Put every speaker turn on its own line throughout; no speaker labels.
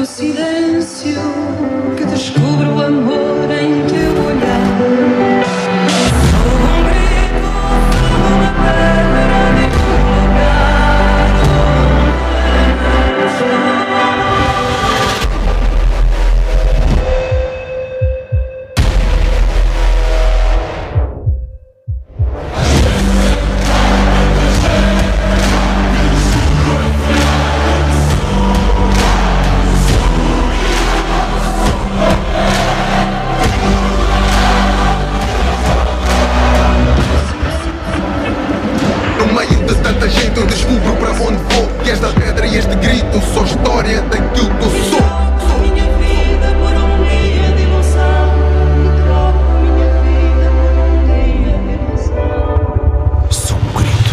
é silêncio que descubro o amor em teu olhar. Sou um grito, sou uma câmera de um lugar onde não sou.
No meio de tanta gente eu descubro para onde vou E esta pedra e este grito são história daquilo que eu sou
Troco minha vida por um dia de emoção. E troco minha vida por um dia de emoção.
Sou um grito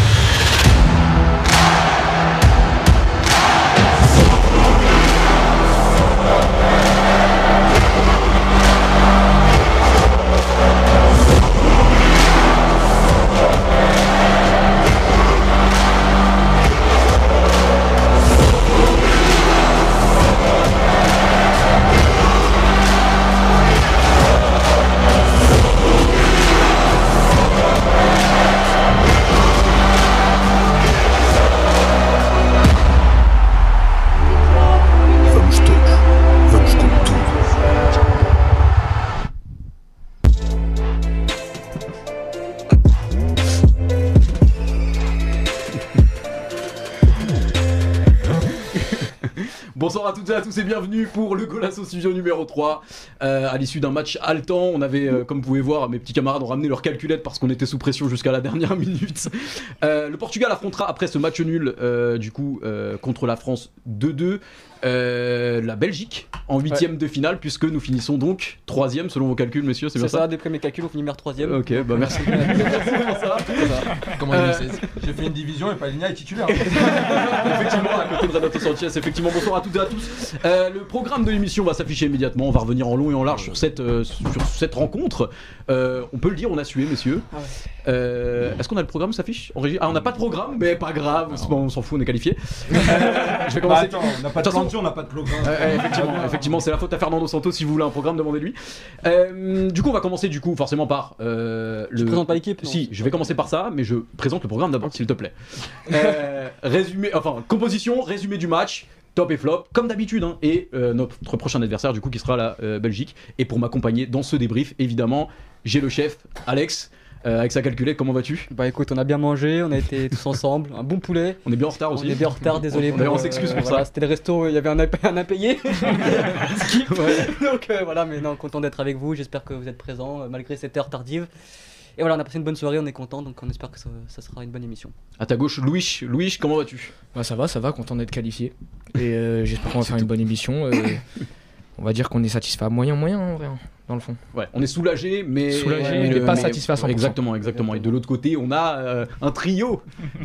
Vamos todos, vamos com tudo
Bonsoir à toutes et à tous et bienvenue pour le Golasso Studio numéro 3. Euh, à l'issue d'un match haletant, on avait, euh, comme vous pouvez voir, mes petits camarades ont ramené leur calculette parce qu'on était sous pression jusqu'à la dernière minute. Euh, le Portugal affrontera après ce match nul, euh, du coup, euh, contre la France 2-2, euh, la Belgique en huitième de finale, puisque nous finissons donc troisième selon vos calculs, messieurs, c'est bien
C'est
ça,
ça, d'après mes calculs, on finit meilleur
Euh,
troisième.
Ok, bah merci.
Comment
Euh,
2016
J'ai fait une division et Palina est titulaire.
effectivement, à côté de Renato Sanchez. Effectivement, bonsoir à toutes et à tous. Euh, le programme de l'émission va s'afficher immédiatement. On va revenir en long et en large sur cette, euh, sur cette rencontre. Euh, on peut le dire, on a sué, messieurs. Euh, Est-ce qu'on a le programme qui s'affiche en régie Ah, on n'a pas de programme, mais pas grave. c'est bon, on s'en fout, on est qualifié. Euh, je
Bah
vais commencer.
attends, on n'a pas de
De toute façon-
plan de jeu, on n'a pas de programme.
Euh, euh, effectivement,
Ah,
effectivement, c'est la faute à Fernando Santos. Si vous voulez un programme, demandez-lui. Euh, du coup, on va commencer du coup forcément par euh, le.
Je présente pas l'équipe, non
Si, je vais commencer par ça, mais je présente le programme d'abord, s'il te plaît. Euh, résumé, enfin composition, résumé du match. Top et flop, comme d'habitude, hein, et euh, notre prochain adversaire, du coup, qui sera la euh, Belgique. Et pour m'accompagner dans ce débrief, évidemment, j'ai le chef, Alex, euh, avec sa calculette. Comment vas-tu
Bah écoute, on a bien mangé, on a été tous ensemble, un bon poulet.
On est bien en
Ah,
retard
On
aussi.
est bien en retard, désolé.
On- on
pour, euh,
s'excuse pour
voilà,
ça.
C'était le resto, il y avait un, imp- un impayé.
Ouais.
Donc euh, voilà, mais non, content d'être avec vous. J'espère que vous êtes présents euh, malgré cette heure tardive. Et voilà, on a passé une bonne soirée, on est content, donc on espère que ça, ça sera une bonne émission.
À ta gauche, Louis. Louis, comment vas-tu
Bah ça va, ça va, content d'être qualifié. Et euh, j'espère qu'on va faire une bonne émission. euh, on va dire qu'on est satisfait. Moyen, moyen en vrai, hein, dans le fond.
Ouais, on est soulagé, mais
Soulagé,
mais
mais
le-
pas satisfait à 100%.
Exactement, exactement. Et de l'autre côté, on a euh, un trio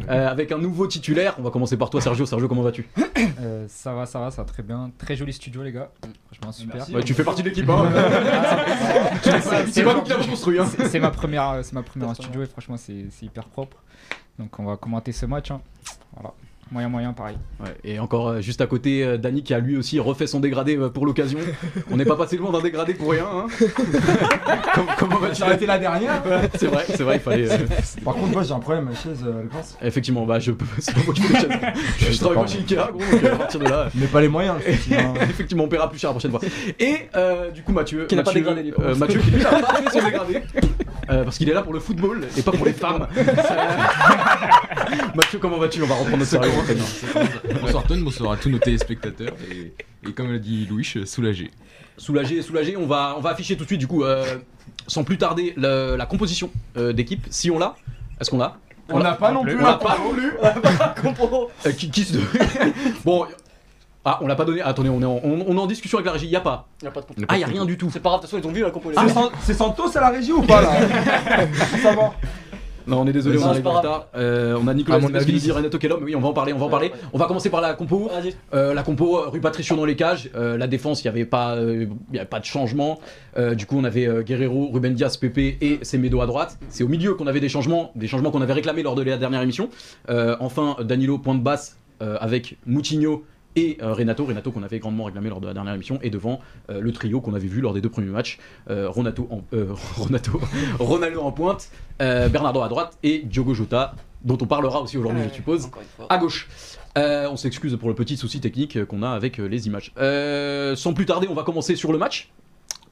euh, avec un nouveau titulaire. On va commencer par toi, Sergio. Sergio, comment vas-tu
Euh, ça va, ça va, ça va très bien. Très joli studio, les gars. Franchement, super.
Mm. Merci.
Ouais, Tu fais partie de l'équipe. Hein
C'est-
C'est
c'est-
pas nous qui l'avons construit. Hein.
c'est- C'est ma première, euh, c'est ma première en studio et franchement, c'est c'est hyper propre. Donc, on va commenter ce match. hein. Voilà. Moyen, moyen, pareil.
Ouais, et encore euh, juste à côté, euh, Dani qui a lui aussi refait son dégradé euh, pour l'occasion. On n'est pas passé loin d'un dégradé pour rien. hein. Com- comment vas-tu
J'ai arrêté la dernière.
C'est vrai, c'est vrai. Il fallait. euh,
Par contre, moi j'ai un problème, ma chaise euh, elle pense.
Effectivement, bah je peux. c'est pas moi qui fais les choses. Je travaille pas chez Ikea, gros. Donc euh, à partir de là.
Mais pas les moyens, le fils, hein.
Effectivement, on paiera plus cher la prochaine fois. Et euh, du coup, Mathieu.
Qui n'a pas
Mathieu-
dégradé, du coup.
euh, Mathieu qui lui n'a pas fait son dégradé. Euh, parce qu'il est là pour le football et pas pour les femmes. Euh, Mathieu, comment vas-tu On va reprendre notre sérieux. maintenant.
Bonsoir Ton, bonsoir à tous nos téléspectateurs et, et comme l'a dit Louis, euh, soulagé.
Soulagé, soulagé. On va, on va afficher tout de suite, du coup, euh, sans plus tarder, le- la composition euh, d'équipe. Si on l'a, est-ce qu'on l'a
On n'a pas non plus.
On l'a pas voulu.
Comprends
Euh, qui, qui se- bon. Ah, on l'a pas donné. Attendez, on est en, on, on est en discussion avec la régie. Y a pas.
Il a pas de compo.
Ah, y a rien du tout.
C'est pas grave, de toute façon, ils ont vu la compo. les
C'est
gars.
San- C'est Santos à la régie ou pas là Ça va.
Non, on est désolé,
Non,
on
c'est
arrive
pas
en
grave.
retard. Euh, on a Nicolas
À Ah, mon
Zidane qui
avis,
nous dit Renato Kellum. Oui, on va en parler, on va en
Ouais,
parler.
ouais. Ah,
On va commencer par la compo.
Vas-y.
Euh, la compo, Rue Patricio dans les cages. Euh, la défense, il n'y avait, pas, euh, il y avait pas de changement. Euh, du coup, on avait euh, Guerrero, Ruben Diaz, Pepe et Semedo à droite. C'est au milieu qu'on avait des changements, des changements qu'on avait réclamés lors de la dernière émission. Euh, enfin, Danilo, point de basse euh, avec Moutinho et euh, Renato, Renato qu'on avait grandement réclamé lors de la dernière émission, et devant euh, le trio qu'on avait vu lors des deux premiers matchs, euh, Ronato en, euh, Ronato, Ronaldo en pointe, euh, Bernardo à droite et Diogo Jota, dont on parlera aussi
Euh,
aujourd'hui, je suppose,
Encore une fois.
à gauche. Euh, on s'excuse pour le petit souci technique euh, qu'on a avec euh, les images. Euh, sans plus tarder, on va commencer sur le match.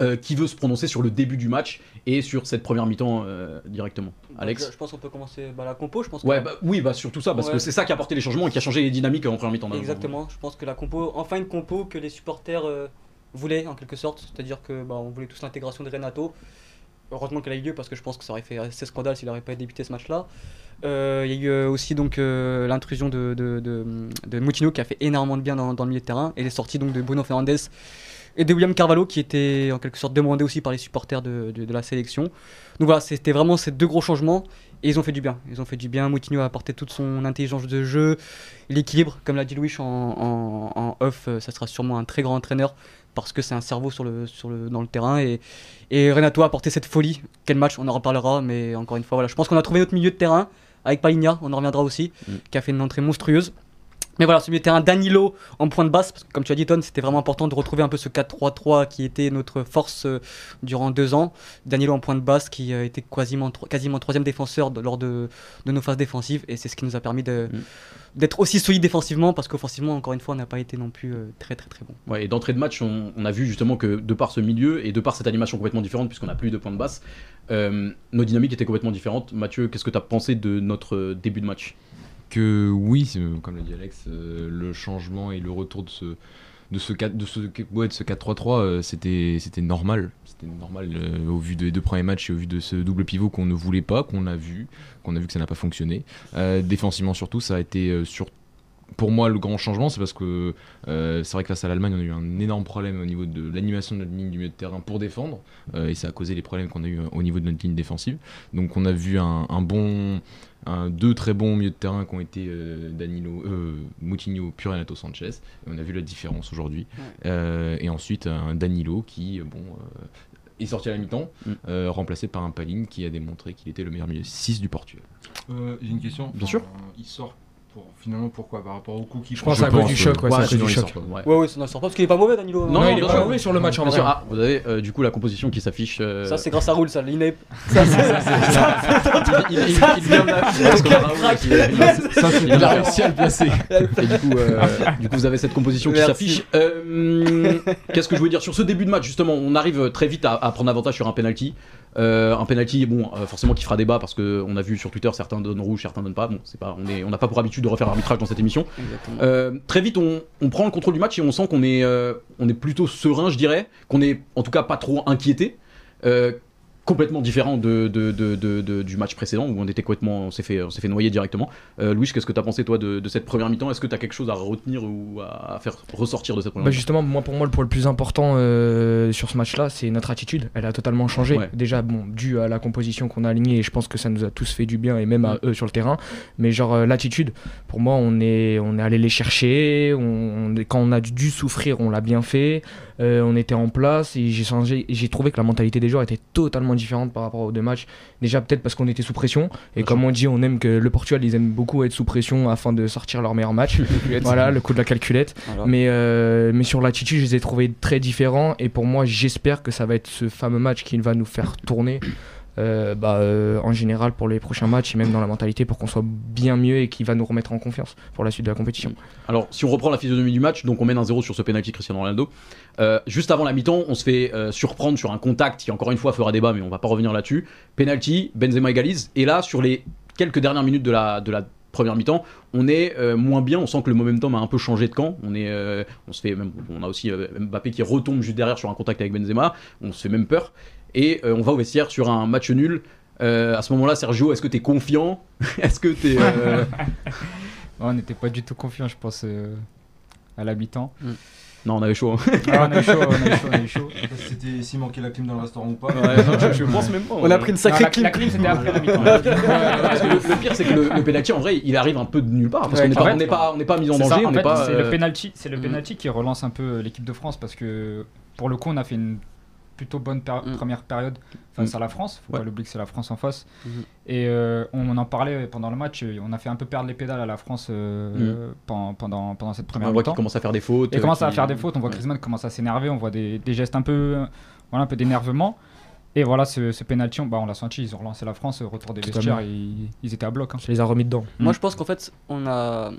Euh, qui veut se prononcer sur le début du match et sur cette première mi-temps euh, directement
Donc, euh,
Alex
Je, je pense qu'on peut commencer bah, la compo. Je pense
Ouais,
que-
bah, oui, bah surtout ça, parce
Ouais.
que c'est ça qui a apporté les changements et qui a changé les dynamiques en première mi-temps. hein,
Exactement. Je pense que la compo, enfin une compo que les supporters euh, voulaient en quelque sorte. C'est-à-dire que bah, on voulait tous l'intégration de Renato. Heureusement qu'elle a eu lieu parce que je pense que ça aurait fait assez scandale s'il n'aurait pas débuté ce match-là. Euh, Il y a eu euh, aussi donc euh, l'intrusion de, de, de, de Moutinho qui a fait énormément de bien dans, dans le milieu de terrain et les sorties donc de Bruno Fernandes et de William Carvalho qui étaient en quelque sorte demandés aussi par les supporters de, de- de la sélection. Donc voilà, c'était vraiment ces deux gros changements et ils ont fait du bien. Ils ont fait du bien. Moutinho a apporté toute son intelligence de jeu, l'équilibre, comme l'a dit Louis en, en- en off, euh, ça sera sûrement un très grand entraîneur parce que c'est un cerveau sur le, sur le, dans le terrain. Et, et Renato a apporté cette folie. Quel match, on en reparlera, mais encore une fois, voilà, je pense qu'on a trouvé notre milieu de terrain avec Paligna, on en reviendra aussi,
Mm.
qui a fait une entrée monstrueuse. Mais voilà, ce milieu de terrain d'Anilo en point de basse, parce que comme tu as dit, Ton, c'était vraiment important de retrouver un peu ce 4-3-3 qui était notre force euh, durant deux ans. Danilo en point de basse qui euh, était quasiment, tro- quasiment troisième défenseur de- lors de, de nos phases défensives, et c'est ce qui nous a permis de, d'être aussi solide défensivement parce qu'offensivement encore une fois on n'a pas été non plus euh, très très très bon.
Ouais, et d'entrée de match, on, on a vu justement que de par ce milieu et de par cette animation complètement différente, puisqu'on n'a plus de points de basse, euh, nos dynamiques étaient complètement différentes. Mathieu, qu'est-ce que tu as pensé de notre euh, début de match
que oui, c'est- comme le dit Alex, euh, le changement et le retour de ce de ce 4 de ce ouais, de ce 4-3-3 euh, c'était c'était normal c'était normal euh, au vu des deux premiers matchs et au vu de ce double pivot qu'on ne voulait pas qu'on a vu qu'on a vu que ça n'a pas fonctionné Euh, défensivement surtout ça a été euh, sur pour moi, le grand changement, c'est parce que euh, c'est vrai que face à l'Allemagne, on a eu un énorme problème au niveau de l'animation de notre ligne du milieu de terrain pour défendre, euh, et ça a causé les problèmes qu'on a eu euh, au niveau de notre ligne défensive. Donc, on a vu un, un bon, un- deux très bons milieux de terrain qui ont été euh, Danilo, euh, Moutinho, puis Renato Sanchez. Et on a vu la différence aujourd'hui. Euh, et ensuite, un Danilo qui, euh, bon. euh, est sorti à la mi-temps,
Mm.
euh, remplacé par un Paline qui a démontré qu'il était le meilleur milieu 6 du Portugal.
Euh, J'ai une question.
Bien sûr.
Enfin, Il sort pour finalement pourquoi par rapport au coup qui
Je pense à cause du choc, ouais, c'est à cause
sinon
du
il
choc.
sort pas.
Ouais.
Ouais ouais ça n'en sort pas parce qu'il est pas mauvais Danilo.
Non,
Non,
non,
il est
bien
pas
sûr.
mauvais sur le match en
Bien
vrai.
sûr. Ah, vous avez euh, du coup la composition qui s'affiche. euh,
Ça c'est grâce à Raoul ça, l'INEP.
il, il- il- il vient de la- parce qu'on a Raoul qui-
Ça, c'est
Il a
réussi à le placer.
Et du coup, euh, du coup, vous avez cette composition qui
Merci.
s'affiche. Euh, Qu'est-ce que je voulais dire sur ce début de match Justement, on arrive euh, très vite à, à prendre avantage sur un penalty. Euh, un penalty, bon, euh, forcément, qui fera débat parce que on a vu sur Twitter certains donnent rouge, certains donnent pas. Bon, c'est pas, on est- on n'a pas pour habitude de refaire l'arbitrage dans cette émission.
Exactement.
Euh, très vite, on, on prend le contrôle du match et on sent qu'on est, euh, on est plutôt serein, je dirais, qu'on est en tout cas pas trop inquiété. Euh, complètement différent de, de- de- de- de- du match précédent où on était complètement, on s'est fait, on s'est fait noyer directement. Euh, Louis, qu'est-ce que t'as pensé toi de, de cette première mi-temps Est-ce que t'as quelque chose à retenir ou à, à faire ressortir de cette première
Bah
mi-temps
justement, moi, pour moi, le point le plus important euh, sur ce match-là, c'est notre attitude. Elle a totalement changé.
Ouais.
Déjà, bon, dû à la composition qu'on a alignée, et je pense que ça nous a tous fait du bien, et même à eux sur le terrain. Mais genre, euh, l'attitude, pour moi, on est, on est allé les chercher. On, on est- quand on a dû souffrir, on l'a bien fait. euh, on était en place, et j'ai changé- j'ai trouvé que la mentalité des joueurs était totalement différente par rapport aux deux matchs. Déjà, peut-être parce qu'on était sous pression. Et comme on dit, on aime que le Portugal, ils aiment beaucoup être sous pression afin de sortir leur meilleur match. voilà, le coup de la calculette.
Voilà.
Mais, euh, mais sur l'attitude, je les ai trouvés très différents. Et pour moi, j'espère que ça va être ce fameux match qui va nous faire tourner. euh, bah, euh, en général pour les prochains matchs et même dans la mentalité pour qu'on soit bien mieux et qui va nous remettre en confiance pour la suite de la compétition.
Alors, si on reprend la physionomie du match, donc on mène 1-0 sur ce penalty Cristiano Ronaldo. Euh, juste avant la mi-temps, on se fait euh, surprendre sur un contact qui, encore une fois, fera débat, mais on va pas revenir là-dessus. Penalty, Benzema égalise. Et là, sur les quelques dernières minutes de la, de la première mi-temps, on est euh, moins bien. On sent que le momentum a un peu changé de camp. On, est, euh, on, se fait même, on a aussi euh, Mbappé qui retombe juste derrière sur un contact avec Benzema. On se fait même peur. Et euh, on va au vestiaire sur un match nul. Euh, à ce moment-là, Sergio, est-ce que t'es confiant Est-ce que t'es. euh,
on n'était pas du tout confiants, je pense, euh, à l'habitant.
Non, on avait chaud. hein.
Ah, on a eu chaud, on a eu chaud, on a eu chaud.
Je sais pas si c'était s'il manquait la clim dans le restaurant ou pas.
je pense même pas.
On a pris une
Non,
sacrée
la,
clip.
la clim, c'était après l'habitant.
Parce que le, le pire, c'est que le, le penalty, en vrai, il arrive un peu de nulle part. Parce
Ouais,
qu'on n'est
en
pas,
fait,
on n'est pas, on n'est pas mis en
C'est
danger,
ça,
on
en
n'est
fait,
pas.
C'est le
euh,
penalty, c'est le
Mm.
euh, penalty qui relance un peu l'équipe de France parce que pour le coup, on a fait une plutôt bonne per-
Mm.
première période face
Mm.
à la France. Faut
Ouais.
pas l'oublier que c'est la France en face.
Mhm.
Et euh, on en parlait pendant le match. euh, On a fait un peu perdre les pédales à la France euh, pendant, pendant, pendant cette première
Mm. On voit qu'il
mi-temps.
commence à faire des fautes.
Il commence
euh,
à
qui-
faire des fautes, on voit Griezmann commence à s'énerver, on voit des, des gestes un peu, voilà, un peu d'énervement. Et voilà, ce, ce penalty, on, bah, on l'a senti, ils ont relancé la France, retour des
Totalement.
vestiaires, ils, ils étaient à bloc. hein.
Ça les a remis dedans.
Moi, je pense qu'en fait, on a.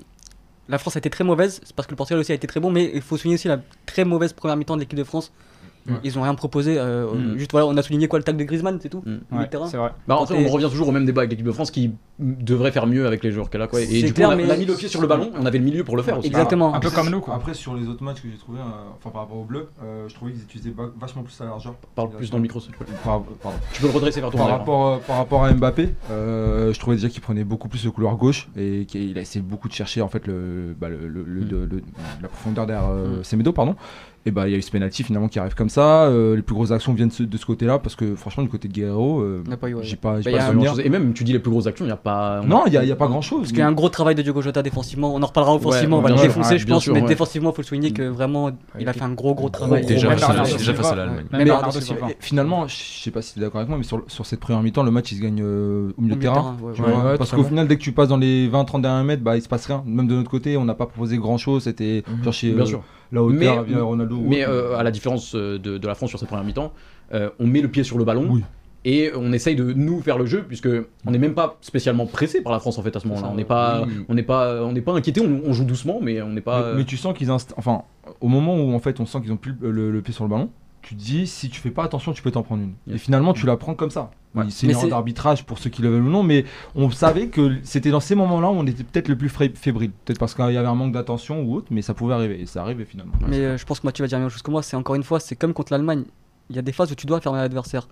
La France a été très mauvaise, c'est parce que le Portugal aussi a été très bon, mais il faut souligner aussi la très mauvaise première mi-temps de l'équipe de France.
Ouais.
Ils ont rien proposé. euh,
Mm.
Juste voilà, on a souligné quoi le tag de Griezmann, c'est tout.
Mm.
Au milieu de
Ouais,
terrain.
c'est vrai.
Bah, en fait,
Quand
on
t'es-
revient toujours au même débat avec l'équipe de France qui devrait faire mieux avec les joueurs qu'elle a. Quoi. Et
C'est
du coup,
clair,
on, a,
mais-
on a mis le pied sur le ballon, on avait le milieu pour le faire aussi.
Exact. Exactement.
Un peu comme nous, quoi.
Après, sur les autres matchs que j'ai trouvé, enfin par rapport au bleu, euh, je trouvais qu'ils utilisaient ba- vachement plus la largeur.
Parle plus dans le micro, s'il te plaît.
Par- pardon.
Tu peux le redresser vers ton
Par
arrière.
rapport, euh, par rapport à Mbappé, euh, je trouvais déjà qu'il prenait beaucoup plus le couloir gauche et qu'il a essayé beaucoup de chercher en fait le, bah, le- le- le-
Mm.
de- le- la profondeur derrière euh,
Mm.
Semedo, pardon. Et bah il y a eu ce penalty finalement qui arrive comme ça. euh, les plus grosses actions viennent de ce- de ce côté-là parce que franchement du côté de Guerrero, euh,
On n'a pas eu, ouais.
j'ai pas, j'ai
Bah, y
pas
a grand
de souvenir.
chose. Et même, tu dis les plus grosses actions, il n'y a pas.
Non, il y a, il hein. y a pas grand-chose.
Parce qu'il y a un gros travail de Diogo Jota défensivement, on en reparlera offensivement, on va
bien
le
sûr,
défoncer
ouais,
je
bien
pense,
sûr,
mais
ouais.
défensivement, faut le souligner que vraiment, il a fait un gros gros travail.
Déjà,
Même
face à la-
Bernardo
déjà
Silva,
face à l'Allemagne.
Même
Mais
Bernardo
Bernardo
Silva.
Silva.
Finalement, je sais pas si t'es d'accord avec moi, mais sur, sur cette première mi-temps, le match il se gagne euh, au
Au milieu
milieu de
de
terrain.
terrain, ouais,
Tu
ouais.
Ouais,
vois,
ouais,
parce qu'au
totalement.
final, dès que tu passes dans les 20-30 derniers mètres, bah, il se passe rien. Même de notre côté, on n'a pas proposé grand chose. C'était
Mhm.
chercher
Bien
euh,
sûr.
la hauteur
Mais-
via Ronaldo. ou
Mais
autre.
euh, à la différence euh, de, de la France sur cette première mi-temps, euh, on met le pied sur le ballon.
Oui.
Et on essaye de nous faire le jeu, puisque on n'est même pas spécialement pressé par la France en fait à ce moment-là. On n'est pas,
Oui.
on n'est pas, on n'est pas inquiété. On, on joue doucement, mais on n'est
mais,
pas.
mais tu sens qu'ils inst- Enfin, au moment où en fait, on sent qu'ils ont plus le, le- le pied sur le ballon, tu te dis si tu fais pas attention, tu peux t'en prendre une.
Yeah.
Et finalement, tu la prends comme ça.
Ouais.
Oui, C'est
Mais
une erreur
c'est-
d'arbitrage pour ceux qui le veulent ou non, mais on savait que c'était dans ces moments-là où on était peut-être le plus fra- fébrile. Peut-être parce qu'il y avait un manque d'attention ou autre, mais ça pouvait arriver. Et ça arrivait finalement.
Mais euh, je pense que Mathieu va dire la même chose que moi. C'est encore une fois, c'est comme contre l'Allemagne. Il y a des phases où tu dois fermer l'adversaire.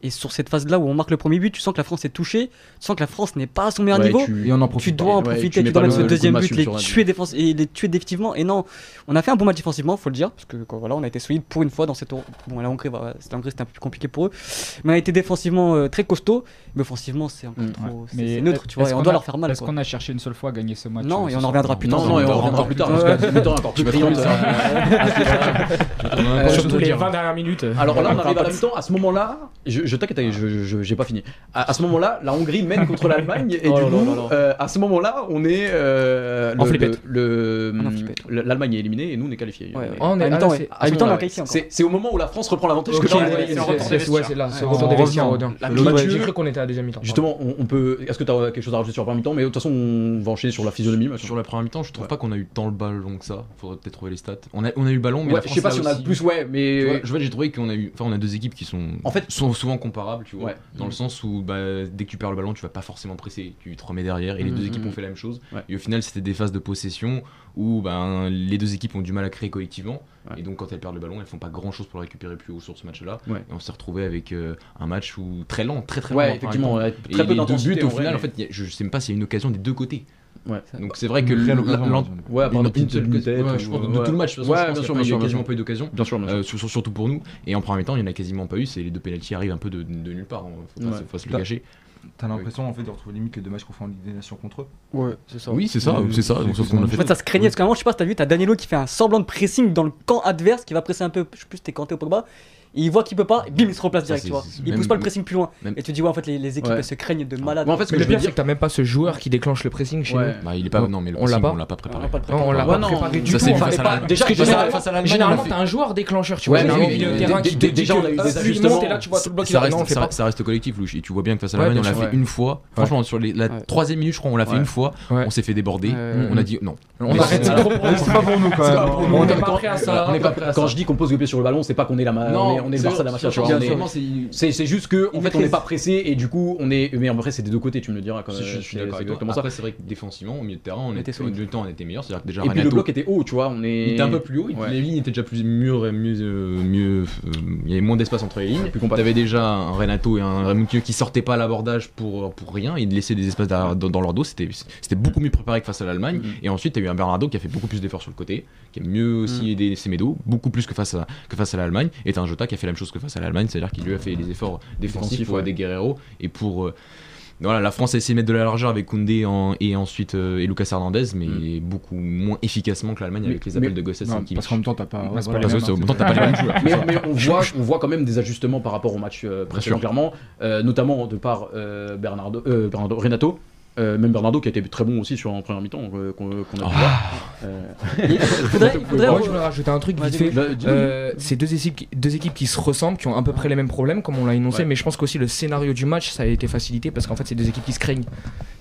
Et sur cette phase-là où on marque le premier but, tu sens que la France est touchée, tu sens que la France n'est pas à son meilleur
Ouais,
niveau.
tu-
Et on en
Tu
profite.
dois en
Bah, ouais, tu
profiter, tu,
mets
dois
pas
mettre ce
le coup de
deuxième but,
massue
les
sur la-
tuer, défense, et les tuer définitivement. Et non, on a fait un bon match défensivement, faut le dire, parce que quoi, voilà, on a été solide pour une fois dans cette. Bon, la Hongrie, voilà, la Hongrie, c'était un peu plus compliqué pour eux, mais on a été défensivement euh, très costaud, mais offensivement c'est encore
Mm,
trop. c'est-
Mais
C'est neutre, tu vois,
est-ce
et on
qu'on
doit
a-
leur faire mal.
Est-ce
quoi.
qu'on a cherché une seule fois à gagner ce match
Non,
euh,
et
ce
on en
soir
reviendra plus
non,
tard.
non,
on
et
en
on en
reviendra
reparlera plus tard. Parce que la
Ouais.
mi-temps est encore plus
Tu vas trop
brillante.
vite, hein.
Euh,
Surtout
je te
les
dis,
20 dernières minutes. euh,
Alors là, on arrive à la
Enfin,
mi-temps. À ce moment-là, je, je t'inquiète, je- je- je- j'ai pas fini. À, à ce moment-là, la Hongrie mène contre l'Allemagne et
Oh
du
là là
coup,
là là.
euh, à ce moment-là, on est euh,
En
le-
flippette.
le-
On est en
le-
flippette.
le- l'Allemagne est éliminée et nous on est qualifiés.
Ouais,
On est-
ouais.
Oh, on est-
À
ah,
mi-temps,
là,
ouais.
c'est-
À mi-temps, on est
ouais.
qualifié encore.
C'est c'est au moment où la France reprend l'avantage
Ok,
que là, on est
ouais,
éliminé.
c'est- c'est- ouais, c'est là, c'est
Ouais,
retour
on
des
revient.
vestiaires, on revient.
Le
Le match,
match-
j'ai cru qu'on était à la deuxième mi-temps.
Justement, on, on peut. Est-ce que t'as quelque chose à rajouter sur la première mi-temps Mais de toute façon, on va enchaîner sur la physionomie. machin.
Sur la première mi-temps, je trouve pas qu'on a eu tant le ballon que ça. Faudrait peut-être trouver les stats. On a, on a eu le ballon, mais
Ouais,
la
je
France
sais pas
l'a
si on a
aussi.
plus, ouais,
Tu vois,
mais
je vois, j'ai trouvé qu'on a eu, enfin, on a deux équipes qui sont,
En fait-
sont souvent comparables, tu vois,
Ouais.
dans le sens où bah, dès que tu perds le ballon, tu vas pas forcément presser, tu te remets derrière, et les
Mhm.
deux équipes ont fait la même chose.
Mm, Ouais.
Et au final, c'était des phases de possession où ben, les deux équipes ont du mal à créer collectivement,
Ouais.
et donc quand elles perdent le ballon, elles font pas grand chose pour le récupérer plus haut sur ce match-là.
Ouais.
Et on s'est retrouvé avec euh, un match où très lent, très très lent.
ouais,
par
effectivement,
exemple.
ouais,
Et
très peu
les deux
d'intensité
buts au
vrai,
final, en
mais-
fait, il y a- je sais même pas s'il y a une occasion des deux côtés.
Ouais.
Donc c'est vrai que
Une réelle
l-
occasion,
l'en-
j'en ai pas.
Ouais, à part
une-
notre
une
une seule peut-être.
ouais, je pense de
ouais.
tout le match, de toute façon,
Ouais,
je
bien
pense
sûr,
qu'il y
bien
a
sûr,
quasiment pas eu d'occasion.
Bien sûr, bien sûr.
Euh, sur- sur- surtout pour nous. Et en première mi-temps, il n'y en a quasiment pas eu. C'est les deux pénalties arrivent un peu de, de nulle part. hein. Faut pas,
Ouais.
se- faut pas se le
T'as-
cacher.
T'as l'impression en fait de retrouver limite les deux matchs qu'on fait en Ligue des Nations contre eux.
Ouais, c'est ça.
c'est
ça, c'est ça, donc sauf qu'on l'a
En fait, ça se craignait parce qu'à un moment, je sais pas si t'as vu, t'as Danilo qui fait un semblant de pressing dans le camp adverse, qui va presser un peu, je sais plus, si t'es canté au Pogba, et il voit qu'il peut pas, et bim, il se replace
Ça,
direct,
c'est-
tu vois.
c'est-
Il
même-
pousse pas le pressing plus loin.
même-
Et tu te dis, ouais, en fait, les, les équipes
Ouais.
elles se craignent de malades.
Ouais, en fait, ce
Mais
que
le
je vais
pire, c'est
dire,
que t'as même pas ce joueur qui déclenche le pressing chez
Ouais.
nous.
Bah, il est pas. Non, mais le
On l'a
pressing,
pas
on l'a pas
on
préparé.
va pas le
Non, on
préparer.
l'a
Ouais,
pas
non.
préparé du
Ça,
tout.
c'est
en
face
fait.
à la-
Déjà,
Parce que
déjà,
généralement-
face à l'Allemagne,
Généralement,
on a
hein, t'as
fait-
un joueur déclencheur, tu
Ouais,
vois.
mais
Généralement,
oui,
il est au
mais
milieu de terrain
dé-
qui
dé-
te
déjà,
dit
on a
que,
eu des
hop, lui, il
ajustements.
monte, et là, tu vois tout le bloc qui
Ça
arrive.
reste,
Non, on le fait
ça,
pas.
reste- ça reste collectif, Louche. Et tu vois bien que face à
Ouais,
l'Allemagne,
bien
on l'a
sûr,
fait
ouais.
une fois. Franchement, sur les- la
Ouais.
troisième minute, je crois, on l'a fait
Ouais.
une fois.
Ouais.
On s'est fait déborder.
Ouais.
On a dit non.
Mm. On
Mais
arrête,
euh,
c'est-
c'est trop pour nous.
C'est pas pour nous
C'est pas
quand
pour
même.
nous.
On
On
est-
n'est pas prêt à ça.
on est pas-
prêt à
quand
ça.
je dis qu'on pose le pied sur le ballon, c'est pas qu'on est la ma- on est, on est le Barça d'Amachia, tu vois, on est- C'est c'est juste que en fait on n'est
maîtrise.
pas pressé et du coup on est mais après c'est des deux côtés tu me le diras quand même.
Si je suis
C'est-
d'accord
c'est
avec toi.
exactement ça.
Après, c'est vrai que défensivement, au milieu de terrain, on
était
était,
solide.
du temps, on était meilleur. C'est-à-dire que déjà,
Et puis le
Renato-
bloc était haut tu vois on est.
Il était un peu plus haut, il-
Ouais.
les lignes étaient déjà plus mieux, mieux, euh, mieux euh, il y avait moins d'espace entre les lignes. Plus T'avais déjà un Renato et un Ramucchio qui sortaient pas à l'abordage pour, pour rien, ils laissaient des espaces derrière- dans, dans leur dos, c'était c'était beaucoup mieux préparé que face à l'Allemagne.
Mhm.
Et ensuite t'as eu un Bernardo qui a fait beaucoup plus d'efforts sur le côté, qui a mieux aussi aidé Semedo, beaucoup plus que face à, que face à l'Allemagne. Et t'as un Jota qui a fait la même chose que face à l'Allemagne, c'est-à-dire qu'il lui a fait des efforts défensifs
Défensif,
pour
ouais.
des Guerrero et pour... euh, Voilà, la France a essayé de mettre de la largeur avec Koundé en- et ensuite euh, et Lucas Hernandez, mais beaucoup moins efficacement que l'Allemagne avec
Mais-
les appels
mais-
de Gosset.
Non, parce qu'en même temps, t'as pas.
Ouais, c'est
voilà.
pas les
Parce que, en même temps, t'as pas les mêmes joueurs.
Mais, mais on, voit, on voit quand même des ajustements par rapport au match euh, précédent,
sûr.
clairement, euh, notamment de par euh, Bernardo, euh, Bernardo- Renato. euh, même Bernardo qui a été très bon aussi sur en première mi-temps euh, qu'on qu'on a pu voir. Euh,
Faudrait, faudrait-
Moi, je voulais rajouter un truc
Vas-y,
vite fait.
là, dis-nous.
Euh, c'est deux équipes, qui- deux équipes qui se ressemblent, qui ont à peu près les mêmes problèmes, comme on l'a énoncé,
Ouais.
mais je pense qu'aussi le scénario du match, ça a été facilité parce qu'en fait, c'est deux équipes qui se craignent.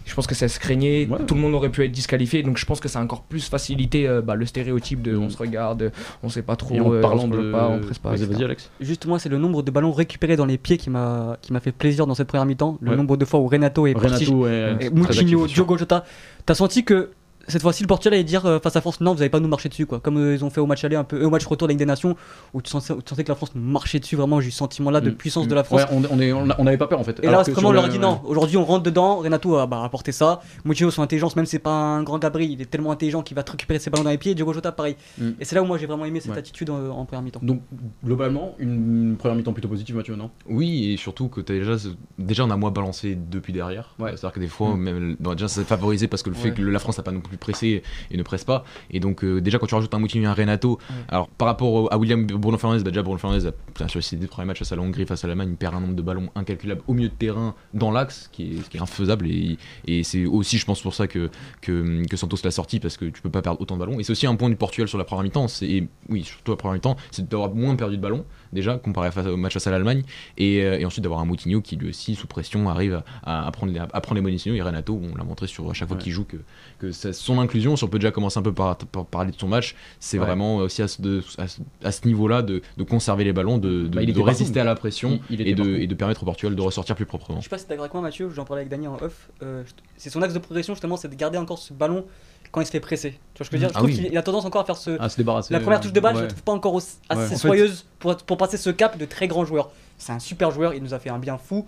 Je pense que ça se craignait,
Ouais.
tout le monde aurait pu être disqualifié, donc je pense que ça a encore plus facilité euh, bah, le stéréotype
Mm.
de on se regarde, on sait pas trop,
et en
euh,
parlant
on se
de
regarde pas, on presse pas.
Vas-y,
etc.
vas-y, Alex.
Juste moi, c'est le nombre de ballons récupérés dans les pieds qui m'a qui m'a fait plaisir dans cette première mi-temps. Le
Ouais.
nombre de fois où Renato est parti.
Renato est
Et
très
Moutinho,
actif, bien sûr.
Diogo Jota. T'as senti que cette fois-ci, le Portugal allait dire euh, face à France, non, vous n'allez pas nous marcher dessus, quoi. Comme euh, ils ont fait au match aller, un peu, euh, au match retour de la Ligue des Nations, où tu sentais, où tu sentais que la France nous marchait dessus, vraiment, j'ai eu ce sentiment-là de
Mm.
puissance de la France.
Ouais, on, on, est, on, a- on avait pas peur en fait.
Et
Alors que
là, c'est vraiment, on
sur
leur
le-
dit non. Aujourd'hui, on rentre dedans. Renato a bah, apporté ça. Moutinho, son intelligence, même c'est pas un grand Gabri, il est tellement intelligent qu'il va te récupérer ses ballons dans les pieds. Diogo Jota, pareil.
Mm.
Et c'est là où moi j'ai vraiment aimé cette
Ouais.
attitude euh, en première mi-temps.
Donc globalement, une première mi-temps plutôt positive, Mathieu, non
Oui, et surtout que t'as déjà, ce- déjà on a moins balancé depuis derrière.
Ouais.
C'est-à-dire que des fois, même, bon, déjà c'est favorisé parce que le fait
Ouais.
que le- la France n'a pas non plus pressé et ne presse pas. Et donc euh, déjà quand tu rajoutes un Moutinho et un Renato,
Ouais.
alors par rapport au- à William Bruno Fernandez, bah, déjà Bruno Fernandez, a- putain, sur ses deux premiers matchs face à la Hongrie, face à l'Allemagne, il perd un nombre de ballons incalculable au milieu de terrain, dans l'axe, qui est, ce qui est infaisable. Et, et c'est aussi, je pense, pour ça que, que, que Santos l'a sorti parce que tu peux pas perdre autant de ballons. Et c'est aussi un point du Portugal sur la première mi-temps. c'est- Et oui, surtout la première mi-temps, c'est d'avoir moins perdu de ballons déjà comparé face- au match face à l'Allemagne et, euh, et ensuite d'avoir un Moutinho qui lui aussi sous pression arrive à, à prendre les, à prendre les munitions et Renato on l'a montré sur à chaque fois
Ouais.
qu'il joue que, que ça- son inclusion si on peut déjà commencer un peu par, par parler de son match c'est
Ouais.
vraiment aussi à ce, de- à ce- à ce niveau là de, de conserver les ballons de, de-
Bah, il
de
était partout.
résister à la pression
Il- il était
et, de,
partout.
et de permettre au Portugal de ressortir plus proprement
Je sais pas si t'es d'accord avec moi, Mathieu, j'en parlais avec Dany en off. euh, je- c'est son axe de progression justement, c'est de garder encore ce ballon quand il se fait presser. Tu vois
Mm.
ce que je veux dire Je
Ah
trouve
oui.
qu'il il a tendance encore à faire ce.
Ah, se débarrasser.
la première touche de balle, je
ouais.
la trouve pas encore au- assez
fait-
soyeuse pour, être- pour passer ce cap de très grand joueur. C'est un super joueur, il nous a fait un bien fou.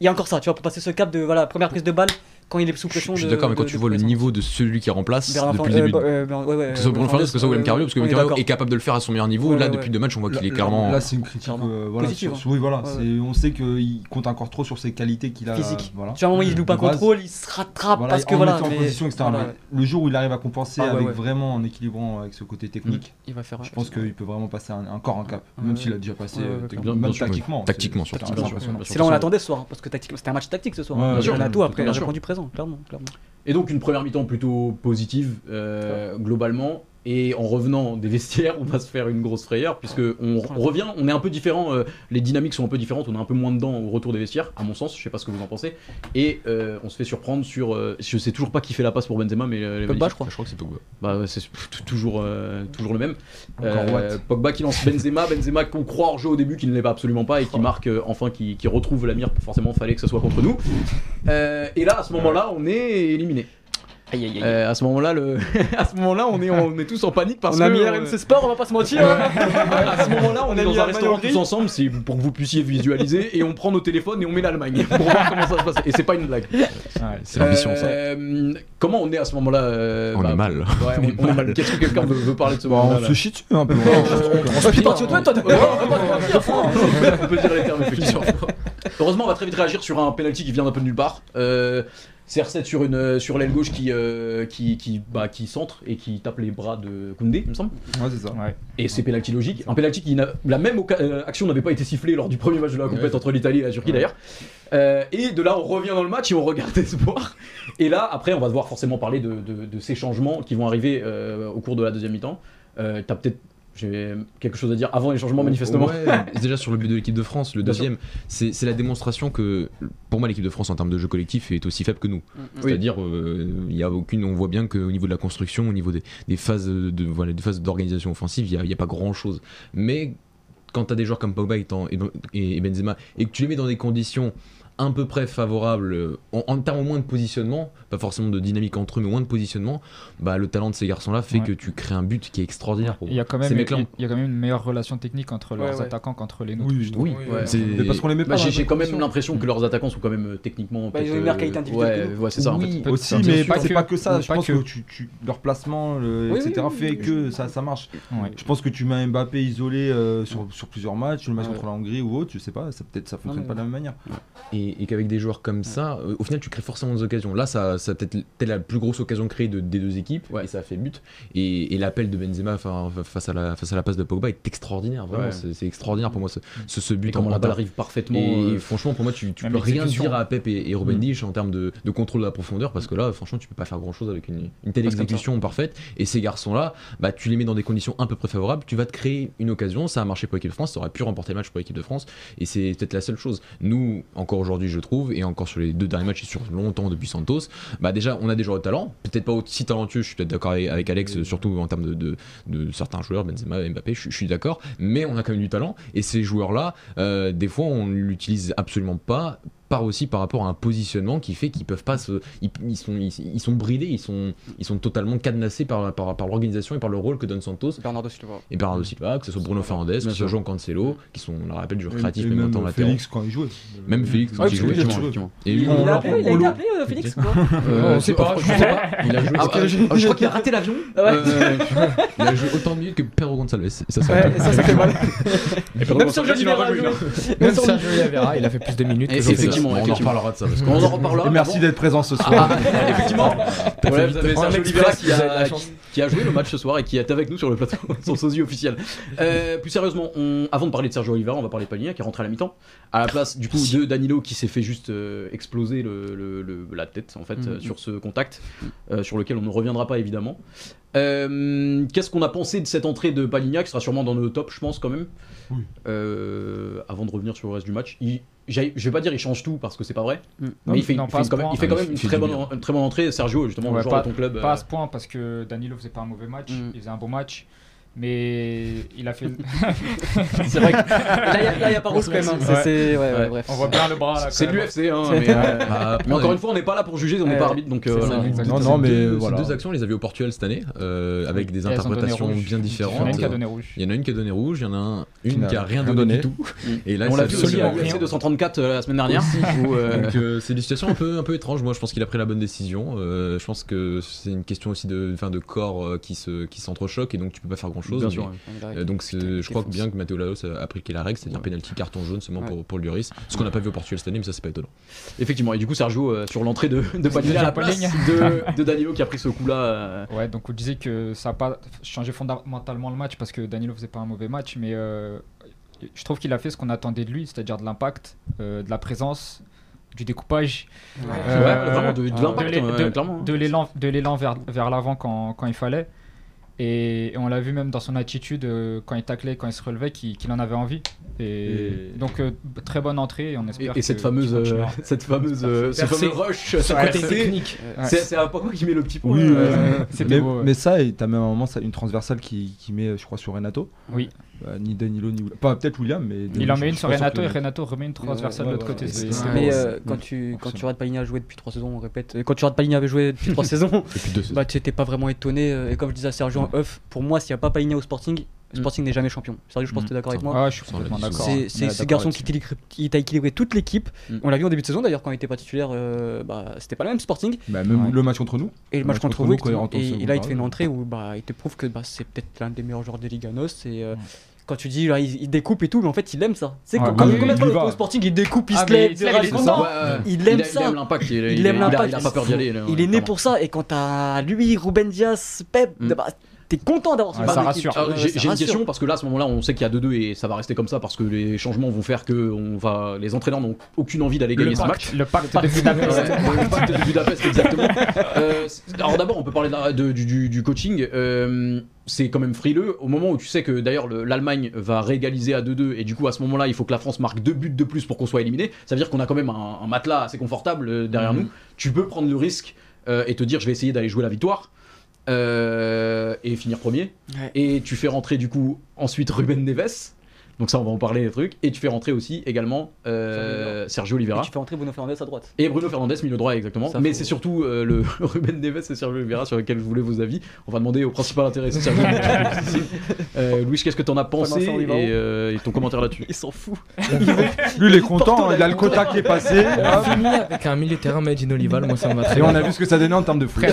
Il y a encore ça, tu vois, pour passer ce cap de voilà, première prise de balle quand il est sous
je, je
pression.
suis
de-
d'accord mais quand
de-
tu
de
vois le
pression.
niveau de celui qui remplace
Bernard
depuis
Fernandez-
le début
euh, euh, Bernard- ouais, ouais,
que ce soit
Fernandez,
Bruno Fernandez, que ce soit William
euh,
Carvalho, parce que
on est
William Carvalho
d'accord.
est capable de le faire à son meilleur niveau.
Ouais,
là,
ouais,
depuis
ouais.
deux matchs, on voit qu'il est
Là-
clairement.
Là, c'est une critique.
clairement.
euh, voilà,
Positive, hein.
sur- sur- oui, voilà.
Ouais,
c'est- On sait qu'il compte encore trop sur ses qualités qu'il a.
Physique.
euh, Voilà.
Tu vois, à un moment, il loupe un
De base.
contrôle, il se rattrape
Voilà,
parce que
en
voilà.
mettant en
mais-
position, etc.
voilà,
Mais Le jour où il arrive à compenser
Ah ouais,
avec
ouais. Mm.
vraiment en équilibrant euh, avec ce côté technique,
il va faire.
je pense qu'il peut vraiment passer un- encore un cap.
Ouais.
Même s'il a déjà passé
Ouais,
euh,
ouais,
bien-
techniquement, même
bien sûr,
tactiquement. c'est-
Tactiquement,
c'est
surtout.
impressionnant.
Bien sûr, bien sûr.
C'est là où on l'attendait ce soir, parce que tactiquement, c'était un match tactique ce soir.
Ouais,
Ouais,
bien
sûr,
Renato
bien
après il
sûr.
a répondu présent, clairement, clairement.
Et donc une première mi-temps plutôt positive euh, globalement. Et en revenant des vestiaires, on va se faire une grosse frayeur puisque on on revient, on est un peu différent, euh, les dynamiques sont un peu différentes, on est un peu moins dedans au retour des vestiaires, à mon sens, je sais pas ce que vous en pensez. Et euh, on se fait surprendre sur, euh, je sais toujours pas qui fait la passe pour Benzema, mais euh, les
Pogba,
magnifiques-
je crois.
Je crois que c'est Pogba.
Bah ouais, c'est t- toujours, euh, toujours le même.
Encore
Euh,
Watt.
Pogba qui lance Benzema, Benzema qu'on croit hors jeu au début, qui ne l'est pas absolument pas et qui marque euh, enfin, qui, qui retrouve la mire. Forcément, fallait que ça soit contre nous. Euh, et là, à ce moment-là, on est éliminé.
Aïe aïe
Euh, à ce moment-là, le... à ce moment-là, on est, on est tous en panique parce
On a
que
mis
euh,
RMC Sport, on va pas se mentir. hein.
à ce moment-là, on,
On
est
a
dans
mis
un
un
restaurant
maillot gris.
tous ensemble, c'est pour que vous puissiez visualiser et on prend nos téléphones et on met l'Allemagne pour voir comment ça se passe. Et c'est pas une blague.
Ouais.
C'est l'ambition, ça.
Euh, Comment on est à ce moment-là euh,
On
bah,
est mal.
Ouais, on, on est mal. Qu'est-ce que quelqu'un veut, veut parler de ce
Bah,
moment-là
on se chie dessus un peu. hein. voilà.
T'es parti aux toilettes, toi,
Ouais,
d'accord
on peut pas se mentir, franc. On peut dire les termes, effectivement. Heureusement, on va très vite réagir sur un penalty qui vient d'un peu de nulle part. Euh, CR7 sur, une, sur l'aile gauche qui, euh, qui, qui, bah, qui centre et qui tape les bras de Koundé, il me semble.
Ouais, c'est ça.
Ouais.
Et c'est pénalty logique. Un pénalty qui n'a- la même oca- euh, action n'avait pas été sifflée lors du premier match de la compète entre l'Italie et la Turquie d'ailleurs. Euh, et de là, on revient dans le match et on regarde espoir. Et là, après, on va devoir forcément parler de, de- de ces changements qui vont arriver euh, au cours de la deuxième mi-temps. Euh, T'as peut-être j'ai quelque chose à dire avant les changements manifestement.
Ouais, déjà sur le but de l'équipe de France, le
Bien
deuxième, c'est c'est la démonstration que pour moi l'équipe de France en termes de jeu collectif est aussi faible que nous.
Mm,
C'est-à-dire, euh, il y a aucune, on voit bien qu'au niveau de la construction, au niveau des, des phases de voilà, des phases d'organisation offensive, il n'y a, il y a pas grand-chose. Mais quand tu as des joueurs comme Pogba et, t'en- et Ben- et Benzema et que tu les mets dans des conditions un peu près favorables euh, en, en termes au moins de positionnement, pas forcément de dynamique entre eux, mais au moins de positionnement, bah le talent de ces garçons-là fait
Ouais.
que tu crées un but qui est extraordinaire. Pour
Il y a quand
Ces
même,
mecs-là ont
il y a quand même une meilleure relation technique entre
Ouais,
leurs
ouais.
attaquants qu'entre les nôtres.
Oui,
je trouve.
Oui,
ouais.
c'est-
Mais parce qu'on les met
Bah,
pas.
j'ai
dans
j'ai
la
quand même
position.
l'impression que leurs attaquants sont quand même euh, techniquement.
Bah, ils ont
peut-être, euh,
une meilleure qualité individuelle
Ouais,
que nous.
ouais, c'est ça. en
Oui.
fait.
Aussi,
Bien
mais
sûr.
pas- c'est
Pas
pas
que.
que ça.
Oui,
Je
pas
pense
que.
que tu- tu- leur placement, le-
Oui,
etc.,
oui,
fait
oui.
que ça ça marche.
Ouais.
Je pense que tu mets Mbappé isolé euh, sur, sur plusieurs matchs, sur le match
Ouais.
contre la Hongrie ou autre, je sais pas, ça peut-être ça fonctionne
mais-
pas de la même manière.
Et, et, et qu'avec des joueurs comme ça, euh, au final, tu crées forcément des occasions. Là, ça, ça a peut-être peut-être la plus grosse occasion créée de, des deux équipes, et ça a fait but. Et, et l'appel de Benzema fa- fa- face à, la, face à la passe de Pogba est extraordinaire, vraiment.
Ouais.
C'est c'est extraordinaire pour moi ce, ce, ce but.
Et comment
en
la balle
retard.
arrive parfaitement.
Et
euh, Mm.
franchement, pour moi, tu, tu
même
peux rien
l'exécution.
dire à Pep et, et Robin Dish en termes de, de contrôle de la profondeur parce que là, franchement, tu peux pas faire grand chose avec une, une telle
Passe comme ça.
exécution parfaite. Et ces garçons-là, bah, tu les mets dans des conditions un peu préfavorables, tu vas te créer une occasion. Ça a marché pour l'équipe de France, ça aurait pu remporter le match pour l'équipe de France. Et c'est peut-être la seule chose. Nous, encore aujourd'hui, je trouve, et encore sur les deux derniers matchs et sur longtemps depuis Santos, bah déjà, on a des joueurs de talent, peut-être pas aussi talentueux, je suis peut-être d'accord avec, avec Alex, surtout en termes de, de- de certains joueurs, Benzema, Mbappé, je, suis- je suis d'accord, mais on a quand même du talent, et ces joueurs-là, euh, des fois, on l'utilise absolument pas, par aussi par rapport à un positionnement qui fait qu'ils peuvent pas se. Ils, ils sont, ils, ils sont bridés, ils sont, ils sont totalement cadenassés par, par, par l'organisation et par le rôle que donne Santos.
Bernardo Silva.
Et Bernardo Silva, que ce soit Bruno Fernandez, que ce soit Jean Cancelo, qui sont, on le rappelle, du créatif,
Et
même en temps latéraux.
Félix quand il jouait.
Même Félix, quand
Ouais,
il
parce que
joue, effectivement.
Félix
Et lui,
Il a-
on-
Il a été appelé euh, Félix ou pas
euh,
on sait
c'est-
pas,
ah, je sais pas. Il a joué.
Ah, euh, je, je crois qu'il a raté l'avion.
Ah
Euh, il a joué autant de minutes que Pedro Gonçalves. Et ça, ça fait mal.
ça fait mal.
Même sur le jeu
Même Sergio Oliveira, il a fait plus de minutes
Et- et-
que Jean Félix.
effectivement,
on en
effectivement.
reparlera de ça. Parce que
On en reparlera.
Et merci d'être présent ce soir.
Ah, effectivement. Voilà, vous avez
En
Serge Oliveira
express,
qui
vous avez
a,
la
qui,
chance.
qui a joué le match ce soir et qui est avec nous sur le plateau, son sosie officiel. Euh, plus sérieusement, on- avant de parler de Sergio Oliveira, on va parler de Palhinha qui est rentré à la mi-temps. À la place du coup de Danilo qui s'est fait juste euh, exploser le, le- le- la tête en fait
Mm.
euh, sur ce contact, euh, sur lequel on ne reviendra pas évidemment. Euh, Qu'est-ce qu'on a pensé de cette entrée de Palhinha qui sera sûrement dans nos top, je pense quand même. Euh, avant de revenir sur le reste du match, il- j'ai- je vais pas dire il change tout parce que c'est pas vrai,
Mm.
mais il fait, il
Non, pas
fait
à ce
quand même,
point.
il fait quand
Ah,
même
il
une
fait
très
du
bonne,
bien.
une très bonne entrée. Sergio, justement,
Ouais,
le joueur
pas-
de ton club.
Pas
euh,
à ce point parce que Danilo faisait pas un mauvais match,
Mm.
il faisait un bon match, mais il a fait.
C'est vrai que. Là, il y a- là, il y a pas rose quand même. hein. C'est-
Ouais.
C'est. Ouais,
Ouais.
ouais, bref.
On voit bien le bras là.
C'est
quand même.
l'UFC, hein,
C'est-
mais, euh,
Bah,
mais encore
ouais.
une fois, on n'est pas là pour juger, on n'est
Ouais,
pas
ouais.
arbitre, donc
C'est
euh,
ça,
voilà.
exactement.
Non, non, mais
Ces deux-
voilà.
Ces deux actions, on les a vues au Portugal cette année, euh, avec des
Et elles ont donné
interprétations
rouge.
bien
Il y en a
hein.
différentes.
une qui a donné rouge.
Il y en a une qui a donné rouge, il y en a un-
Qui
une
n'a
qui a rien
rien
donné,
donné.
du tout. Et là,
On
ça
l'a
a
vu
donné
aussi à
rien.
l'UFC 234 euh, la semaine dernière. où, euh,
Donc, euh, c'est une situation un peu, un peu étrange. Moi, je pense qu'il a pris la bonne décision. Euh, je pense que c'est une question aussi de, enfin, de corps euh, qui se, qui s'entrechoque et donc tu peux pas faire grand chose.
Bien sûr,
hein. Euh, donc c'est-
Putain,
je crois que
défense.
bien que Matteo Laos a appliqué la règle, c'est-à-dire
Ouais.
pénalty carton jaune seulement
Ouais.
pour, pour Lloris, ce qu'on n'a pas vu au Portugal cette année, mais ça c'est pas étonnant.
effectivement. Et du coup, Sergio, euh, sur l'entrée de, de Palhinha à la place
Palhinha.
de, de Danilo qui a pris ce coup-là. euh,
Ouais, donc on disait que ça n'a pas changé fondamentalement le match parce que Danilo faisait pas un mauvais match, mais euh, je trouve qu'il a fait ce qu'on attendait de lui, c'est-à-dire de l'impact, euh, de la présence, du découpage, Euh,
ouais, vraiment, de, de
de
l'impact,
l'é-
euh,
de-
clairement.
de l'élan, de l'élan vers, vers l'avant quand, quand il fallait. Et, et on l'a vu même dans son attitude euh, quand il taclait, quand il se relevait, qu'il, qu'il en avait envie. Et,
Et-
donc euh, très bonne entrée et on
Et,
espère.
et
que-
cette fameuse,
qu'il
euh,
continuera.
cette fameuse, euh, ce
Percée.
fameux rush, ce
Ouais,
côté technique.
Ouais.
C'est c'est à Pogba qui met le petit point.
Oui,
euh, c'était
mais,
beau, ouais.
mais ça, et t'as même un moment ça, une transversale qui, qui met, je crois, sur Renato.
Oui.
Euh, ni Danilo, ni William. Pas peut-être William, mais.
il en met une
je
sur
pense
Renato
que-
et Renato remet une transversale
ouais,
de l'autre
ouais,
côté.
ouais,
C'est-
ouais,
c'est-
ouais.
Mais
Ouais,
euh,
ouais.
quand tu quand
Forcément.
tu regardes Palhinha jouer depuis 3 saisons, on répète. euh, Quand tu regardes Palhinha avait joué depuis 3 saisons,
Depuis deux saisons.
bah tu étais pas vraiment étonné. euh, Et comme je disais à Sergio en off, pour moi, s'il n'y a pas Palhinha au Sporting, le Sporting n'est jamais champion. Sergio, je pense que tu es d'accord avec moi.
Ah, je suis complètement
Sans la
d'accord.
C'est- C'est
Ouais,
ce
d'accord
garçon qui
là-dessus.
t'équilibre- qui t'a équilibré toute l'équipe.
Mm.
On l'a vu en début de saison d'ailleurs quand il était pas titulaire, euh, bah, c'était pas le même Sporting.
Bah, même
Ouais.
le match contre nous.
Et le
Le
match
match
contre
contre
vous,
nous, quand il rentre au
et,
second
et là il te
carré.
fait une entrée où bah, il te prouve que bah, c'est peut-être l'un des meilleurs joueurs de Liga Nos. Et euh, quand tu dis là, il, il découpe et tout, mais en fait il aime ça. C'est
Ouais,
quand
oui,
comme
oui,
combien de
il
fois
y
le
va.
au Sporting il découpe, il
Ah,
se
mais
lève,
il se
il
lève, il est
râle, content.
content.
euh,
Il
il
aime
a- il
ça.
aime l'impact.
Il aime
a-
l'impact.
Il a pas peur d'y aller. là,
Il est né
clairement.
pour ça. Et quand t'as lui, Ruben Diaz, Pep,
Mm.
bah, t'es content d'avoir ce
Ouais,
genre
ça
d'équipe,
rassure.
tu vois,
Alors,
ouais,
J'ai
ça
j'ai une
Ah, rassure.
question parce que là à ce moment-là on sait qu'il y a 2-2 et ça va rester comme ça parce que les changements vont faire que on va les entraîneurs n'ont aucune envie d'aller gagner
Le
ce match.
pacte, le pacte de Budapest.
Ouais, le pacte de Budapest, exactement. Euh, c'est- alors d'abord, on peut parler de la- de- du, du- du coaching. Euh, c'est quand même frileux. Au moment où tu sais que d'ailleurs le- l'Allemagne va régaliser à 2-2 et du coup à ce moment-là, il faut que la France marque deux buts de plus pour qu'on soit éliminé. Ça veut dire qu'on a quand même un, un matelas assez confortable euh, derrière nous. Tu peux prendre le risque euh, et te dire je vais essayer d'aller jouer la victoire. euh, et finir premier.
Ouais.
Et tu fais rentrer du coup ensuite Ruben Neves. Donc ça on va en parler des trucs. Et tu fais rentrer aussi également euh, Sergio Oliveira.
Et Tu fais entrer Bruno Fernandes à droite.
Et Bruno Fernandez, milieu droit, exactement.
Ça,
Mais
faut-
c'est surtout euh, le Ruben Neves et Sergio Oliveira sur lequel je voulais vos avis. On va demander au principal intéressé, Sergio Oliveira. Euh, Louis, qu'est-ce que t'en as pensé
Vincent Olivao.
et, euh, et ton commentaire là-dessus
Il s'en fout.
Lui, il est
Porto,
content,
là,
il a le
il est content.
quota qui est passé.
On a fini avec un milieu de terrain made in Olival, moi ça me va très
Et
bien.
on a vu ce que ça donnait en termes de frais.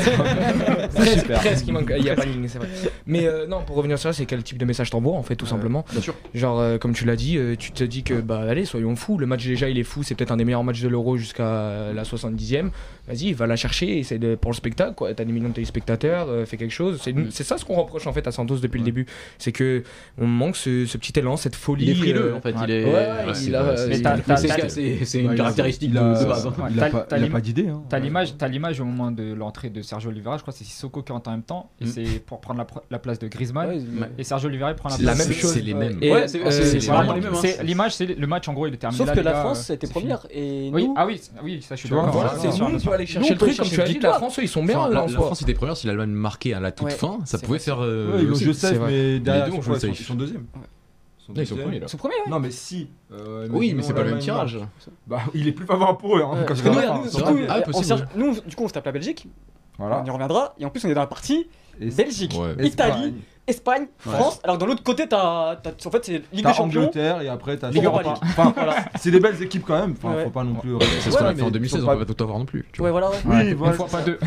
Presque,
super.
presque, il manque- il y a pas de ligne, c'est vrai. Mais euh, non, pour revenir sur ça, c'est quel type de message t'envoies en fait, tout simplement.
Bien sûr.
Genre, euh, comme tu l'as dit, euh, tu te dis que, bah allez, soyons fous, le match déjà il est fou, c'est peut-être un des meilleurs matchs de l'Euro jusqu'à euh, la 70e. Vas-y, va la chercher, essaie de, pour le spectacle, quoi. T'as des millions de téléspectateurs, euh, fais quelque chose. C'est c'est ça ce qu'on reproche en fait à Santos depuis le début. C'est que on manque ce, ce petit élan, cette folie.
Il est frileux
euh,
en fait.
ouais.
Il est.
Ouais,
ouais,
il
c'est-
a-
c'est-
mais
c'est-
t'as- t'as-
c'est-
t'as-
c'est- C'est une
Ouais,
caractéristique
il
de
a-
de base. hein.
Ouais,
Il
t'as-
a pas-
t'as
il a
l'im-
pas d'idée. hein.
T'as l'image, t'as l'image au moment de l'entrée de Sergio Oliveira, je crois que c'est Sissoko qui rentre en même temps, et
Mm.
c'est pour prendre la, pro- la place de Griezmann,
Ouais,
et Sergio Oliveira il prend la
C'est
place.
la
de-
même chose. C'est les
Ouais.
mêmes.
Et,
Ouais, c'est-
euh,
c'est- c'est
Voilà,
vraiment
donc,
les mêmes. hein.
c'est- L'image, c'est le match en gros, il est terminé.
Sauf
là,
que
les
la
gars,
France
euh,
était
c'est fini.
première et
Oui,
nous,
ah oui, c'est- oui, ça je suis
Tu vois,
d'accord.
Voilà,
Ouais,
c'est
ouais,
nous, on peut aller chercher
Nous,
le
on peut
truc, comme
chercher
tu as
une
dit, la
victoire.
France, eux, ils sont bien
Enfin,
là,
la,
en
la
soi.
France était première, si l'Allemagne marquait à la toute
Ouais,
fin, ça
c'est
pouvait
vrai.
faire. euh,
Ouais, ils ont
le aussi.
c'est
Joseph,
vrai.
mais derrière,
deux, on
ils
joue
sont-
le
ils
safe.
sont deuxième.
Non, ils sont premiers là.
ils sont premiers. ouais.
Non, mais si. euh,
Oui,
sinon,
mais c'est pas le même
l'Allemagne
tirage.
marche. Bah, il est plus favorable pour eux. hein,
Ouais.
quand
euh, Parce
je
que nous,
regarde.
nous,
c'est
du
vrai.
coup,
Ah,
on
possible.
cherche- nous, du coup, on se tape la Belgique,
Voilà.
on y reviendra, et en plus, on est dans la partie
Et-
Belgique,
Ouais.
Italie, Espagne, France, alors que dans l'autre côté, t'as, t'as- en fait, c'est Ligue des
T'as
Champions.
Angleterre et après t'as
Ligue Europa
Enfin,
League.
enfin,
Voilà.
c'est des belles équipes quand même. Enfin,
Ouais.
faut pas non plus.
C'est ce qu'on a
Ouais,
fait en
mais
2016,
ils
on
sont
va pas tout avoir non plus. tu vois.
Ouais, voilà, ouais.
Oui,
Une
voilà,
fois,
c'est
pas
ça.
deux.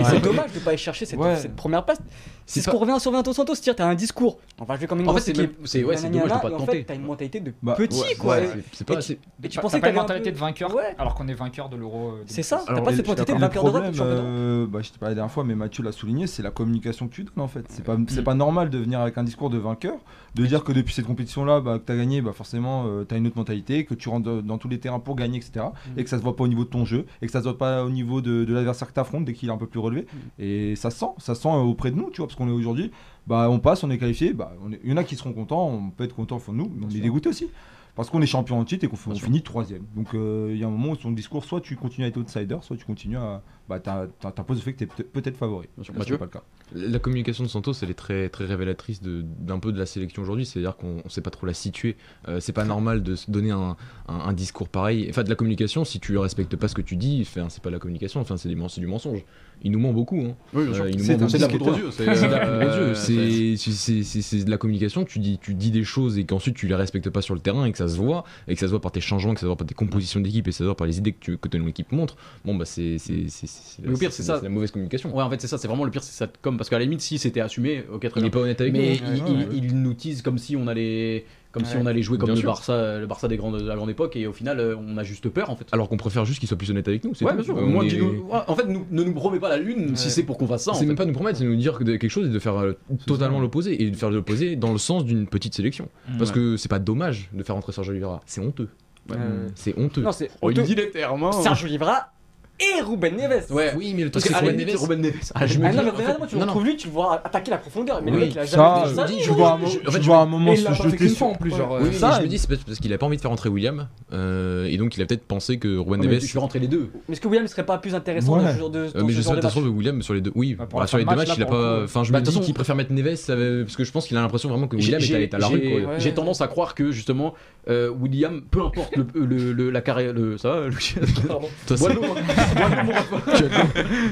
Et C'est dommage de pas aller chercher cette,
Ouais.
cette première passe. C'est
C'est
ce
pas-
qu'on revient sur Renato Santos, c'est-à-dire t'as un discours, on va jouer comme une
En fait,
grosse
c'est
équipe.
même- c'est ouais, c'est dommage de
nanana,
pas
et en fait,
tenter.
t'as une mentalité de
Bah,
petit,
Ouais,
quoi.
ouais, c'est- C'est pas. c'est-
Et tu
T'as-
pensais
t'as
que
pas une
t'avais un
mentalité
peu-
de vainqueur
Ouais.
alors qu'on est vainqueur de l'euro. euh,
C'est ça, t'as
Alors,
pas
je
cette
suis
mentalité
d'accord,
de vainqueur
mais
d'Europe,
le
de champion
problème,
d'Europe.
euh, bah, je t'ai parlé la dernière fois, mais Mathieu l'a souligné, c'est la communication que tu donnes en fait. C'est pas, c'est pas normal de venir avec un discours de vainqueur, de dire que depuis cette compétition-là, bah, que t'as gagné, bah, forcément, euh, t'as une autre mentalité, que tu rentres dans- dans tous les terrains pour gagner, etc. Et que ça se voit pas au niveau de ton jeu, et que ça se voit pas au niveau de, de l'adversaire que t'affrontes dès qu'il est un peu plus relevé. Et ça se sent, ça se sent euh, auprès de nous, tu vois, parce qu'on est aujourd'hui, bah, on passe, on est qualifié, bah, on est- il y en a qui seront contents, on peut être content au fond de nous, mais on est dégoûté aussi. Parce qu'on est champion en titre et qu'on fait- on finit troisième. Donc euh, il y a un moment où son discours, soit tu continues à être outsider, soit tu continues à. Bah, t'as- t'as- t'imposes le fait que t'es peut- peut-être favori.
Bien sûr.
Là,
Mathieu
c'est pas le cas.
La communication de Santos, elle est très, très révélatrice de- d'un peu de la sélection aujourd'hui, c'est-à-dire qu'on ne sait pas trop la situer. Euh, c'est pas normal de se donner un, un- un discours pareil. Enfin, de la communication, si tu respectes pas ce que tu dis, enfin, c'est pas de la communication, enfin, c'est des men- c'est du mensonge. Il nous ment beaucoup. hein.
Oui, bien sûr.
Euh, il nous
C'est
ment
un
C'est de la
disque
poudre aux yeux. C'est
C'est de la
euh,
poudre aux yeux, c'est- c'est- c'est- c'est- c'est de la communication, tu dis, tu dis des choses et qu'ensuite tu les respectes pas sur le terrain et que ça se voit, et que ça se voit par tes changements, que ça se voit par tes compositions d'équipe et que ça se voit par les idées que, tu, que ton équipe montre, bon bah c'est c'est- c'est- c'est-
Mais au pire, c'est ça.
la- la mauvaise communication.
Ouais, en fait, c'est ça. C'est vraiment le pire, c'est ça. Comme parce qu'à la limite, si c'était assumé, ok, très
Il
bien.
est pas honnête avec nous.
Mais
hein.
il, il- il nous tease comme si on allait, comme si on allait jouer comme
Bien
le
sûr.
Barça, le Barça des grandes, de la grande époque, et au final, euh, on a juste peur en fait.
Alors qu'on préfère juste qu'ils soient plus honnêtes avec nous. c'est
ouais,
tout.
bien
Euh,
sûr.
On
au moins,
est-
dis-nous- ouais, en fait, nous- ne nous promet pas la lune si
Ouais.
c'est pour qu'on fasse ça. en
C'est
fait.
même pas nous promettre, c'est nous dire que de- quelque chose et de faire euh, totalement l'opposé et de faire l'opposé dans le sens d'une petite sélection.
Mmh,
Parce que c'est pas dommage de faire rentrer Sergio Oliveira, c'est honteux.
Euh,
C'est honteux.
Non, c'est
On lui
honteux.
dit les termes. hein.
Serge Oliveira et Ruben Neves.
Ouais.
Oui, mais le truc
Parce
c'est
que
que
à la
Ruben
limite,
Neves-
Ruben Neves. Ah, je
Ah
me dis-
non, mais vraiment, tu le
non, non.
retrouves lui, tu le vois attaquer la profondeur. Mais
Oui,
le mec, il a jamais
Ça,
fait
je
ça.
dis,
tu vois un, mo-
je- en
tu
fait, je-
vois un moment
Et il
se
l'a pas fait
jeter
qu'une
sur.
fois en plus, genre.
Oui,
euh,
mais
ça,
je me
il-
dis, c'est parce- parce qu'il a pas envie de faire entrer William, euh, et donc il a peut-être pensé que Ruben
Ouais, mais
Neves.
tu fais rentrer les deux.
Mais est-ce que William ne serait pas plus intéressant
Ouais.
dans ce genre de
Euh,
dans
mais
ce
je
genre
sais
de
pas
match
trop, mais William sur les deux. Oui,
Bah, pour
bah,
la
sur
fin
les
de
deux
match,
matchs, il
là,
a
pour le
pas.
coup.
Enfin, je
Bah,
me
de toute
dis
façon-
qu'il préfère mettre Neves euh, parce que je pense qu'il a l'impression vraiment que
J'ai-
William
j'ai-
est à la
j'ai-
rue.
J'ai tendance à croire que justement euh, William, peu importe le, le- le- la carrière, le, ça va, Louis
Pardon.
Bois de l'eau, hein. Bois de l'eau, mon rapport.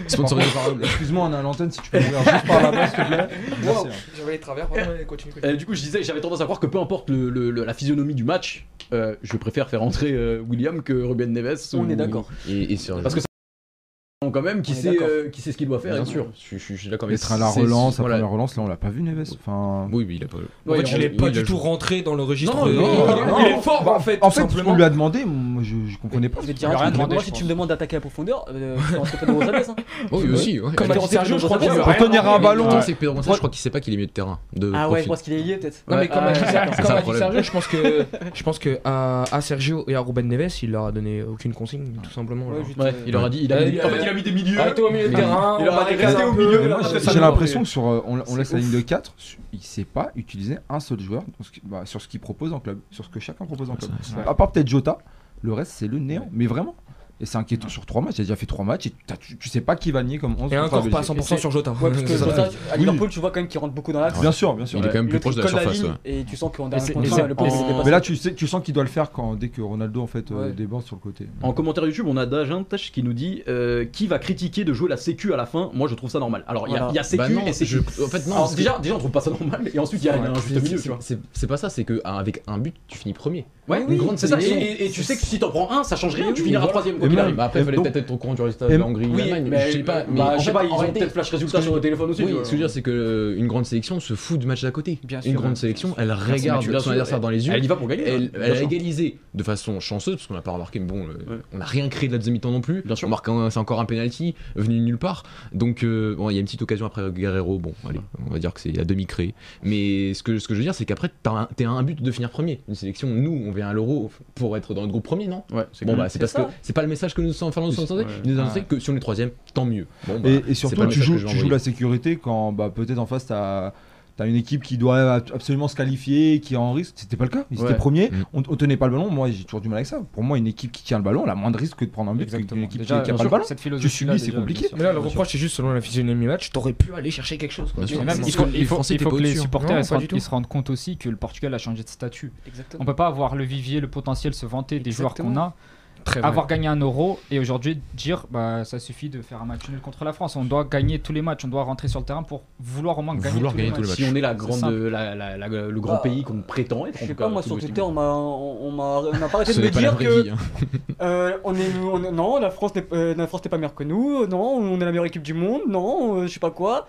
Sponsorisé
Par contre, Excuse-moi, on a l'antenne, si tu peux ouvrir juste par là-bas, s'il te plaît. Merci.
J'avais les travers, pardon, allez, continue. continue.
Euh, du coup, je disais, j'avais tendance à croire que peu importe le- le- le- la physionomie du match, euh, je préfère faire entrer euh, William que Ruben Neves.
On
ou-
est d'accord.
Et, et Sergio.
Parce que c'est quand même qui
On est
sait,
d'accord.
euh, qui sait ce qu'il doit faire.
Bien
et-
sûr, je suis- je suis je suis d'accord. mais
Être à la
c'est-
relance,
voilà.
à la relance, là, on l'a pas vu, Neves. Enfin.
Oui, mais il a pas.
En
Ouais,
fait,
on-
il est
oui,
pas
il a
du tout
joué.
rentré dans le registre.
Non,
euh,
non,
il-
non,
il
non.
est fort, en fait, tout
En fait, on
simplement.
lui a demandé, moi, je, je comprenais pas.
Je vais te dire
Il
un
a rien
truc, mais
demandé,
moi,
je
si
pense.
tu me demandes d'attaquer à profondeur, euh, je te lancerai pas de Rosales, hein.
Oh, oui, aussi. ouais.
Comme
Mais
a
le
dit Sergio, je crois
Pour
qu'on lui a
Pour
rien
tenir un
demandé.
ballon,
problème,
ouais.
c'est que Pedro Gonçalves, je crois qu'il sait pas qu'il est milieu de terrain. De
Ah ouais, je
profil.
pense qu'il est lié peut-être.
Non mais comme
Ah
a dit
ouais.
Sergio-
ça,
comme
le
a dit
problème.
Sergio, je pense que je pense que euh, à, à Sergio et à Ruben Neves, il leur a donné aucune consigne, tout simplement. genre.
Ouais, juste,
Ouais,
euh,
il aura dit. Il a
Euh,
mis- en fait, il a mis des milieux.
Arrêtez au milieu de terrain,
Il
on
aurait
barricade
resté
un
au
peu.
milieu,
Mais
là,
moi,
ça,
j'ai-
ça
j'ai
me
l'impression
manque.
que sur, euh, on, on
C'est
laisse la
ouf.
ligne de 4, il sait pas utiliser un seul joueur dans ce qui- bah, sur ce qu'il propose en club, sur ce que chacun propose en club. À part peut-être Jota, le reste c'est le néant, mais vraiment. Et c'est inquiétant sur 3 matchs, il a déjà fait 3 matchs et t'as- tu, tu sais pas qui va nier comme 11
Et encore pas 100% sur Jota.
Ouais, parce que
C'est ça.
Jota, à Liverpool, tu vois quand même qu'il rentre beaucoup dans l'axe.
Bien sûr, bien sûr.
Il est quand même
Le
plus
truc
proche de la
colle
surface.
ligne,
ouais.
Et tu sens qu'en
Et
dernier
c'est-
contre
et
un,
c'est-
le pauvre, il
en-
était pas
Mais là tu sais, tu sens qu'il doit le faire quand dès que Ronaldo en fait euh,
Ouais.
déborde sur le côté.
En commentaire YouTube, on a Dajantech qui nous dit euh, Qui va critiquer de jouer la sécu à la fin Moi, je trouve ça normal. Alors, il y a-
Voilà.
il y a
Bah
sécu
non,
et sécu.
je- En fait, non,
Alors,
parce que-
déjà, déjà, on trouve pas ça normal, et ensuite, il y a il y a un
C'est-
juste milieu, tu vois.
c'est- C'est pas ça, c'est qu'avec un but, tu finis premier.
Ouais,
Une grande
c'est ça. Et,
sélection.
et- et tu sais que si t'en prends un, ça change rien, tu
oui,
finiras
voilà.
troisième. quoi
Et
qu'il
même-
arrive.
Bah après, il fallait
donc-
peut-être être au courant du résultat
et-
de l'Hongrie ou de
Oui,
l'Allemagne.
mais
Je sais pas. Mais
bah,
en
je sais
fait,
pas, ils
en
ont
réalité-
peut-être flash résultat sur le téléphone aussi.
Oui,
tu vois.
ce que je veux dire, c'est que euh, une grande sélection se fout du match d'à côté.
Bien
une
sûr,
grande
ouais.
sélection, elle
sûr,
regarde
bien
son
sûr,
adversaire dans les yeux.
Elle y va pour gagner.
Elle,
hein,
elle
bien
a
sûr.
égalisé de façon chanceuse, parce qu'on n'a pas remarqué, mais bon, euh,
Ouais.
on n'a rien créé de la demi-temps non plus.
Bien sûr.
On marque un- c'est encore un penalty venu de nulle part. Donc, euh, bon, il y a une petite occasion après Guerrero. Bon, allez, on va dire que c'est à demi créé. Mais ce que, ce que je veux dire, c'est qu'après, t'as un- t'es à un but de finir premier. Une sélection, nous, on vient à l'Euro pour être dans le groupe premier, non
Ouais, c'est
Bon,
clair.
bah, c'est parce
ça.
que c'est pas le message que nous sommes Fernando nous sommes censés.
Ouais.
Il nous a annoncé que si on est troisième, tant mieux. Bon, bah,
Et, et
c'est pas
surtout,
le
tu
message
joues,
que je vais
tu joues
envoyer.
la sécurité quand bah, peut-être en face, t'as as une équipe qui doit ab- absolument se qualifier, qui est en risque. C'était pas le cas. Ils
Ouais.
étaient premiers.
Mm.
On, on tenait pas le ballon. Moi, j'ai toujours du mal avec ça. Pour moi, une équipe qui tient le ballon, elle a moins de risque que de prendre un but qu'une équipe qui-
Déjà,
qui a
bien
pas le
sûr,
ballon.
cette philosophie-là,
subis, c'est
déjà,
compliqué.
bien sûr.
Mais là, le reproche, c'est juste selon la physionomie match, t'aurais pu aller chercher quelque chose. Quoi.
Bien sûr.
Et même,
Ils
il
sont-
faut,
les
il faut- il
Français étaient
faut
pas
que les
au-dessus.
supporters
Non,
ils se,
pas
rendent,
du tout.
ils se rendent compte aussi que le Portugal a changé de statut. On
Exactement.
peut pas avoir le vivier, le potentiel, se vanter des joueurs qu'on a,
Très vrai.
avoir gagné un euro et aujourd'hui dire bah ça suffit de faire un match nul contre la France. On doit gagner tous les matchs, on doit rentrer sur le terrain pour vouloir au moins gagner,
Vouloir
tous,
gagner
les
tous les
matchs.
Si on est la
C'est
grande,
simple.
la- la- la- le grand
Bah,
pays qu'on prétend être, en
Je sais
tout cas,
pas, moi
tout
sur
le-
Twitter, on m'a on- on m'a- on n'a pas arrêté
Ce
de me
n'est pas la
dire
vraie
que
vie, hein.
Euh, on est, on est- non, la France n'est euh, la France n'est pas meilleure que nous. euh, Non, on est la meilleure équipe du monde. Non, euh, je sais pas quoi.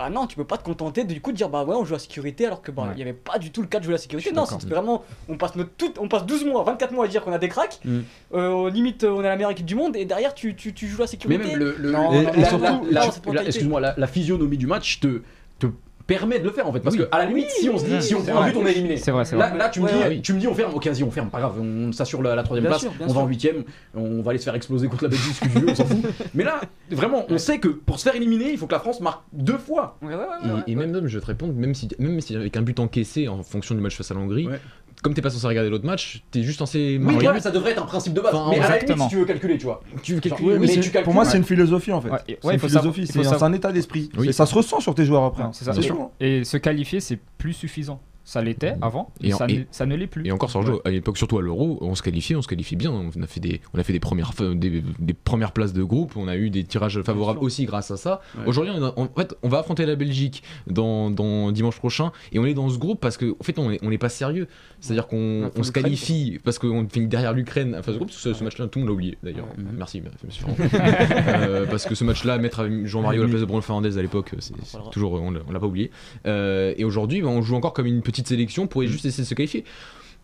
Bah non, tu peux pas te contenter de, du coup de dire bah ouais, on joue à la sécurité alors que bah il
Ouais.
y avait pas du tout le cas de jouer à la sécurité.
Je suis
Non,
d'accord.
c'est vraiment on passe notre tout, on passe 12 mois, 24 mois à dire qu'on a des cracks.
Mm.
euh, limite euh, on est la meilleure équipe du monde et derrière tu, tu, tu joues à la
Mais
sécurité.
même le, le-
Non,
le- la-
non, non,
la-
non,
la-
non, cette
la-
mentalité.
excuse-moi, la, la physionomie du match te, te permet de le faire en fait, parce
Oui.
que à la limite, si on se dit,
Oui,
si on
c'est
prend un
vrai.
but, on est éliminé.
C'est vrai, c'est vrai.
Là, là, tu me
Ouais,
dis,
ouais,
tu me dis, on ferme, ok, vas-y, on ferme, pas grave, on s'assure la, la troisième
Bien
place,
sûr, bien
on va en
sûr.
huitième, on va aller se faire exploser contre la Belgique, ce que tu veux, on s'en fout. Mais là, vraiment, on sait que pour se faire éliminer, il faut que la France marque deux fois.
Ouais, ouais, ouais, ouais, ouais.
Et, et même, même, je vais te répondre, même si, même si avec un but encaissé en fonction du match face à la Hongrie,
Ouais.
comme t'es pas censé regarder l'autre match, t'es juste censé
Oui,
marquer.
ouais, mais ça devrait être un principe de base.
Enfin,
mais à la limite,
exactement.
si tu veux calculer, tu vois.
tu veux
Genre,
calculer.
oui,
oui,
mais
c'est-
tu calcules.
Pour moi, c'est une philosophie en fait.
Ouais, et-
c'est
ouais, il
une
faut savoir-
philosophie,
il faut
c'est un-
savoir-
c'est un état d'esprit.
Oui.
Et ça se ressent sur tes joueurs après. hein.
Ouais, c'est ça.
C'est
Et-
tout, hein.
Et se qualifier, c'est plus suffisant. Ça l'était avant,
Et
et
en-
ça, ne-
et-
ça ne l'est plus.
Et encore Sergio, à l'époque surtout à l'Euro, on se qualifiait, on se qualifiait bien, on a fait des, on a fait des premières, fa- des, des premières places de groupe, on a eu des tirages favorables aussi grâce à ça.
Ouais.
Aujourd'hui, on, a- en fait, on va affronter la Belgique dans, dans dimanche prochain et on est dans ce groupe parce que en fait on est, on est pas sérieux, c'est-à-dire qu'on
Ouais,
on se
l'Ukraine,
qualifie parce qu'on finit derrière l'Ukraine à face de groupe. parce que ce match-là, tout le monde l'a oublié d'ailleurs.
Ouais.
Mhm.
Merci, monsieur. Ferrand. Euh, parce que ce match-là, mettre Jean Mario à la place de Bruno Fernandez à l'époque, c'est c'est
Voilà.
toujours, on l'a- on l'a pas oublié. Euh, et aujourd'hui, bah, on joue encore comme une petite sélection pour juste essayer de se qualifier.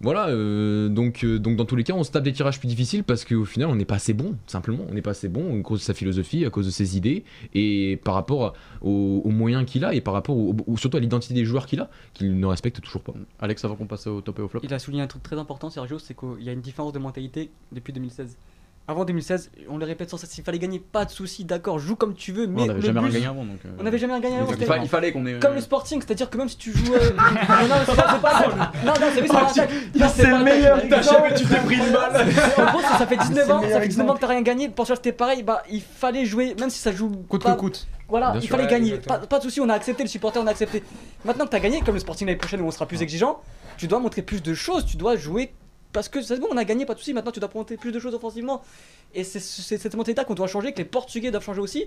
Voilà, euh, donc, euh, donc dans tous les cas, on se tape des tirages plus difficiles parce qu'au final, on n'est pas assez bon, simplement. On n'est pas assez bon à cause de sa philosophie, à cause de ses idées et par rapport à- aux, aux moyens qu'il a et par rapport au- au- surtout à l'identité des joueurs qu'il a, qu'il ne respecte toujours pas.
Alex, avant qu'on passe au top et au flop.
Il a souligné un truc très important, Sergio, c'est qu'il y a une différence de mentalité depuis 2016. Avant 2016, on le répète sans cesse, il fallait gagner, pas de soucis, d'accord, joue comme tu veux, mais
on n'avait
le
jamais
but-
rien gagné avant, donc. euh,
On n'avait jamais rien gagné avant,
il fa-
c'était-
il, fallait qu'on
euh,
ait. euh,
Comme le Sporting, c'est-à-dire que même si tu joues. euh, non, non, c'est pas, c'est pas drôle. Non, non, c'est oui, c'est pas attaque. Non,
C'est
pas
le
un
meilleur
attaque. Non,
exemple.
t'es pris une balle
c'est- En gros, ça, ça fait 19 ans,
Ah, le
ça
meilleur
fait 19 ans que t'as rien gagné. Pour ça, c'était pareil. Bah, il fallait jouer, même si ça joue.
Coûte que
pas-
coûte.
Voilà,
Bien
il
sûr.
fallait
Ouais,
gagner. Pas,
exactement.
pas de soucis, on a accepté, le supporter, on a accepté. Maintenant que t'as gagné, comme le Sporting l'année prochaine où on sera plus exigeant, tu dois montrer plus de choses, tu dois jouer. Parce que c'est bon, on a gagné, pas de soucis. Maintenant, tu dois montrer plus de choses offensivement. Et c'est c'est cette mentalité qu'on doit changer, que les Portugais doivent changer aussi.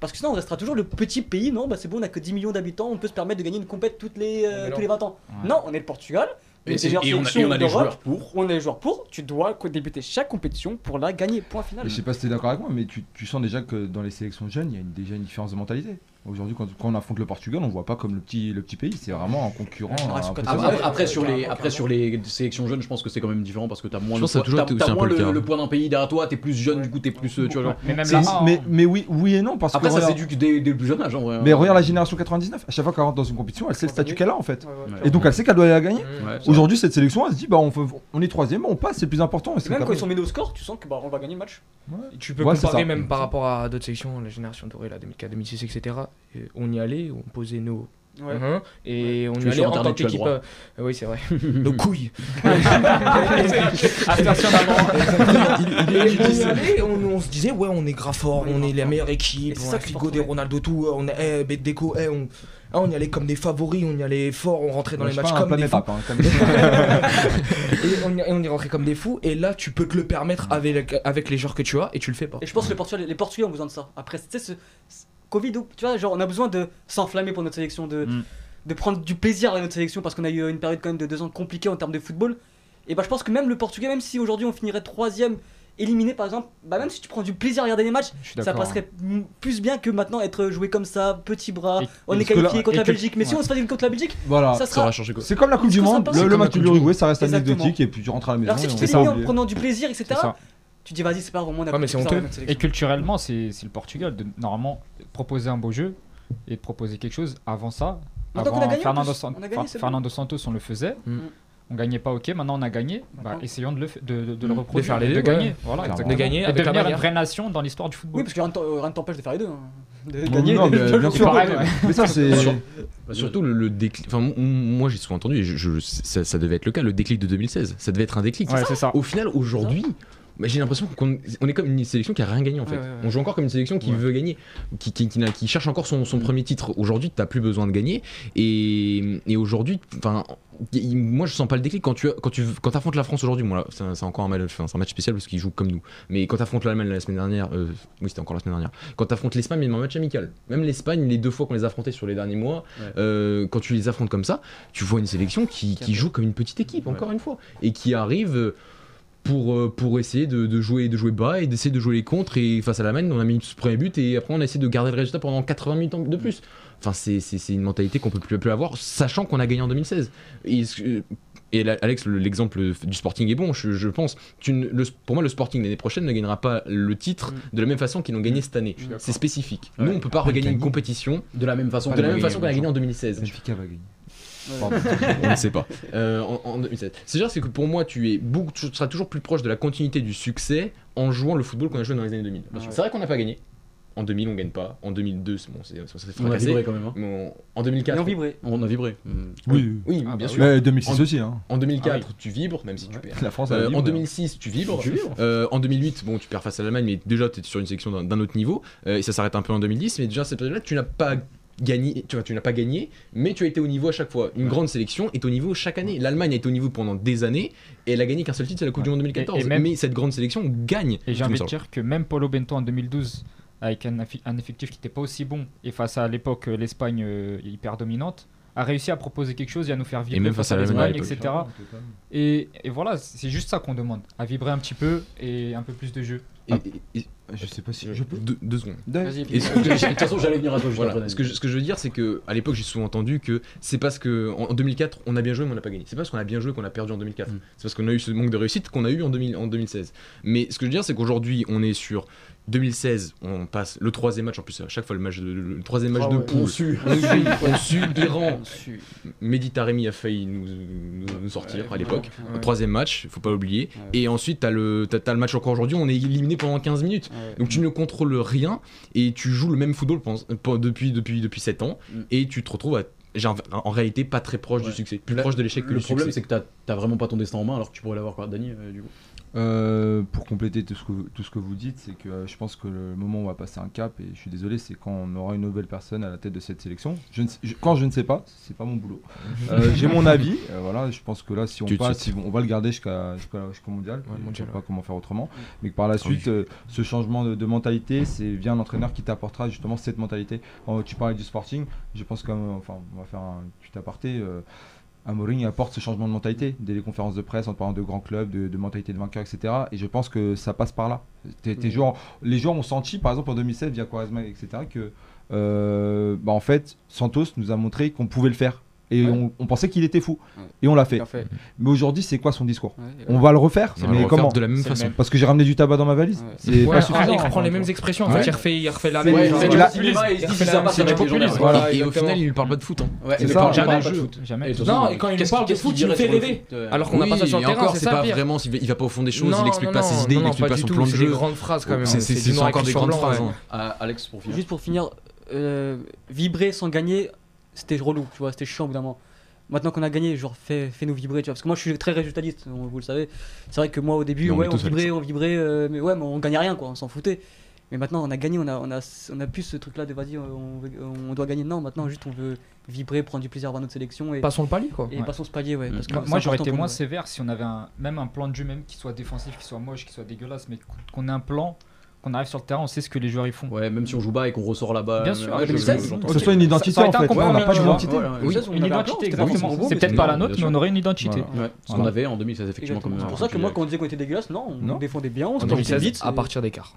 Parce que sinon, on restera toujours le petit pays. Non, bah c'est bon, on a que 10 millions d'habitants, on peut se permettre de gagner une compète toutes les, euh, tous les 20 ans.
Ouais.
Non, on est le Portugal.
Et,
une des meilleures
et on a,
sélections
et on a les
d'Europe,
joueurs pour.
On a les joueurs pour. Tu dois co- débuter chaque compétition pour la gagner. Point final.
Mais je sais pas si t'es d'accord avec moi, mais tu, tu sens déjà que dans les sélections de jeunes, il y a une- déjà une différence de mentalité. Aujourd'hui, quand, quand on affronte le Portugal, on voit pas comme le petit, le petit pays, c'est vraiment un concurrent.
Ah,
un
sur
peu-
quatre-
Après,
Ah,
après, sur les, après sur les sélections jeunes, je pense que c'est quand même différent parce que t'as moins
Je
le
pense que ça a
poids,
toujours
t'as-
été aussi
t'as
un peu
moins
le
le,
cas.
le poids d'un pays derrière toi, t'es plus jeune, du coup t'es plus. euh, Tu vois, genre-
Mais même
C'est-
là,
mais, mais oui, oui et non, parce
Après
que.
ça
regarde-
s'éduque dès, dès le plus jeune âge. en vrai. hein.
mais regarde la génération 99, à chaque fois qu'elle rentre dans une compétition, elle sait le statut qu'elle a en fait. Et donc elle sait qu'elle doit la gagner.
Ouais, c'est
Aujourd'hui, cette sélection, elle se dit, bah on, fait- on est troisième, on passe, c'est le plus important. et
Et
c'est
même
pas
quand ils
mal.
sont menés au score, tu sens que bah on va gagner le match.
Tu peux
Ouais, c'est
comparer
ça.
même par rapport à d'autres sections, la génération dorée, la 2004, 2006, etc. Euh, On y allait, on posait nos
Ouais.
Hein, et on
Tu
y
es
allait
sur
en tant
Internet, tu as le
qu'équipe.
droit.
euh, oui, c'est vrai. nos couilles.
attention d'avant.
Et on y allait, on, on se disait ouais, on est grave fort, on est la meilleure équipe,
Et c'est
on
ça
a
qu'il faut
Figo, des
retrouver.
Ronaldo, tout, on a eh, bête déco, eh, on, ah, on y allait comme des favoris, on y allait fort, on rentrait dans
Ouais,
les
je
matchs
parle un
comme des
planète
fous.
rap, hein, comme-
Et on, y- et on y rentrait comme des fous. Et là, tu peux te le permettre avec, avec les joueurs que tu as et tu le fais pas.
Et je pense que les Portugais, les Portugais ont besoin de ça. Après, tu sais, ce, ce- Covid, ou- tu vois, genre, on a besoin de s'enflammer pour notre sélection, de,
Mm.
de prendre du plaisir à notre sélection parce qu'on a eu une période quand même de deux ans compliquée en termes de football. Et bah, je pense que même le Portugais, même si aujourd'hui on finirait troisième éliminer par exemple, bah même si tu prends du plaisir à regarder les matchs,
Je suis
ça
d'accord. hein.
passerait m- plus bien que maintenant être joué comme ça, petit bras,
Et-
on est
parce que là-
qualifié contre
et
la
que-
Belgique, mais si on se fait contre la Belgique,
Voilà.
ça
Ça
sera
aura changé quoi
C'est comme la Coupe
Est-ce
du
que ça
Monde,
passe
le, le
Comme
match de l'Uruguay ça reste
Exactement.
anecdotique et puis tu rentres à la maison.
Alors si tu
et
te
on
fais
va
éliminer en
oublier.
prenant du plaisir, etc.,
ça.
tu dis vas-y, c'est pas vraiment on a
Ouais, mais
plus ça
c'est
dans la
honteux.
même sélection.
Et culturellement, c'est c'est le Portugal de normalement proposer un beau jeu et de proposer quelque chose avant ça.
Maintenant qu'on
avant
a gagné, en
Fernando,
plus.
San-
Ah, On a gagné,
Fer-
c'est bon.
Fernando Santos, on le faisait.
Mm.
On gagnait pas, ok. Maintenant on a gagné. Bah,
Maintenant.
essayons de le, fa- de, de- de le
Mm.
reproduire,
faire les
et de
deux,
gagner.
ouais.
Voilà,
Clairement.
exactement.
De gagner
et
avec la
devenir une
manière.
vraie nation dans l'histoire du football.
Oui, parce que rien ne t'en- rien ne t'empêche de faire les deux. hein. De
Non,
gagner
non,
les
mais
deux.
bien
C'est
sûr.
pareil, ouais.
euh, Mais ça c'est.
Bah, surtout le, le déclic. Enfin, m- moi j'ai souvent entendu, et je, je- ça, ça devait être le cas, le déclic de 2016. Ça devait être un déclic.
Ouais, c'est ça.
Au final, aujourd'hui, bah, j'ai l'impression qu'on on est comme une sélection qui a rien gagné en fait.
Ouais, ouais, ouais.
On joue encore comme une sélection qui veut gagner, qui, qui, qui n'a- qui cherche encore son, son premier titre. Aujourd'hui, t'as plus besoin de gagner. Et, et aujourd'hui, enfin, il- moi je sens pas le déclic quand tu as- quand tu quand affrontes la France aujourd'hui. Moi, là, c'est un- c'est encore un match, enfin, c'est un match spécial parce qu'ils jouent comme nous. Mais quand affrontes l'Allemagne la semaine dernière, euh, oui c'était encore la semaine dernière. Quand t'affrontes l'Espagne, mais un match amical. Même l'Espagne, les deux fois qu'on les affrontait sur les derniers mois, euh, quand tu les affrontes comme ça, tu vois une sélection qui, qui joue comme une petite équipe encore une fois et qui arrive. euh, pour, euh, pour essayer de, de jouer, de jouer bas et d'essayer de jouer les contres. Et face à la Maine, on a mis ce premier but et après on a essayé de garder le résultat pendant 80 minutes en- de plus. Enfin, c'est- c'est c'est une mentalité qu'on peut plus, plus avoir, sachant qu'on a gagné en 2016. Et, ce que- et là, Alex, le- l'exemple du Sporting est bon, je, je pense. Tu ne- le- pour moi, le Sporting l'année prochaine ne gagnera pas le
Mm.
titre de la même façon qu'ils l'ont gagné cette année. C'est spépéfique. Nous, on peut pas regagner une compétition
De la même façon.
de la même façon qu'on a gagné en 2016.
Benfica va gagner.
on ne sait pas. Euh, en, en 2007. C'est sûr, c'est que pour moi, tu es beaucoup, tu seras toujours plus proche de la continuité du succès en jouant le football qu'on a joué dans les années 2000. Parce que C'est vrai qu'on n'a pas gagné. En 2000, on gagne pas. En 2002, c'est bon, c'est- ça s'est
On a
fracassé.
vibré quand même. hein.
Mais on- en
Et
2004,
on vibrait.
On a vibré. Hmm.
Oui.
oui,
Ah,
bien
bah Ah
sûr.
Mais 2006 aussi hein.
En 2004, tu vibres, même si tu perds.
La
bah,
France.
Euh,
elle vibre,
en 2006, tu vibres. Euh, en 2008, bon, tu perds face à l'Allemagne, mais déjà, tu es sur une section d'un- d'un autre niveau. Euh, et ça s'arrête un peu en 2010. Mais déjà, cette période-là, tu n'as pas gagné, tu, vois, tu n'as pas gagné, mais tu as été au niveau à chaque fois. Une grande sélection est au niveau chaque année. L'Allemagne a été au niveau pendant des années et elle a gagné qu'un seul titre, c'est la Coupe du Monde 2014.
Et- et même-
Mais cette grande sélection gagne.
Et j'ai
Tout
envie de
comme ça.
dire que même Paulo Bento en 2012, avec un, affi- un effectif qui n'était pas aussi bon, et face à l'époque euh, l'Espagne euh, hyper dominante, a réussi à proposer quelque chose et à nous faire vibrer
même face
face
à
à
l'Allemagne à
l'Espagne,
l'époque.
etc. Et, et voilà, c'est juste ça qu'on demande, à vibrer un petit peu et un peu plus de jeu.
Et- et- et-
hein. Je sais pas si.
deux, deux secondes.
Dave.
Vas-y,
Et
puis-
ce que-
De toute façon, j'allais venir à toi. juste
Voilà,
après.
ce que, je, ce que je veux dire, c'est que à l'époque, j'ai souvent entendu que c'est parce que en en 2004, on a bien joué, mais on n'a pas gagné. C'est pas parce qu'on a bien joué qu'on a perdu en 2004.
Mm.
C'est parce qu'on a eu ce manque de réussite qu'on a eu en, 2000 en 2016. Mais ce que je veux dire, c'est qu'aujourd'hui, on est sur 2016, on passe le troisième match. En plus, à chaque fois, le, match de, le- le troisième match
Ah
de
ouais.
poule.
sue.
On sue, on sue l'Iran.
On suit.
Méditerranée a failli nous, nous- nous sortir à l'époque.
Ouais.
Troisième match, faut pas oublier.
Ouais.
Et ensuite, t'as le, t'as- t'as le match encore aujourd'hui, on est éliminé pendant 15 minutes.
Ouais.
Donc tu ne contrôles rien et tu joues le même football pense- euh, pas- depuis, depuis, depuis 7 ans
Mm.
et tu te retrouves à- j'ai un- en réalité pas très proche
Ouais.
du succès, plus
La-
proche de l'échec que
Le
du
problème, c'est
succès.
que t'as- t'as vraiment pas ton destin en main alors que tu pourrais l'avoir, quoi, Dany, euh, du coup.
Euh, pour compléter tout ce que, tout ce que vous dites, c'est que euh, je pense que le moment où on va passer un cap, et je suis désolé, c'est quand on aura une nouvelle personne à la tête de cette sélection. Je ne sais- je- quand je ne sais pas, c'est pas mon boulot. Euh, J'ai mon avis. euh, voilà, je pense que là, si on
Tu te
passe,
cites.
si on, on va le garder jusqu'à jusqu'à- jusqu'au mondial.
Ouais,
et
mondial,
je sais pas
ouais.
comment faire autrement. Mais que par la suite, euh, ce changement de, de mentalité, c'est via l'entraîneur qui t'apportera justement cette mentalité. Euh, tu parlais du Sporting. Je pense qu'on enfin, on va faire un petit aparté. euh, Amorim apporte ce changement de mentalité dès les conférences de presse en parlant de grands clubs, de, de mentalité de vainqueur, etc. Et je pense que ça passe par là. T'es- t'es joueurs- les joueurs ont senti, par exemple en 2007 via Quaresma, etc., que euh, bah, en fait Santos nous a montré qu'on pouvait le faire. Et
Ouais.
on, on pensait qu'il était fou.
Ouais.
Et on l'a fait.
Bien fait.
Mais aujourd'hui, c'est quoi son discours
Ouais,
On va le refaire,
On va le
mais
refaire
comment
de la même
C'est le
façon.
même.
Parce que j'ai ramené du tabac dans ma valise.
Ouais.
C'est
Ouais,
pas
ah,
suffisant.
il reprend les mêmes expressions, en
Ouais.
fait, il refait, il refait la
C'est-
même.
Ouais,
genre,
c'est
euh,
la-
cinéma, ils se disent si ça passe, ça marche,
C'est du
les gens
populisme.
regardent.
Voilà,
et au
exactement.
final, il ne parle pas de foot. hein.
Ouais,
C'est
et
ça,
parle
on
jamais
parle
de
pas de
foot.
Jamais.
Et de toute
Non,
façon,
et quand il
qu'est-ce
parle de
qu'est-ce
foot,
qu'il
il me
dirait
fait
sur le
rêver.
foot, euh,
Alors qu'on a
Oui,
pas ça sur
et
le terrain,
encore,
c'est
c'est
ça
pas
le pire.
vraiment, il va pas au fond des choses,
Non,
il n'explique
non,
pas
non,
ses idées,
non,
il
non,
n'explique
pas
pas
du
son
tout,
plan de
c'est des
jeu.
grandes phrases quand même.
C'est- C'est
du
c'est
noir
encore
écrit
des
sur
grandes
blanc,
phrases.
ouais.
hein.
Ah, Alex, pour finir.
Juste pour finir, euh, vibrer sans gagner, c'était relou, tu vois, c'était chiant au bout d'un moment. Maintenant qu'on a gagné, genre fais, nous vibrer, tu vois, parce que moi je suis très résultatiste, on- vous le savez. C'est vrai que moi au début,
Mais on
ouais,
est
on
tous
vibrait, on vibrait, euh, mais ouais, mais on gagnait rien quoi, on s'en foutait. Mais maintenant on a gagné, on a, on a, on a plus ce truc là de vas-y, on, on doit gagner. Non, maintenant juste on veut vibrer, prendre du plaisir voir notre sélection et,
Passons le palier, quoi.
et
ouais.
passons ce palier,
Mm.
ouais. Parce que
Moi,
c'est
moi, j'aurais
important
été
pour
moins
nous, ouais.
sévère si on avait un- même un plan de jeu, même qui soit défensif, qui soit moche, qui soit dégueulasse, mais qu'on ait un plan qu'on arrive sur le terrain, on sait ce que les joueurs y font.
Ouais, même si on joue bas et qu'on ressort là-bas.
Bien
euh,
sûr,
ouais, je-
2016,
j'entends.
Que ce soit une identité
ça aurait été
en fait. Ouais, on n'a
incompréhensible,
pas
tu vois.
d'identité.
Voilà, ouais.
Oui,
Ouais,
avait
une
un
identité,
plan, c'était
exactement.
vraiment
C'est
beau,
peut-être
mais-
pas la
Bien
nôtre, mais
sûr.
on aurait une identité.
Ce qu'on avait en 2016, effectivement.
Exactement.
comme,
C'est
euh,
pour ça que
tu
moi,
dis.
quand on disait qu'on était dégueulasse, non, on
Non.
défendait bien, on
En
se plantait
2016,
vite.
à
et-
partir des quarts.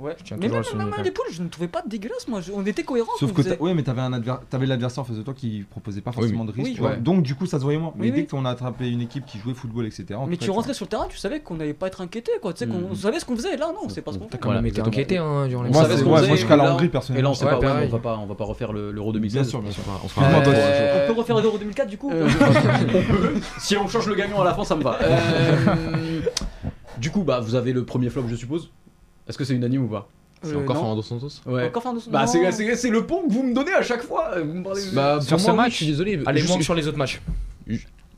Ouais.
tiens
Mais même,
toujours à le souligner,
même
quand
à des
même.
poules, je ne trouvais pas dégueulasse, moi. je- On était cohérents.
Sauf
on
que
faisait-
t'a- ouais, mais t'avais un adver- t'avais l'adversaire en face de toi qui proposait pas
Oui,
forcément de
oui,
risque. tu vois.
ouais.
Donc du coup, ça se voyait moins. Mais
Oui,
dès
oui.
qu'on a attrapé une équipe qui jouait football, etc. en
Mais
tout cas,
tu rentrais sur le terrain, tu savais qu'on n'allait pas être inquiété, quoi. Tu sais, qu'on
Mm.
on savait ce qu'on faisait. Là, non, on sait pas ce qu'on
T'as
fait.
quand
Voilà,
même été
exactement.
inquiété hein, durant les
Moi,
matchs.
savait
c'est-
ce qu'on
ouais,
faisait,
moi, je cale
là-
en Hongrie
Et là, on
personnellement.
sait
Ouais,
pas, ouais,
pareil.
on va pas, on va pas refaire le- l'Euro 2016.
Bien sûr, bien sûr.
Enfin, on se
Excuse-moi,
fera-
toi, c'est
Euh,
On peut refaire l'Euro 2004 du coup
Euh, si on change le gagnant à la fin, ça me va. Euh, du coup, bah, vous avez le premier flop, je suppose. Est-ce que c'est unanime ou pas
C'est
Euh,
encore
non.
Fernando Santos
Ouais.
Encore fin de son
Bah, c'est,
Non.
c'est- c'est le pont que vous me donnez à chaque fois. euh, vous me parlez- Bah,
Bah,
Sur
pour
ce
moi, oui,
match,
je suis désolé.
Allez,
je-
moins que sur les autres matchs.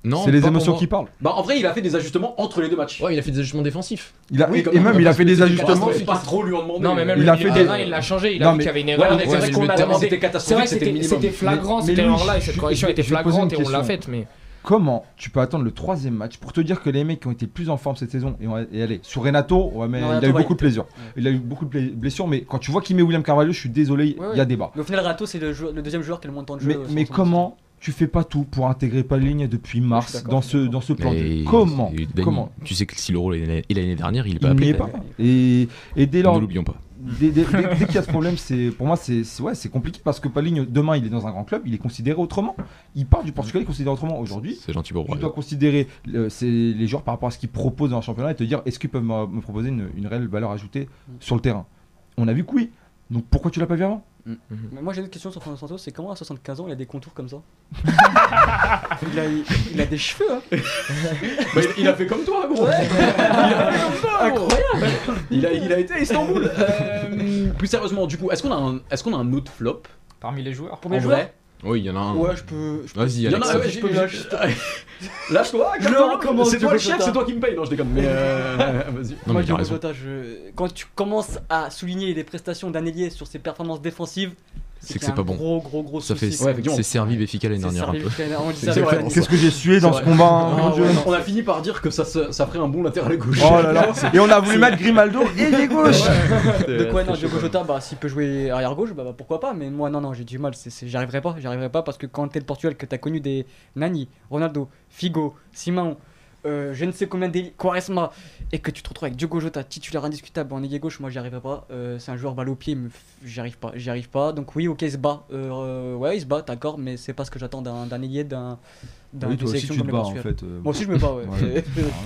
Non,
C'est les
pas pour
émotions
moi.
qui parlent.
bah, en vrai, il a fait des ajustements entre les deux matchs.
Ouais, il a fait des ajustements défensifs.
Il a-
Oui,
et-
comme-
et même, il a fait des
Bah,
ajustements.
c'est pas trop lui en demander.
Non, mais même
Il
le
a
milieu
fait des-
terrain, il l'a changé. Il
Non,
a vu
mais-
qu'il y avait une
Ouais,
erreur.
mais
et
c'est
que
vrai
le
qu'on
terrain
a demandé
était-
des
C'est
catastrophes,
vrai,
c'était
c'était
minimum.
c'était flagrant
Mais-
cette
mais lui,
erreur-là et
je-
cette
je-
correction
je-
était
je vais poser une
flagrante et on l'a
question.
faite, mais
Comment tu peux attendre le troisième match pour te dire que les mecs qui ont été plus en forme cette saison et, on va- et allez sur Renato, ouais, mais
Non,
il
Renato
a eu
va
beaucoup de plaisir. Il a eu beaucoup de pla- blessures, mais quand tu vois qu'il met William Carvalho, je suis désolé, il
Ouais,
y a
ouais.
débat.
Mais au final, Rato, c'est le, joueur- le deuxième joueur qui a le moins de temps de jeu.
Mais,
euh,
mais
sans- sans-
comment tu fais pas tout pour intégrer Paligne depuis
Je suis
mars
d'accord,
dans
je suis
ce
d'accord.
dans ce plan de jeu
Mais-
Comment
et Dani,
Comment
Tu sais que si l'Euro est l'année- est l'année dernière, il est pas
Il n'y
appelé.
est pas. Et, et dès
Ne
lors,
l'oublions pas.
dès, dès- dès- dès qu'il y a ce problème, c'est pour moi c'est c'est- ouais c'est compliqué parce que Paligne demain il est dans un grand club, il est considéré autrement. Il part du Portugal, il est considéré autrement aujourd'hui.
C'est gentil pour
Tu
moi.
dois considérer euh, c'est les joueurs par rapport à ce qu'ils proposent dans le championnat et te dire est-ce qu'ils peuvent me, me proposer une, une réelle valeur ajoutée
Mm.
sur le terrain. On a vu que oui. Donc pourquoi tu l'as pas vu avant
Mais moi j'ai une autre question sur Fernando Santos, c'est comment à 75 ans il a des contours comme ça il, a, il a des cheveux hein
Bah, il, il a fait comme toi, gros. il a fait comme toi, gros. Il a, il a été à Istanbul. Euh, plus sérieusement, du coup, est-ce qu'on a un, est-ce qu'on a un autre flop
Parmi les joueurs. Ah,
Pour mes
en
joueurs
vrai
Oui, il y en a un.
Ouais je peux. je-
Il
Vas-y,
y en
Alex.
a, ouais,
Je peux
j'ai-
me
j'ai-
lâcher.
Lâche-toi,
Je
calme-toi.
le recommande,
C'est
je
toi
le
le chef,
recommande.
c'est toi qui me paye. Non, je déconne. Mais euh, vas-y.
Non,
Moi,
mais il a
Diogo
raison.
Jota, je- quand tu commences à souligner les prestations d'un ailier sur ses performances défessives,
C'est
qu'il
que
y a
c'est pas
un
bon.
Gros gros gros
Ça fait.
souci.
Ouais, effectivement.
C'est servi Béfica l'année
C'est
dernière un
servi
peu.
jusqu'à l'année dernière, on le disait
C'est
avec
vrai.
Alex.
Qu'est-ce que j'ai sué dans
C'est
ce
vrai.
combat hein,
Ah
mon Dieu.
ouais, non, on a fini par dire que ça, se- ça ferait un bon latéral gauche.
Oh là là Et on a voulu mettre Grimaldo et les gauches
De quoi non, Diogo Jota, bah s'il peut jouer arrière gauche, bah, bah, pourquoi pas. Mais moi non non, j'ai du mal, c'est, c'est- j'y arriverai pas, j'y arriverai pas parce que quand t'es le Portugal, que t'as connu des Nani, Ronaldo, Figo, Simão, euh, je ne sais combien d'élite, Quaresma, et que tu te retrouves avec Diogo Jota, titulaire indiscutable en ailier gauche, moi j'y arriverai pas. Euh, c'est un joueur balle au pied, mais pff, j'y arrive pas, j'y arrive pas. Donc oui, ok, il se bat, Euh, ouais, il se bat, d'accord, mais c'est pas ce que j'attends d'un, d'un ailier, d'un, d'un d'une
Oui, toi aussi
sélection
tu
comme
te
le
bats en
Portugal.
fait. euh,
Moi aussi je me bats, ouais.
Ouais.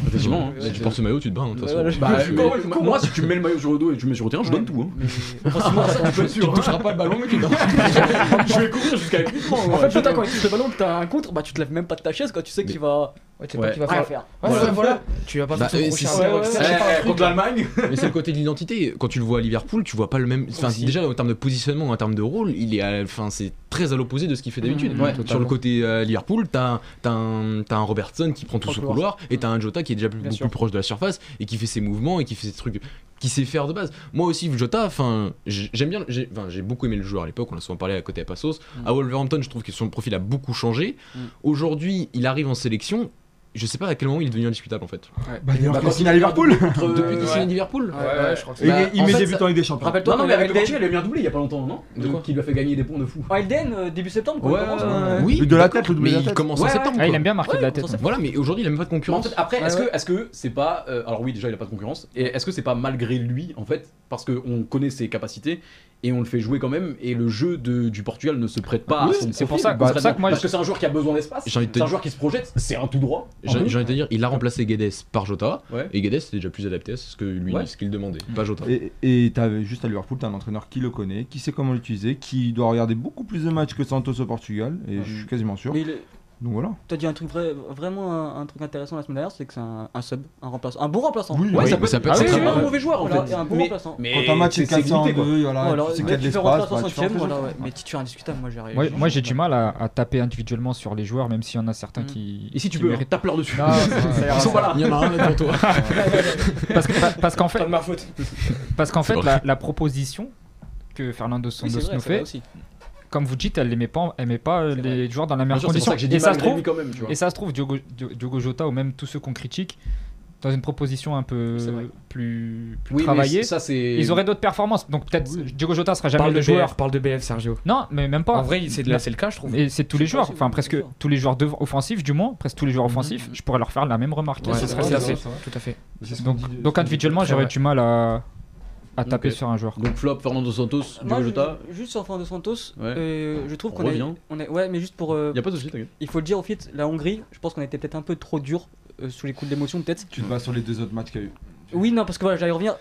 Effectivement, hein.
Si tu portes ce maillot, tu te bats, hein, de toute
Ouais,
façon.
ouais,
Bah,
Je-
moi, moi, moi, si tu me mets le maillot sur le dos et tu me mets sur le terrain, je donne tout. Hein.
Mais offensivement, j'attends-
Tu ne toucheras pas le ballon, mais tu hein. Je vais courir jusqu'à l'écran.
En fait, Jota, quand il touche le ballon, que t'as un contre, bah tu te lèves même pas de ta chaise quand tu sais qu'il va
ouais, tu sais pas
Ouais.
qui va
rien
faire.
faire.
Ouais,
Voilà.
ouais, voilà. Tu vas pas
Bah,
faire
euh,
ton prochain
c'est-
interro,
ouais,
etc.
ouais.
contre l'Allemagne.
Mais c'est le côté de l'identité. Quand tu le vois à Liverpool, tu vois pas le même. Enfin,
Aussi.
déjà en termes de positionnement, en termes de rôle, il est, à- enfin, c'est très à l'opposé de ce qu'il fait d'habitude.
Mhm, ouais,
Sur le
totalement.
côté euh, Liverpool, t'as t'as un, t'as un Robertson qui prend tout
Prend
ce
le
couloir, et t'as un Jota qui est déjà plus-
Bien
beaucoup
sûr.
plus proche de la surface et qui fait ses mouvements et qui fait ses trucs qui sait faire de base. Moi aussi, Jota, enfin, j'ai- j'aime bien, j'ai enfin, j'ai beaucoup aimé le joueur à l'époque. On a souvent parlé à côté à Passos.
Mhm.
À Wolverhampton, je trouve que son profil a beaucoup changé.
Mhm.
Aujourd'hui, il arrive en sélection. Je sais pas à quel moment il est devenu indiscutable en fait.
Bah, d'ailleurs,
Bah,
quand
quand
il a Liverpool
Depuis qu'il signe à Liverpool.
Ouais, ouais, je crois que
Et
Bah,
il
en
met
fait,
des buts
ça-
en Ligue des Champions.
Rappelle-toi,
Non, non, mais avec le
Elden,
Portugal, il a bien doublé il y a pas longtemps, non
De quoi
Qui lui a fait gagner des points de fou.
Elden, euh, début septembre, quoi.
Ouais,
il commence,
ouais,
quoi.
ouais.
Oui, Le de la tête, le doublé
mais
de la
il
tête.
commence en
Ouais,
septembre.
Ah, il
quoi.
aime bien marquer de la tête. hein.
Voilà, mais aujourd'hui, il a même pas de
Mais en
concurrence.
fait, après, est-ce
Ouais,
que, est-ce que c'est pas, euh, alors oui, déjà il a pas de concurrence, et est-ce que c'est pas malgré lui en fait, parce que on connaît ses capacités et on le fait jouer quand même, et le jeu de- du Portugal ne se prête pas à
Oui,
son
c'est pour
profil,
ça-
Bah,
c'est pour
concrètement.
ça que moi,
parce
je-
que c'est un joueur qui a besoin d'espace,
J'ai envie de te
c'est un
dire-
joueur qui se projette, c'est un tout droit. en
J'ai
plus.
j'ai envie de dire, il a remplacé Guedes par Jota,
Ouais.
et Guedes était déjà plus adapté à ce que lui,
Ouais. Mm.
ce qu'il demandait, pas Jota.
Et et t'as juste à Liverpool, t'as un entraîneur qui le connaît, qui sait comment l'utiliser, qui doit regarder beaucoup plus de matchs que Santos au Portugal, et je suis quasiment sûr.
Mais il est-
Donc voilà.
t'as dit un truc vrai, vraiment un, un truc intéressant la semaine dernière, c'est que c'est un, un sub, un remplaçant, un bon remplaçant.
Oui,
Ouais,
oui.
ça peut, ça peut
Ah
être
oui,
très
c'est
bien.
pas un mauvais joueur en
Voilà,
fait.
et un bon
mais,
remplaçant.
mais
Quand un match euh, est
c'est- c'est limité,
400
quoi.
deux,
Voilà,
voilà, c'est
mais tu
qu'il y a de
fais
l'espace.
rentrer à
bah, tu fais
160e,
rentrer
voilà,
sur-
ouais. Mais titulaire indiscutable, moi j'arrive.
Moi, moi, j'ai du mal à, à taper individuellement sur les joueurs, même s'il y en a certains
Mm.
qui.
Et si tu
qui
peux,
méritent-
tape leur dessus.
Ah,
Non, ça ira,
Ils sont
ça
pas
ira.
là.
Il y en a un devant toi.
Parce que- pa- parce qu'en fait,
ma faute.
parce qu'en fait
C'est
la, la proposition que Fernando
Oui,
Santos
c'est vrai,
nous
c'est vrai
fait,
aussi.
comme vous dites, elle n'aimait pas, elle met pas euh,
C'est
les joueurs dans la
Bien sûr,
meilleure
c'est pour
condition.
ça que j'ai dit
Et ça se
malgré lui
trouve,
quand même, tu vois.
et ça se trouve, Diogo, Diogo Jota ou même tous ceux qu'on critique, dans une proposition un peu
C'est vrai.
plus, plus
Oui, mais
travaillée,
ça c'est.
ils auraient d'autres performances. Donc peut-être Diogo Jota sera jamais
Parle
le
de
joueur.
BF, parle de BF, Sergio.
Non, mais même pas.
En vrai, c'est là, c'est le cas, je trouve.
Et c'est tous
Je
les
sais
joueurs,
pas si
enfin
vous-
presque
bien sûr.
tous les joueurs dev- offensifs, du moins, presque tous les
Mhm.
joueurs offensifs, je pourrais leur faire la même remarque.
Ouais,
Ce
c'est
serait
vrai,
assez
c'est
facile.
vrai. Tout à fait.
Donc, donc individuellement,
Très
j'aurais
vrai.
du mal à, à taper
Ok.
sur un joueur.
Donc flop Fernando Santos,
Moi,
Diogo
je-
Jota.
juste sur Fernando Santos,
Ouais.
euh, je trouve
On
qu'on est,
revient.
on est- ouais, mais juste pour, euh,
Y a pas de souci, t'inquiète.
il faut le dire au fait, la Hongrie, je pense qu'on était peut-être un peu trop dur euh, sous les coups de l'émotion, peut-être.
Tu te bats sur les deux autres matchs qu'il y a eu.
Oui, non, parce que voilà, j'allais revenir.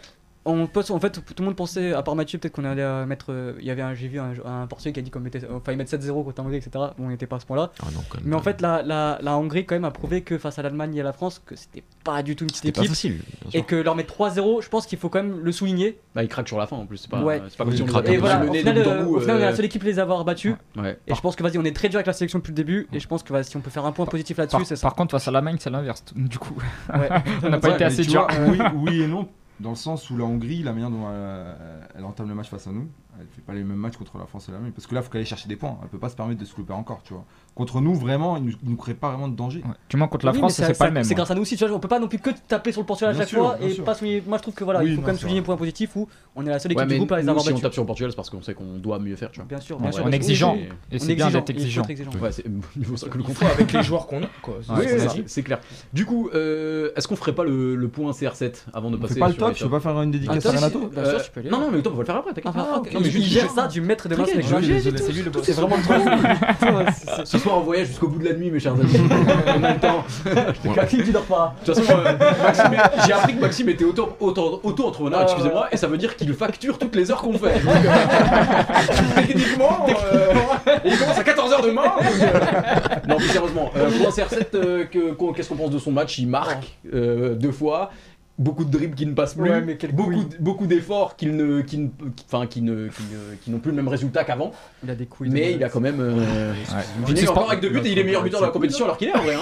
On pense, en fait, tout le monde pensait, à part Mathieu, peut-être qu'on allait euh, mettre. euh, Il y avait un, j'ai vu un, un portugais qui a dit qu'on mettait, euh, enfin, ils mettent 7-0 contre la Hongrie, etc. Bon, on n'était pas à ce point-là.
Ah non, quand même
Mais en
pas.
fait, la, la, la Hongrie, quand même, a prouvé que face à l'Allemagne et à la France, que c'était pas du tout une petite
c'était pas
équipe.
facile. bien sûr.
Et que leur mettre 3-0, je pense qu'il faut quand même le souligner.
Bah, il craque sur la fin en plus, c'est pas,
Ouais.
c'est pas comme
Oui,
si on
il
les
craque
avait
Et voilà,
menés
au
de
final,
bout
euh,
en bout,
au final, on est la
euh,
seule équipe à les avoir battus.
Ouais.
Et je pense que vas-y, on est très dur avec la sélection depuis le début. Et je pense que vas-y, si on peut faire un point positif là-dessus,
Par,
c'est ça.
par contre, face à l'Allemagne, c'est l'inverse. Du coup,
Ouais.
on n'a pas
Ouais,
été
mais
assez
tu
dur.
vois, oui, oui et non. Dans le sens où la Hongrie, la manière dont elle, elle entame le match face à nous, elle fait pas les mêmes matchs contre la France et l'Allemagne. Parce que là, il faut qu'elle aille chercher des points. Elle peut pas se permettre de se louper encore, tu vois. Contre nous, vraiment, ils nous, ils nous créent pas vraiment de danger.
Ouais. Du moins, contre la
Oui,
France,
mais
c'est pas le même. hein.
C'est grâce à nous aussi, tu vois. On peut pas non plus que taper sur le portugais à
Bien
chaque
sûr,
fois
bien
et
sûr.
pas souligner. Moi, je trouve que voilà,
Oui,
il faut
non,
quand même
c'est
souligner
vrai.
un point positif où on est la seule équipe
Ouais, mais
du groupe à les
nous,
avoir
si on
battus.
tape sur le Portugal, c'est parce qu'on sait qu'on doit mieux faire, tu vois.
Bien sûr,
Ouais,
bien sûr.
on est
bien sûr.
exigeant.
Oui,
Et
On
c'est
est
bien
exigeant.
d'être
Il faut
exigeant.
être exigeant.
Ouais, c'est niveau ça que le
Il
confort
faut avec les joueurs qu'on a, quoi. C'est
Oui,
ce qu'on a
ça,
dit.
c'est clair. Du coup, euh, est-ce qu'on ferait pas le, le point CR7 avant
Mm.
de
On
passer
fait pas le
sur
top,
les
je peux
tops
pas faire une
Ah,
dédicace
top,
à Renato.
si-
Bien
euh,
sûr, tu peux aller.
Non, non, mais le top, on va le faire après, t'inquiète.
Ah,
pas.
ok.
Non, mais
Il
juste-
gère
juste-
ça du maître des mains.
T'inquiète,
c'est
je-
le
je-
gars.
c'est lui, le boss.
C'est vraiment trop.
Ce soir, on voyage jusqu'au bout de la nuit, mes chers amis. en même temps,
La clique, tu dors pas.
De toute façon, euh, Maxime est- j'ai appris que Maxime était auto- auto- auto-entrepreneur,
Ah,
excusez-moi, et ça veut dire qu'il facture toutes les heures qu'on fait. Donc, euh, techniquement, euh, et il commence à 14h demain. donc, euh, non, plus sérieusement, euh, pour un CR7, euh, que- qu'on- qu'est-ce qu'on pense de son match Il marque euh, deux fois. Beaucoup de dribbles qui ne passent plus,
Ouais, mais quel
beaucoup,
couille.
d- beaucoup d'efforts qui ne, qui ne, qui- enfin, qui ne, qui ne- qui n'ont plus le même résultat qu'avant.
Il a des couilles. de
Mais
malade.
il a quand même euh,
Ouais.
fini
C'est
encore
pas-
avec deux buts et il est meilleur buteur de la compétition alors qu'il est en vrai. hein.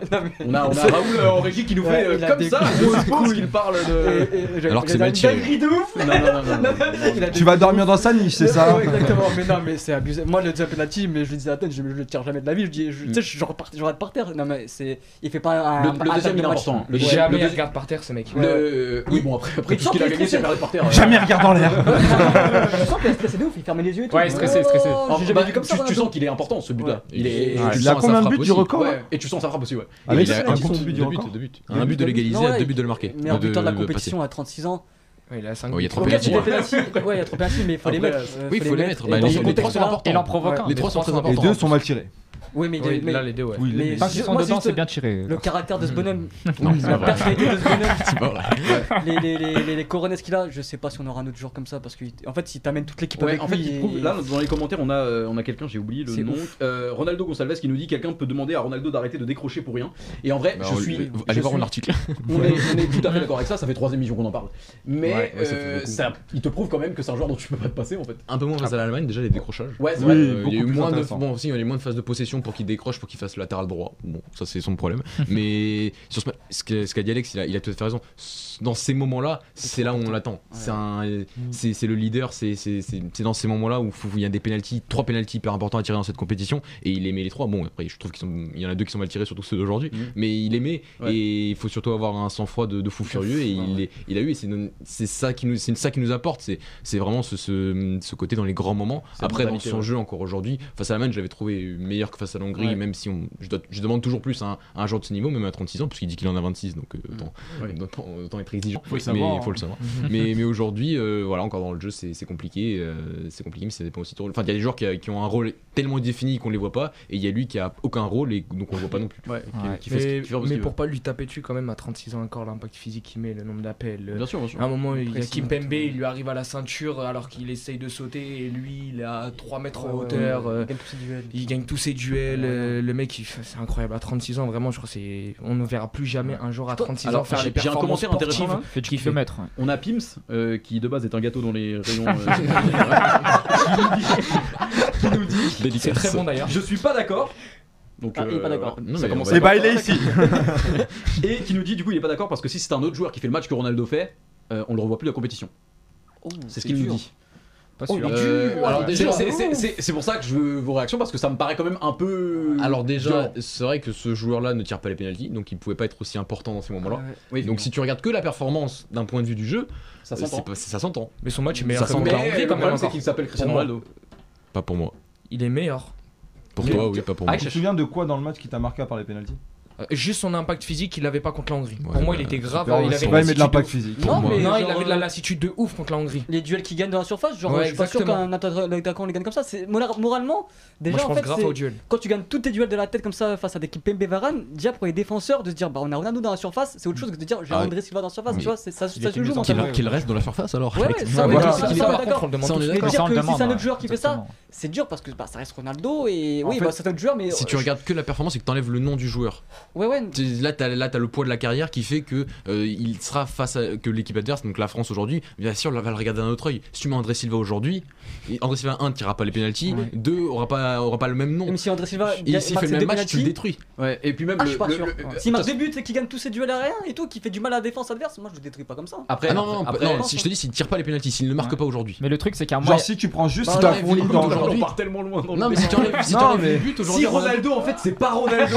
Non, mais-
On a, on a Raoul euh, en régie qui nous
Ouais,
fait euh,
il a
comme
des
ça,
grosses
je suppose qu'il parle de.
Et- et- et-
Alors que c'est
il a une
Mathieu.
dinguerie de ouf.
Non, non, non, non, non.
Il a des
Tu vas dormir dans sa niche, c'est ça
Ouais, exactement, mais non, mais c'est abusé. Moi, je le dis à penalty, mais je le disais à Athènes, je, je le tire jamais de la vie. Je dis, je- tu sais, je, je repars- je rate par terre. Non, mais c'est. Il fait pas un.
Le,
un
le deuxième
attaque
il est
de match.
important. Le deuxième,
Jamais
le
il
deuxi-
regarde par terre, ce mec.
le- Oui, bon, après, après
Mais
tout
tu
ce
sens
qu'il a
qu'il est
gagné, c'est
stressé.
regarder par terre. euh.
Jamais regarde en l'air.
Je sens qu'il est stressé de ouf, il fermait les yeux et tout.
Ouais, stressé, stressé.
Oh,
Ah,
J'ai jamais
bah,
vu comme
tu,
ça.
tu sens qu'il est important ce but-là. Il est.
Ouais.
tu le
Il a
sens à sa
combien de
frappe
buts du
aussi.
record
Ouais, et tu sens sa frappe aussi, ouais.
Et
Avec
il a
un
un
compte
but,
but du
deux buts,
record.
deux buts.
Il y a
Un but de
deux buts.
l'égaliser,
Non, ouais,
deux buts de le marquer.
Meilleur
De-
buteur de la
de passer.
compétition à 36 ans.
Ouais, il a 5
Oh, il y a trop
Ok, tu
pénalty.
des pénalty. Ouais, il y a trop pénalty, mais il faut les
Après,
mettre.
euh,
euh,
Oui, il faut les mettre. Bah,
Et
les
dans ce
les trois sont
contexte-là-
importants.
Et l'en provoque un.
Les trois sont très importants.
Les deux sont mal tirés.
Oui, mais
Oui,
mais-
là, les deux, ouais.
Oui,
Mais-
les-
Tant qu'ils
Moi,
sont
c'est
dedans,
juste-
c'est bien tiré.
le caractère de ce bonhomme,
Non, c'est
la
pas vrai.
personnalité de ce bonhomme,
C'est pas vrai.
les, les, les, les, les coronesses qu'il a, je sais pas si on aura un autre jour comme ça parce qu'en fait, il t'amène toute l'équipe
Ouais,
avec
en fait,
lui.
il
et-
trouve- là dans les commentaires, on a, euh, on a quelqu'un, j'ai oublié le
C'est
nom, euh, Ronaldo Gonsalves qui nous dit quelqu'un peut demander à Ronaldo d'arrêter de décrocher pour rien. Et en vrai,
Bah,
je
on-
suis,
vous-
je
Allez voir
suis-
mon article.
on est, on est tout à fait d'accord avec ça. Ça fait trois émissions qu'on en parle. Mais
Ouais, ouais, ça fait
euh,
beaucoup.
ça, il te prouve quand même que c'est un joueur dont tu peux pas te passer en fait.
Un peu moins face à l'Allemagne, déjà les décrochages.
Ouais, c'est
Oui.
vrai.
Euh, il y a eu
beaucoup plus
moins de
intéressant.
bon aussi il y a eu moins de phases de possession pour qu'il décroche pour qu'il fasse le latéral droit bon ça c'est son problème mais sur ce, ma- ce que- ce qu'a dit Alex il a, il a tout à fait raison S- dans ces moments là c'est là où on l'attend c'est un c'est c'est le leader c'est c'est- c'est- c'est dans ces moments là où faut- il y a des pénalties trois pénalties hyper importants à tirer dans cette compétition et il les met les trois bon après je trouve qu'il y en a deux qui sont mal tirés surtout ceux d'aujourd'hui
Mhm.
mais il les met
Ouais.
et il faut surtout avoir un sang froid de, de fou furieux et il, les- il a eu et c'est c'est ça qui nous c'est ça qui nous apporte c'est c'est vraiment ce, ce, ce côté dans les grands moments.
Cette
Après, dans
mentalité,
son
ouais.
jeu, encore aujourd'hui, face à l'Allemagne, j'avais trouvé meilleur que face à l'Hongrie,
Ouais.
même si on, je, dois- je demande toujours plus à un, à un joueur de ce niveau, même à 36 ans, parce qu'il dit qu'il en a 26, donc euh, autant,
Ouais.
autant- autant être exigeant.
Faut le
mais
savoir,
faut le savoir. mais mais aujourd'hui, euh, voilà, encore dans le jeu, c'est c'est compliqué, euh, c'est compliqué, mais ça dépend aussi de ton rôle. Enfin, il y a des joueurs qui, a- qui ont un rôle tellement défini qu'on les voit pas, et il y a lui qui a aucun rôle, et donc on le voit pas non plus.
Ouais.
Qui- qui fait ce
Mais,
qu'il- qui fait ce
mais
qu'il
pour pas lui taper dessus quand même à 36 ans encore l'impact physique qu'il met, le nombre d'appels. le-
Bien sûr, bien sûr.
À un moment, il y a
Pressing,
Kimpembe, il lui arrive à la ceinture alors qu'il essaye de sauter et lui, il est à 3 mètres en hauteur. euh,
Il gagne tous ses duels.
Il gagne tous ses duels. euh, Le mec, il fait- c'est incroyable. À 36 ans, vraiment, je crois que c'est. On ne verra plus jamais un joueur à 36 ans
Alors,
faire
j'ai-
les
j'ai un
performances
commentaire intéressant,
sportives.
Fait du
Qui fait-
kilomètre. ouais.
On a Pims euh, qui de base est un gâteau dans les rayons. euh, qui nous dit
veut. Délicat.
C'est très bon d'ailleurs.
je suis pas d'accord. Eh ben, Donc euh,
Ah, il est pas d'accord.
voilà.
Non,
Ça
mais
commence
on va-
à-
Et bah, il est ici.
Et qui nous dit du coup il est pas d'accord parce que si c'est un autre joueur qui fait le match que Ronaldo fait, euh, on le revoit plus de la compétition.
Oh,
C'est ce qu'il nous
dur.
dit.
Pas
Oh, il
sûr.
est
Euh,
dur.
alors déjà,
C'est-
c'est- c'est c'est- c'est pour ça que je veux vos réactions parce que ça me paraît quand même un peu.
Alors déjà,
violent.
c'est vrai que ce joueur-là ne tire pas les pénalties, donc il pouvait pas être aussi important dans ces moments-là.
oui,
donc si tu regardes que la performance d'un point de vue du jeu,
ça
euh, c'est
s'entend.
pas- c'est- ça s'entend.
Mais son match est meilleur
Ça
que
sent
Mais
la
bien.
Hongrie,
le
quand même.
problème c'est
encore.
qu'il s'appelle Cristiano
Pour moi.
Ronaldo.
Pas pour moi.
Il est meilleur.
Pour
Mais-
toi, oui, pas pour moi.
Tu te souviens de quoi dans le match qui t'a marqué à part les pénalties
Euh, Juste son impact physique, il l'avait pas contre la Hongrie.
Ouais,
Pour moi,
bah,
il était grave.
Super,
il
ouais,
avait
c'est
une
pas aimé de
lassitude
l'impact
ouf.
physique.
Non,
moi.
mais
Non, il
genre,
avait de
euh,
la lassitude de ouf contre la Hongrie.
les duels qui gagnent dans la surface, genre
Ouais,
je suis pas sûr
exactement.
qu'un atta- attaquant les gagne comme ça. C'est mora- moralement déjà
Moi, je
en
pense
fait
grave
c'est-
au duel.
quand tu gagnes tous tes duels de la tête comme ça face à des équipes PMB Varane, déjà pour les défenseurs de se dire bah on a Ronaldo dans la surface, c'est
Mm.
autre chose que de dire j'ai
Ah,
André Silva dans la surface,
oui.
tu vois, c'est- ça, ça
était
se
mieux
joue
en
mentalement.
Qu'il qu'il reste dans la surface alors.
Ouais,
mec.
ouais,
Ah,
ça,
Ah,
mais
voilà,
ça,
c'est
ça,
qu'il est
ça,
pas
on est
contre, on
d'accord.
le demande
Ça, on
tous.
est
Mais
d'accord.
dire
Ça, on
que si
demande,
c'est un
hein,
autre joueur qui fait ça,
exactement.
c'est dur parce que bah, ça reste Ronaldo et oui,
fait-
bah, c'est un autre joueur, mais
Si tu
euh,
regardes que la performance et que t'enlèves le nom du joueur,
ouais, ouais,
t'es- là t'as là t'as le poids de la carrière qui fait que euh, il sera face à que l'équipe adverse, donc la France aujourd'hui, bien sûr, va le regarder d'un autre œil. Si tu mets André Silva aujourd'hui, et André Silva 1 tirera pas les pénalties, 2 aura pas aura pas le même nom.
même si André Silva
Et
gagne- bah,
s'il
marque
fait
ses
le
deux
même match, tu le
penalties,
détruis.
Ouais, et puis même
ah,
le.
je suis pas
le-
sûr.
le-
Ouais.
euh,
S'il marque des buts et qu'il gagne tous ses duels aériens et tout, qui fait du mal à la défense adverse, moi je le détruis pas comme ça.
Après,
Ah non, non,
après,
non, si je te dis, s'il tire pas les pénalties, s'il ne marque
Ouais.
pas aujourd'hui.
Mais le truc, c'est qu'à moi,
Genre si tu prends juste
Bah,
ta
ouais,
fournie
vu le
dans
compte
on
aujourd'hui.
part tellement loin dans
Non,
le
mais si tu enlèves, si
Non,
t'enlèves
mais-
le but aujourd'hui.
Si
on-
Ronaldo, en fait, c'est pas Ronaldo.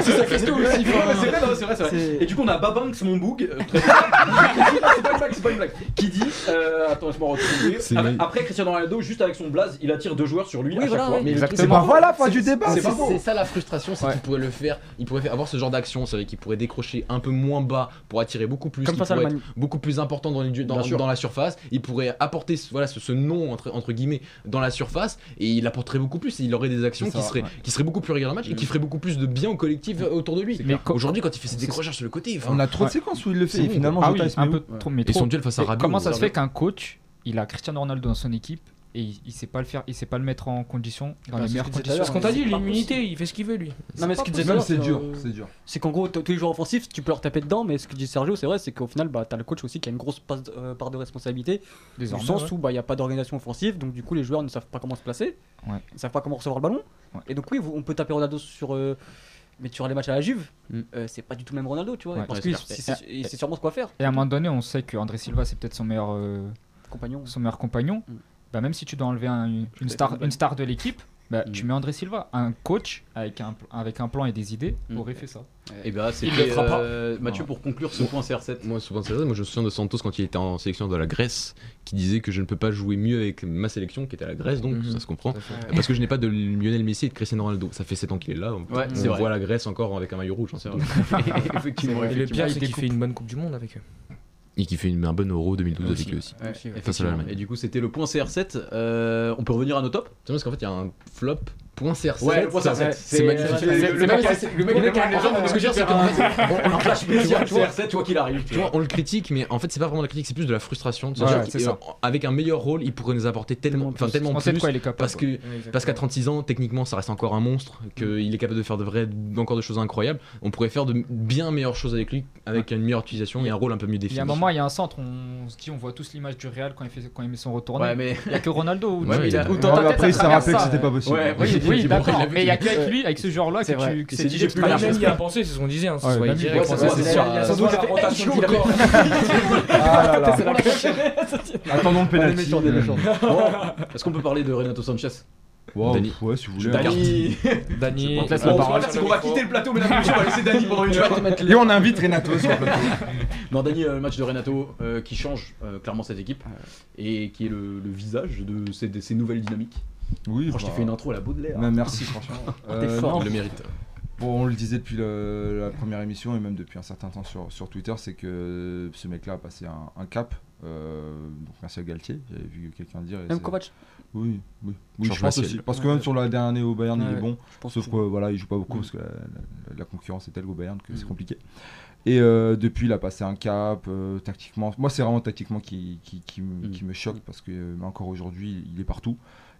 C'est sa question aussi. C'est vrai, non, c'est vrai, c'est vrai. Et du coup, on a Babanks, mon bug. euh, très bien. C'est pas une blague, c'est pas une blague. Qui dit. euh, Attends, je m'en retrouve.
C'est
Après-
vrai.
Après, Cristiano Ronaldo, juste avec son blaze, il attire deux joueurs sur lui.
Oui,
à chaque
voilà,
fois.
oui.
Mais le truc,
C'est
c'est
pas
pas-
voilà, fin du débat.
c'est
c'est-
pas beau.
Ah, C'est ça la frustration, c'est
Ouais.
qu'il pourrait le faire, il pourrait faire- avoir ce genre d'action, c'est vrai qu'il pourrait décrocher un peu moins bas pour attirer beaucoup plus,
Comme
il
face à
pourrait
l'Allemagne.
être beaucoup plus important dans, les duels- dans,
Bien sûr.
dans la surface, il pourrait apporter ce, voilà, ce, ce nom entre, entre guillemets dans la surface et il apporterait beaucoup plus, et il aurait des actions
C'est ça,
qui, seraient,
ouais.
qui seraient beaucoup plus régulières dans le match et qui feraient beaucoup plus de bien au collectif euh, autour de lui.
Mais co-
Aujourd'hui, quand il fait ses décrochages sur le côté, enfin,
On a trop de
Ouais.
séquences où il le fait
C'est
et
bon,
finalement
ah oui,
Jota il se
un
met où
peu trop, mais
et
trop.
son duel face à
Et
Rabiot.
comment ça
euh,
se fait qu'un coach, il a Cristiano Ronaldo dans son équipe et il, il sait pas le faire, il sait pas le mettre en condition
Bah,
dans les
c'est ce
meilleures
que disait
conditions.
C'est ce qu'on t'a dit,
C'est pas
l'immunité, il fait ce qu'il veut lui.
Non, mais ce qu'il disait
Même
tout à
c'est
l'heure,
dur,
euh,
c'est dur.
c'est qu'en gros, t- tous les joueurs offensifs, tu peux leur taper dedans, mais ce que dit Sergio, c'est vrai, c'est qu'au final, bah, t'as le coach aussi qui a une grosse passe- euh, part de responsabilité, dans le
Désormais,
sens
ouais.
où il n'y a pas d'organisation offensive, donc du coup, les joueurs ne savent pas comment se placer,
Ouais.
ils ne savent pas comment recevoir le ballon.
Ouais.
Et donc, oui, vous- on peut taper Ronaldo sur. euh, mais tu les matchs à la Juve,
Mm.
euh, c'est pas du tout le même Ronaldo, tu vois,
Ouais,
parce
ouais,
qu'il
c'est
sait- il sait sûrement ce quoi faire,
Et à un moment donné, on sait que André Silva, c'est peut-être son meilleur. euh,
compagnon.
son meilleur compagnon,
Mm.
bah même si tu dois enlever un-
vais
une, star,
faire une
une star de l'équipe, bah,
Mm.
tu mets André Silva. Un coach avec un, pl- avec un plan et des idées
Mm.
aurait fait ça.
Et bah, c'est
Il le fera pas.
Mathieu, pour conclure ce point CR7.
Moi, souvent, c'est vrai, moi, je me souviens de Santos quand il était en sélection de la Grèce, qui disait que je ne peux pas jouer mieux avec ma sélection, qui était à la Grèce, donc
Mhm.
ça se comprend.
Tout à fait.
Parce que je n'ai pas de Lionel Messi et de Cristiano Ronaldo. Ça fait 7 ans qu'il est là. On,
Ouais,
on
c'est vrai.
voit la Grèce encore avec un maillot rouge, hein, c'est vrai.
Effectivement.
Et le
effectivement.
pire, c'est qu'il fait une bonne Coupe du Monde avec eux.
et qui fait une, un bon Euro 2012 avec lui aussi.
Ouais,
Face à l'Allemagne.
Et du coup, c'était le point CR7. Euh, on peut revenir à nos tops
C'est parce qu'en fait, il y a un flop. Point CR7.
Ouais, le point CR7.
C'est magnifique.
C'est- c'est-
Le mec, le
mec,
mec, les gens, ce que je veux dire, c'est qu'en fait, on- on en flash
Tu vois,
plusieurs, tu vois.
CR7, toi qu'il arrive.
Tu vois, on le critique, mais en fait, c'est pas vraiment la critique, c'est plus de la frustration. de se
Ouais,
dire
ouais,
qu'il-
c'est ça.
euh, Avec un meilleur rôle, il pourrait nous apporter tellement, enfin, tellement
on
plus.
sait de quoi il est capable.
parce que Parce qu'à 36 ans, techniquement, ça reste encore un monstre,
Mm.
qu'il est capable de faire de vrais, encore de choses incroyables. On pourrait faire de bien meilleures choses avec lui, avec une meilleure utilisation et un rôle un peu mieux
il
défini.
y a un moment, il y a un centre, on se dit, on voit tous l'image du Real quand il, fait, quand il met son retourné.
Ouais, mais.
Il n'y a que Ronaldo. où
Ouais,
tu-
mais il a-
où
Non,
dans ta
mais
tête,
Après il
ça
s'est
traverse
rappelé que
ça,
c'était pas
ouais.
possible.
Ouais,
Oui,
effectivement,
oui,
il a
d'accord.
pris la
Mais il n'y a qu'avec lui, avec ce genre-là,
C'est
que
vrai.
tu que
Il s'est
c'est
dit,
dit,
j'ai
je
plus
traverse
rien
le
Même
même
il
il
a
a
pensé, c'est ce qu'on disait. hein,
Ouais,
ça se voyait
même il
direct,
pense
ça
à
se
ça.
voyait.
sûr,
ça se
surtout
voit
la
la rotation
rotation qu'il a
d'accord.
Attendons le
On est
pénalty.
méchant, on est
euh,
méchant. Bon, Est-ce qu'on peut parler de Renato Sanchez
wow,
Dani.
Ouais, si vous voulez.
Dani.
Dani
Dani,
On
Bon,
te laisse la
ce qu'on va
parole.
faire, c'est qu'on va quitter le plateau, mesdames et messieurs, on va laisser Dani pendant une heure.
Et on invite Renato sur le
Non, Dani, euh, le match de Renato euh, qui change euh, clairement cette équipe et qui est le, le visage de ces, de ces nouvelles dynamiques.
Oui,
Franchement, je t'ai
bah,
fait une intro à la Baudelaire.
mais merci franchement. Euh,
fort.
non,
Il le mérite.
Bon, on le disait depuis le- la première émission et même depuis un certain temps sur, sur Twitter, c'est que ce mec-là a passé un, un cap. Euh, donc merci à Galtier, j'avais vu quelqu'un dire. et
Même
c'est-
Kovac,
Oui, oui, oui
Georges
je pense
Massiel.
aussi. Parce que même sur la dernière année au Bayern, il
Ouais.
est bon.
je pense. Mm.
Sauf
que-
que voilà, il joue pas beaucoup parce que la, la- la concurrence est telle au Bayern
Mm.
que c'est compliqué. Et euh, depuis, il a passé un cap euh, tactiquement. Moi, c'est vraiment tactiquement qui, qui, qui me-
Mm.
qui me choque parce que euh, encore aujourd'hui, il est partout.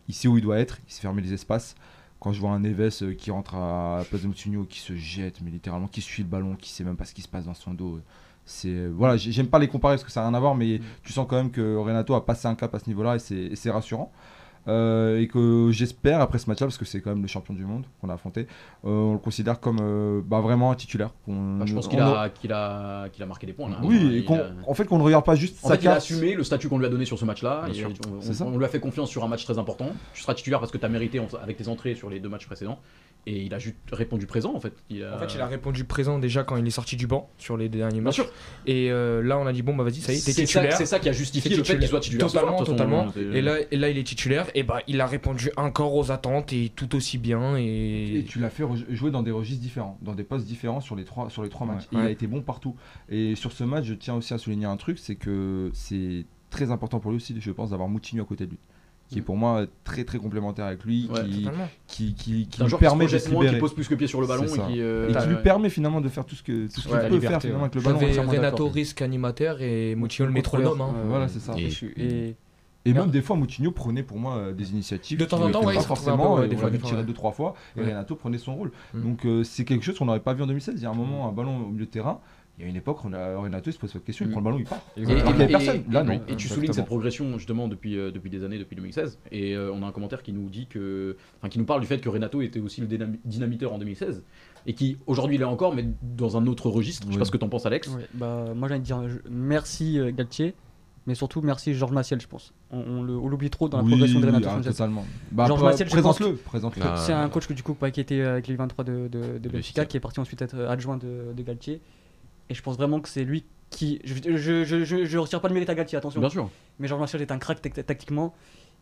Il sait où il doit être, il sait fermer les espaces. Quand je vois un Neves euh, qui rentre à la place de Moutinho, qui se jette, mais littéralement, qui suit le ballon, qui sait même pas ce qui se passe dans son dos. C'est euh, voilà, j'ai-
Mm.
j'aime pas les comparer parce que ça n'a rien à voir, mais tu sens quand même que Renato a passé un cap à ce niveau-là et c'est et c'est rassurant. euh, et que j'espère après ce match-là, parce que c'est quand même le champion du monde qu'on a affronté, euh, on le considère comme euh, bah, vraiment un titulaire. qu'on-
Enfin, Bah, je pense
on-
qu'il a, qu'il a, qu'il a marqué des points là.
Mm. Oui,
Il
et qu'on-
a-
en fait qu'on ne regarde pas juste
En
sa
fait, il a
carte.
assumé le statut qu'on lui a donné sur ce match-là. et
Bien sûr.
on-
C'est ça.
On, on lui a fait confiance sur un match très important. Tu seras titulaire parce que tu as mérité en- avec tes entrées sur les deux matchs précédents. Et il a juste répondu présent en fait. Il a...
En fait, il a répondu présent déjà quand il est sorti du banc sur les derniers
Bien
matchs.
sûr,
Et euh, là, on a dit bon, bah vas-y, ça y est, t'es
c'est ça,
titulaire.
c'est ça qui a justifié le fait qu'il soit titulaire. ce
Totalement,
soir, de toute façon.
totalement. Et là, et là, il est titulaire. Et bah, il a répondu encore aux attentes et tout aussi bien.
Et
Et,
tu l'as fait re- jouer dans des registres différents, dans des postes différents sur les trois, sur les trois
Ouais.
matchs. Et Il a été bon partout. Et sur ce match, je tiens aussi à souligner un truc, c'est que c'est très important pour lui aussi, je pense, d'avoir Moutinho à côté de lui, qui est pour moi très très complémentaire avec lui,
Ouais,
qui,
totalement.
qui, qui, qui
C'est un joueur
lui
qui se
permet de
projette
se
moins, qui
libérer.
pose plus que pied sur le ballon
C'est ça.
et qui, euh,
Et qui lui
ouais.
permet finalement de faire tout ce que tout ce qu'il
Ouais, la
peut
liberté,
faire finalement
ouais.
avec le ballon.
J'avais
entièrement
Renato
d'accord.
Risk animateur et Moutinho le métronome. hein.
Euh,
Euh, Voilà, c'est ça.
Et, je suis- et-
Et même des fois, Moutinho prenait pour moi euh, des initiatives.
De temps
qui
en
ne
temps,
faisaient
ouais,
pas
il se retrouvait un
forcément.
peu, ouais,
euh,
des
on
fois,
l'avait
des
tiré
fois, ouais.
deux trois fois. Et
Ouais.
Renato prenait son rôle.
Mm.
Donc euh, c'est quelque chose qu'on n'aurait pas vu en 2016. Il y a un moment, un ballon au milieu de terrain. Il y a une époque, on a- Renato il se pose pas de question, il
Mm.
prend le ballon, il part.
Et-
Alors qu'il y
et-
avait personne. Là, non.
Et tu
Exactement.
soulignes cette progression justement depuis, euh, depuis des années, depuis 2016. Et euh, on a un commentaire qui nous dit que, enfin, qui nous parle du fait que Renato était aussi le dynam- dynamiteur en 2016 et qui aujourd'hui il est encore, mais dans un autre registre. Je sais pas
Oui.
ce que t'en penses, Alex.
ouais, bah, moi j'ai envie de dire je- merci euh, Galtier, mais surtout merci Georges Massiel, je pense. On, on le- on l'oublie trop dans la
Oui,
progression de
oui,
Renato
ah,
Sanchez.
totalement. Bah,
Georges
bah,
Massiel, je pense Bah,
présente-le, présente-le.
Ah,
C'est un coach que, du coup, qui était avec les 23 de, de, de Benfica,
Benfica.
qui est parti ensuite être adjoint de, de Galtier. Et je pense vraiment que c'est lui qui. Je, je, je, je, je retire pas le mérite à Galtier, attention.
Bien sûr.
Mais Georges Martial est un crack tac- tactiquement.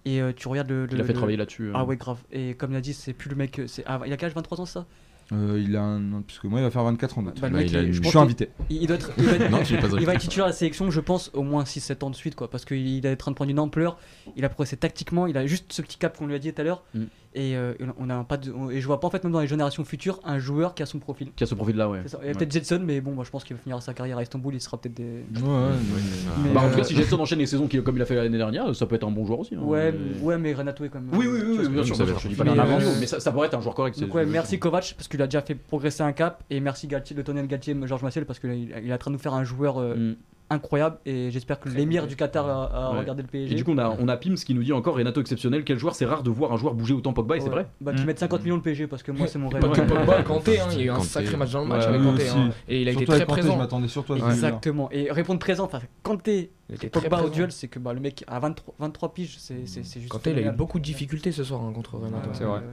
Et euh, tu regardes le. le-
Il a fait
le-
travailler là-dessus. euh.
Ah ouais, grave. Et comme il a dit, c'est plus le mec. euh, c'est- ah, il a quel âge 23 ans, ça
Euh, il a un, puisque moi il va faire 24 ans. d'août.
Bah, le
Bah,
mec,
il a
il-
une-
je
Je
pense
suis
qu'il-
invité.
il, il doit être- il va être-
Non, tu l'es pas
il va
invité.
être titulaire à la sélection, je pense, au moins 6-7 ans de suite, quoi. Parce qu'il est en train de prendre une ampleur. Il a progressé tactiquement. Il a juste ce petit cap qu'on lui a dit tout à l'heure.
Mm.
Et, euh, on a un pas de- et je vois pas, en fait, même dans les générations futures, un joueur qui a son profil.
Qui a ce profil-là, ouais.
C'est ça. Il y a peut-être Jetson, mais bon, moi, je pense qu'il va finir sa carrière à Istanbul. Il sera peut-être des.
Ouais, ouais.
Mais,
Bah, en
euh,
tout cas, si Jetson enchaîne les saisons qui- comme il a fait l'année dernière, ça peut être un bon joueur aussi. hein.
ouais,
Euh,
ouais, mais Renato est quand même.
Oui, oui, oui, oui, bien sûr.
Ça
bien sûr,
va être-
Je dis pas
Mais,
qu'il est
euh,
nul, mais ça, ça pourrait être un joueur correct.
Donc
c'est-
ouais, merci Kovac parce qu'il a déjà fait progresser un cap et merci Galtier, le tonnerre de Galtier, Georges Massiel parce qu'il il est en train de nous faire un joueur euh,
Mm.
incroyable et j'espère que l'émir du Qatar a, a
Ouais.
regardé le PSG.
Et du coup, on a, on a Pims qui nous dit encore Renato exceptionnel. Quel joueur C'est rare de voir un joueur bouger autant Pogba, et c'est
Ouais.
vrai.
Bah, qui
Mm.
mettent 50 millions le PSG parce que moi c'est mon
Et
rêve.
pas que Pogba, Kanté, hein, il y a eu un
Kanté.
sacré match dans le match
Ouais,
avec
oui,
Kanté.
aussi.
hein. Et il a été
Surtout
très
avec Kanté, je
présent.
m'attendais surtout à ce match-là.
Exactement. Et répondre présent, enfin quand t'es
Il était très
Pogba au
présent.
duel, c'est que bah, le mec à 23, 23 piges, c'est c'est- c'est juste.
Kanté, il a eu
phénoménal.
beaucoup de difficultés ce soir hein, contre Renato.
Ouais,
C'est
ouais,
vrai.
ouais.